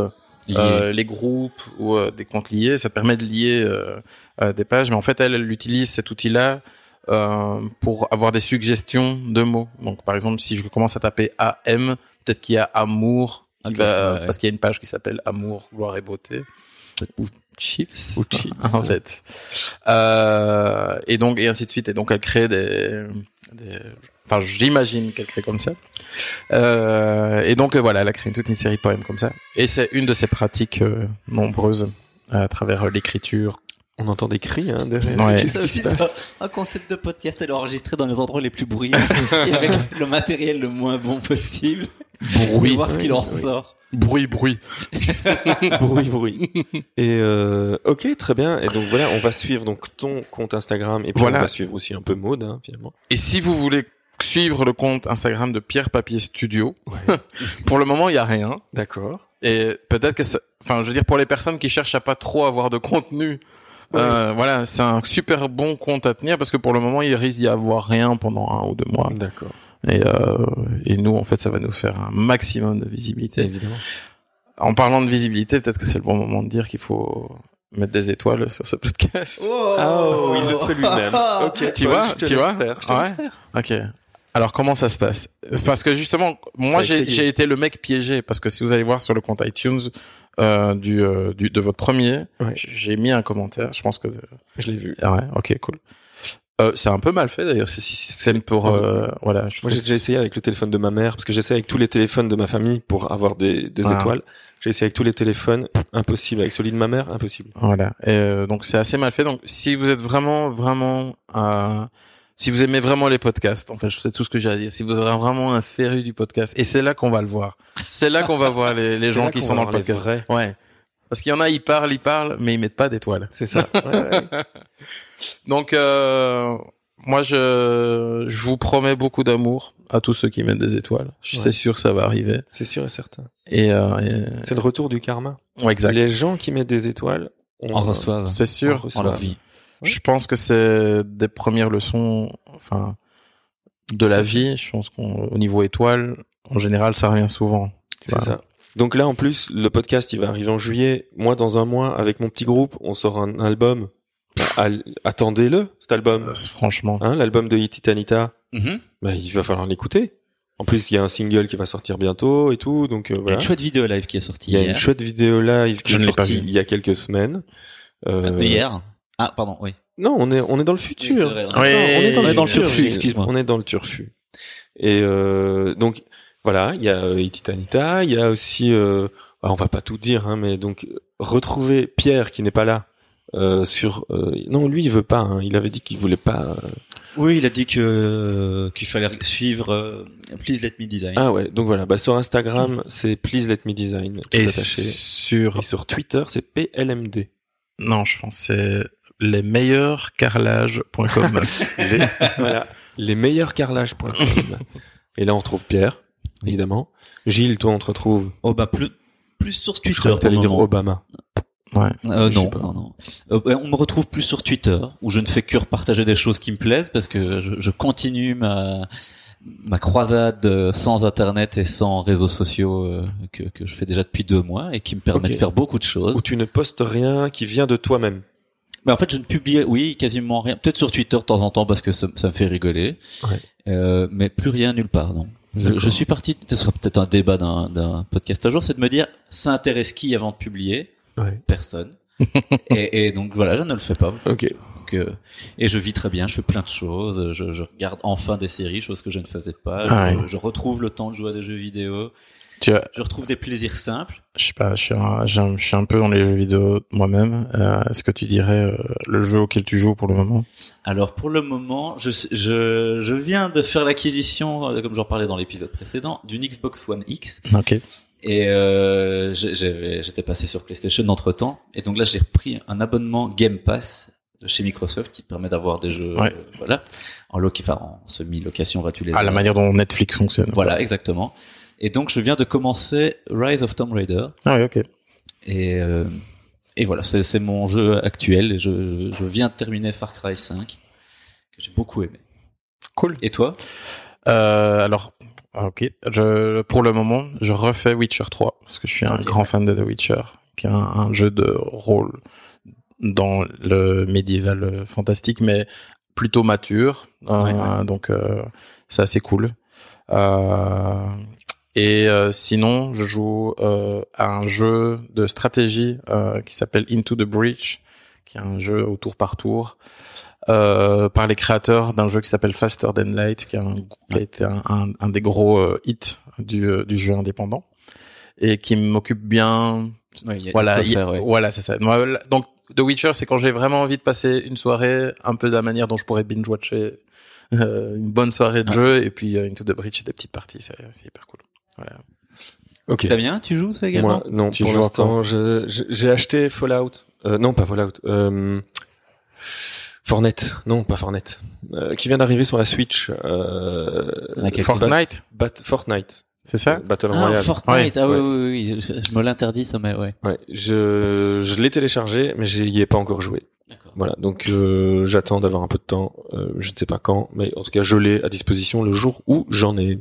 S3: euh, les groupes ou euh, des comptes liés. Ça te permet de lier euh, euh, des pages, mais en fait elle, elle utilise cet outil-là euh, pour avoir des suggestions de mots. Donc par exemple, si je commence à taper AM, peut-être qu'il y a amour, qui
S1: Ok,
S3: va-
S1: ouais, ouais.
S3: parce qu'il y a une page qui s'appelle Amour, gloire et beauté ou chips
S2: Ou chips.
S3: en fait. Euh, et donc et ainsi de suite. Et donc elle crée des, des- enfin j'imagine qu'elle crée comme ça. Euh, et donc euh, voilà, elle a créé toute une série de poèmes comme ça. Et c'est une de ses pratiques euh, nombreuses à travers euh, l'écriture.
S2: on entend des cris hein, derrière.
S3: Ouais.
S2: Qu'est-ce
S1: Ça
S2: qui
S1: aussi,
S2: se
S1: c'est
S2: passe
S1: un concept de podcast à l'enregistrer dans les endroits les plus bruyants et avec le matériel le moins bon possible.
S3: Bruit,
S1: et voir ce qu'il en
S2: oui.
S1: ressort.
S3: bruit, bruit.
S2: bruit bruit. Et euh, ok très bien. Et donc voilà, on va suivre donc ton compte Instagram et puis
S3: Voilà.
S2: on va suivre aussi un peu Maud hein, finalement.
S3: Et si vous voulez suivre le compte Instagram de Pierre Papier Studio, pour le moment il y a rien.
S2: D'accord.
S3: Et peut-être que ça... Enfin, je veux dire, pour les personnes qui cherchent à pas trop avoir de contenu, euh, voilà, c'est un super bon compte à tenir parce que pour le moment, il risque d'y avoir rien pendant un ou deux mois.
S2: Ah, D'accord.
S3: Et, euh, et nous, en fait, ça va nous faire un maximum de visibilité.
S2: Évidemment.
S3: En parlant de visibilité, peut-être que c'est le bon moment de dire qu'il faut mettre des étoiles sur ce podcast.
S2: Oh, il le fait lui-même. Ok.
S3: Tu
S2: Paul,
S3: vois,
S2: je te
S3: tu
S2: laisse
S3: vois.
S2: faire, je te
S3: Ouais.
S2: laisse faire.
S3: Ok. Alors comment ça se passe Parce que justement, moi
S2: T'as
S3: j'ai
S2: essayé.
S3: j'ai été le mec piégé parce que si vous allez voir sur le compte iTunes euh, du, euh, du de votre premier,
S2: Ouais.
S3: j- j'ai mis un commentaire. Je pense que
S2: Je l'ai vu.
S3: Ah ouais, ok, cool. Euh, c'est un peu mal fait d'ailleurs ce système pour euh, voilà. Je
S2: Moi,
S3: trouve
S2: j'ai déjà essayé avec le téléphone de ma mère, parce que j'essaie avec tous les téléphones de ma famille pour avoir des, des
S3: Ah.
S2: étoiles. J'ai essayé avec tous les téléphones, impossible. Avec celui de ma mère, impossible.
S3: Voilà. Et, euh, donc c'est assez mal fait. Donc si vous êtes vraiment, vraiment, euh, si vous aimez vraiment les podcasts, en fait, c'est tout ce que j'ai à dire. Si vous êtes vraiment un féru du podcast, et c'est là qu'on va le voir. C'est là qu'on va voir les, les
S2: C'est
S3: gens
S2: là
S3: qui
S2: qu'on
S3: sont
S2: va
S3: dans le
S2: voir les
S3: podcast.
S2: vrais.
S3: Ouais. Parce qu'il y en a, ils parlent, ils parlent, mais ils mettent pas d'étoiles.
S2: C'est ça. Ouais, ouais.
S3: Donc euh, moi, je, je vous promets beaucoup d'amour à tous ceux qui mettent des étoiles. Je
S2: Ouais.
S3: C'est sûr, ça va arriver.
S2: C'est sûr et certain.
S3: Et, euh, et-
S2: C'est le retour du karma.
S3: ouais, exact.
S2: Les gens hein. qui mettent des étoiles, on,
S1: En reçoivent
S3: C'est sûr.
S2: en reçoit.
S1: en leur vie.
S3: Je pense que c'est des premières leçons, enfin, de la vie. Je pense qu'au niveau étoile, en général, ça revient souvent. tu
S2: C'est
S3: vois.
S2: ça. Donc là, en plus, le podcast, il va arriver en juillet. Moi, dans un mois, avec mon petit groupe, on sort un album. Al- Attendez-le, cet album.
S3: Euh, Franchement.
S2: Hein, L'album de Titanita.
S3: Mm-hmm.
S2: Bah, il va falloir l'écouter. En plus, il y a un single qui va sortir bientôt et tout, donc euh,
S1: Il y a
S2: voilà.
S1: une chouette vidéo live qui est sortie
S2: Il y a une
S1: hier.
S2: chouette vidéo live qui
S3: Je
S2: est
S3: ne l'ai pas
S2: sortie
S3: vue.
S2: il y a quelques semaines. Euh,
S1: De hier. Ah, pardon, oui.
S2: Non, on est on est dans le futur.
S1: Oui, c'est vrai, on est-
S2: Attends,
S3: Oui,
S2: on est dans,
S3: on est
S2: le,
S3: dans le
S2: futur,
S1: turfu,
S2: Gilles.
S1: excuse-moi.
S2: On est dans le turfu. Et euh, donc voilà, il y a euh, Titanita, il y a aussi, euh, bah, on va pas tout dire, hein, mais donc euh, retrouver Pierre qui n'est pas là. euh, sur euh, non lui il veut pas hein, il avait dit qu'il voulait pas euh,
S1: Oui, il a dit que euh, qu'il fallait suivre euh, Please Let Me Design.
S2: ah ouais donc voilà bah sur Instagram c'est please let me design tout
S3: Et
S2: attaché.
S3: sur,
S2: Et sur Twitter, c'est PLMD.
S3: non, je pense que c'est les meilleurs carrelages.com.
S2: Les, voilà, les meilleurs carrelages.com. Et là, on retrouve Pierre, évidemment. Gilles, toi, on te retrouve.
S1: Oh bah plus plus sur
S2: je
S1: Twitter.
S2: crois que t'allais
S1: pour le
S2: dire
S1: moment.
S2: Obama.
S1: Euh,
S2: Je sais
S1: non,
S2: pas.
S1: non, non. Euh, ouais, on me retrouve plus sur Twitter, où je ne fais que repartager des choses qui me plaisent, parce que je, je continue ma, ma croisade euh, sans Internet et sans réseaux sociaux euh, que, que je fais déjà depuis deux mois et qui me permet
S2: Ok.
S1: de faire beaucoup de choses.
S2: Où tu ne postes rien qui vient de toi-même.
S1: Mais en fait, je ne publie, oui, quasiment rien. Peut-être sur Twitter de temps en temps, parce que ça, ça me fait rigoler.
S2: Ouais.
S1: Euh, mais plus rien nulle part, non. Je,
S2: D'accord.
S1: je suis parti, ce sera peut-être un débat d'un d'un podcast à jour, c'est de me dire, ça intéresse qui avant de publier
S2: Ouais.
S1: Personne. et, et donc voilà, je ne le fais pas.
S2: Ok.
S1: Donc, euh, et je vis très bien, je fais plein de choses, je, je regarde enfin des séries, choses que je ne faisais pas,
S3: Ah
S1: je,
S3: ouais.
S1: je retrouve le temps de jouer à des jeux vidéo.
S3: Tu vois,
S1: Je retrouve des plaisirs simples.
S3: je sais pas, je suis, un, j'ai un- je suis un peu dans les jeux vidéo moi-même. Euh, Est-ce que tu dirais euh, le jeu auquel tu joues pour le moment
S1: Alors pour le moment, je, je, je viens de faire l'acquisition, euh, comme j'en parlais dans l'épisode précédent, d'une Xbox One X.
S3: Ok.
S1: Et euh, j'ai- j'avais- j'étais passé sur PlayStation entre temps. Et donc là, j'ai repris un abonnement Game Pass de chez Microsoft qui permet d'avoir des jeux
S3: Ouais.
S1: euh, voilà en loca- enfin, en semi-location va tu les
S3: À Ah, la
S1: avoir.
S3: manière dont Netflix fonctionne.
S1: euh, voilà exactement et donc je viens de commencer Rise of Tomb Raider
S3: Ah oui, ok.
S1: et euh, et voilà c'est c'est mon jeu actuel et je, je, je viens de terminer Far Cry 5 que j'ai beaucoup aimé
S3: Cool.
S1: et toi
S3: Euh, alors, ok. Je, pour le moment, je refais Witcher 3 parce que je suis un
S1: Ok.
S3: grand fan de The Witcher, qui est un, un jeu de rôle dans le médiéval euh, fantastique, mais plutôt mature. Euh,
S1: Ouais, ouais.
S3: Donc, euh, c'est assez cool. Euh, et euh, sinon, je joue euh, à un jeu de stratégie euh, qui s'appelle Into the Breach, qui est un jeu au tour par tour euh, par les créateurs d'un jeu qui s'appelle Faster Than Light, qui, est un- qui a été un, un- un des gros euh, hits du, euh, du jeu indépendant et qui m'occupe bien.
S1: Ouais, il y a-
S3: Voilà,
S1: il y a de quoi
S3: il-
S1: faire, ouais.
S3: voilà, c'est ça. Moi, là, Donc, The Witcher, c'est quand j'ai vraiment envie de passer une soirée, un peu de la manière dont je pourrais binge watcher une bonne soirée de
S1: Ouais.
S3: jeu et puis euh, Into the Breach et des petites parties, c'est c'est hyper cool. Voilà.
S2: Ok.
S1: Damien tu joues toi également
S2: Moi, non,
S3: Tu
S2: pour
S3: joues à
S2: l'instant, je- je- j'ai acheté Fallout. Euh, non, pas Fallout. Euh, Fortnite. Non, pas Fortnite. Euh, qui vient d'arriver sur la Switch. Euh,
S1: Laquelle
S2: Bat-
S3: Fortnite,
S2: Bat- Fortnite. Euh,
S3: c'est ça
S2: Battle
S1: Ah,
S2: Royale.
S1: Fortnite,
S2: Ouais,
S1: ah oui,
S2: ouais.
S1: oui, oui, je, je me l'interdis, ça, mais ouais.
S2: Ouais, je je l'ai téléchargé, mais j'y y ai pas encore joué.
S1: D'accord.
S2: Voilà, donc euh, j'attends d'avoir un peu de temps. Euh, je ne sais pas quand, mais en tout cas, je l'ai à disposition le jour où j'en ai.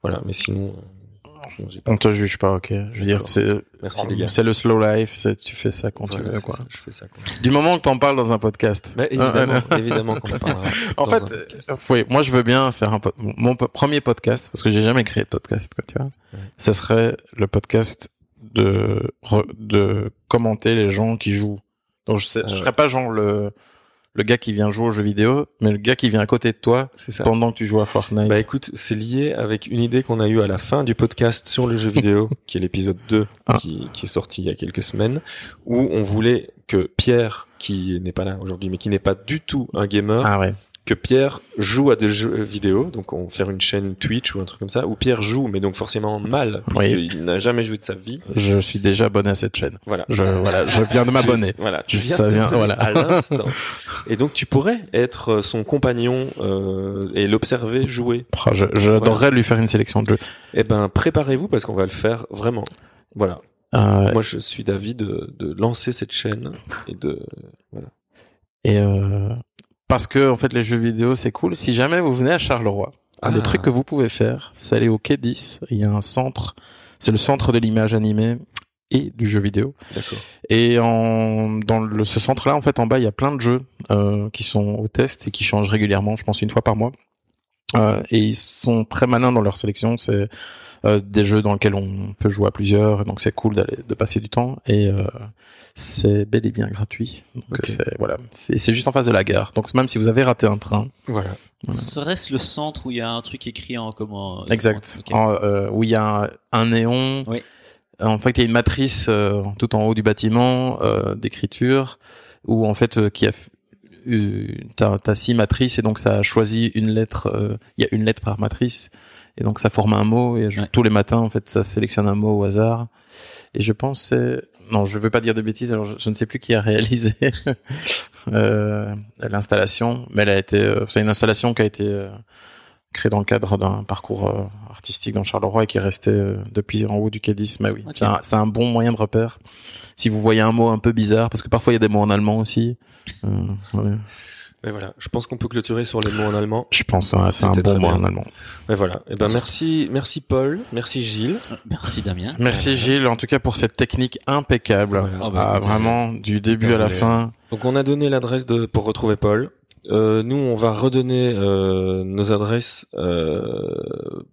S2: Voilà, mais sinon, euh, sinon, j'ai pas.
S3: On te juge pas, ok. Je veux dire,
S2: D'accord.
S3: c'est
S2: Merci les gars.
S3: c'est le slow life, c'est tu fais ça quand
S2: Voilà,
S3: tu veux,
S2: c'est
S3: quoi.
S2: ça, je fais ça. Quoi.
S3: Du moment que t'en parles dans un podcast.
S2: Mais
S3: Ah,
S2: évidemment,
S3: ah,
S2: évidemment qu'on en parlera.
S3: En
S2: dans
S3: fait,
S2: un podcast.
S3: euh, oui, moi je veux bien faire un po- mon po- premier podcast parce que j'ai jamais créé de podcast, quoi, tu vois. Ça serait le podcast de re- de commenter les gens qui jouent. Donc je, sais, je
S2: Ouais.
S3: serais pas genre le le gars qui vient jouer aux jeux vidéo, mais le gars qui vient à côté de toi
S2: c'est ça.
S3: pendant que tu joues à Fortnite.
S2: Bah écoute, c'est lié avec une idée qu'on a eue à la fin du podcast sur le jeu vidéo, qui est l'épisode 2,
S3: Ah.
S2: qui, qui est sorti il y a quelques semaines, où on voulait que Pierre, qui n'est pas là aujourd'hui, mais qui n'est pas du tout un gamer,
S3: ah ouais.
S2: que Pierre joue à des jeux vidéo, donc on faire une chaîne Twitch ou un truc comme ça, où Pierre joue, mais donc forcément mal, parce
S3: Oui.
S2: qu'il n'a jamais joué de sa vie.
S3: Je suis déjà abonné à cette chaîne.
S2: Voilà.
S3: Je voilà, je viens de m'abonner.
S2: Voilà, tu
S3: Ça
S2: viens, de
S3: vient,
S2: te-
S3: voilà.
S2: à l'instant. Et donc tu pourrais être son compagnon euh, et l'observer jouer.
S3: Oh, je- J'adorerais lui faire une sélection de jeux.
S2: Eh ben, préparez-vous parce qu'on va le faire vraiment. Voilà.
S3: Euh,
S2: Moi, je suis d'avis de, de lancer cette chaîne et de.
S3: Et euh, parce que en fait les jeux vidéo c'est cool. Si jamais vous venez à Charleroi, un des
S2: Ah.
S3: trucs que vous pouvez faire, c'est aller au Quai 10. Il y a un centre, c'est le centre de l'image animée et du jeu vidéo.
S2: D'accord.
S3: Et en, dans le, ce centre-là, en fait, en bas, il y a plein de jeux euh, qui sont au test et qui changent régulièrement, je pense une fois par mois. Euh, et ils sont très malins dans leur sélection. C'est euh, des jeux dans lesquels on peut jouer à plusieurs, donc c'est cool d'aller de passer du temps. Et euh, c'est bel et bien gratuit. Donc
S2: Ok.
S3: c'est voilà, c'est c'est juste en face de la gare. Donc même si vous avez raté un train,
S2: Voilà.
S3: Voilà.
S1: Serait-ce le centre où il y a un truc écrit en comment euh,
S3: Exact.
S1: ok.
S3: En, euh, où il y a un, un néon.
S1: Oui.
S3: Euh, En fait, il y a une matrice euh, tout en haut du bâtiment euh, d'écriture où en fait euh, qui a f- euh, t'as t'as six matrices et donc ça choisit une lettre. euh, Il y a une lettre par matrice et donc ça forme un mot et je-
S1: Ouais.
S3: tous les matins en fait ça sélectionne un mot au hasard et je pense c'est- non je veux pas dire de bêtises alors je, je ne sais plus qui a réalisé euh, l'installation mais elle a été euh, c'est une installation qui a été euh, créé dans le cadre d'un parcours euh, artistique dans Charleroi et qui est resté euh, depuis en haut du Cadis. Mais oui,
S1: Ok.
S3: c'est un- c'est un, bon moyen de repère. Si vous voyez un mot un peu bizarre, parce que parfois il y a des mots en allemand aussi. Euh, ouais.
S2: Mais voilà. Je pense qu'on peut clôturer sur les mots en allemand.
S3: Je pense que c'est un
S2: C'était
S3: bon
S2: très
S3: mot
S2: bien.
S3: en allemand.
S2: Mais voilà. Eh ben, merci, merci Paul, merci Gilles.
S1: Merci Damien.
S3: Merci Gilles, en tout cas pour cette technique impeccable.
S2: Voilà.
S1: Ah bah,
S3: Ah,
S1: écoutez,
S3: vraiment, du début à la
S2: les-
S3: fin.
S2: Donc, on a donné l'adresse de pour retrouver Paul. Euh, nous, on va redonner euh, nos adresses. Euh,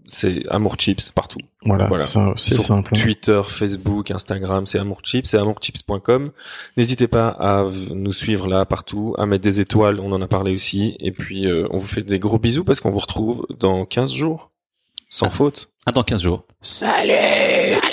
S2: c'est Amour Chips partout.
S3: Voilà,
S2: Voilà.
S3: c'est c'est
S2: Sur
S3: simple. hein.
S2: Twitter, Facebook, Instagram, c'est amourchips, c'est amourchips.com. N'hésitez pas à v- nous suivre là partout, à mettre des étoiles, on en a parlé aussi. Et puis, euh, on vous fait des gros bisous parce qu'on vous retrouve dans 15 jours.
S6: Sans faute.
S1: Ah, dans 15 jours.
S7: Salut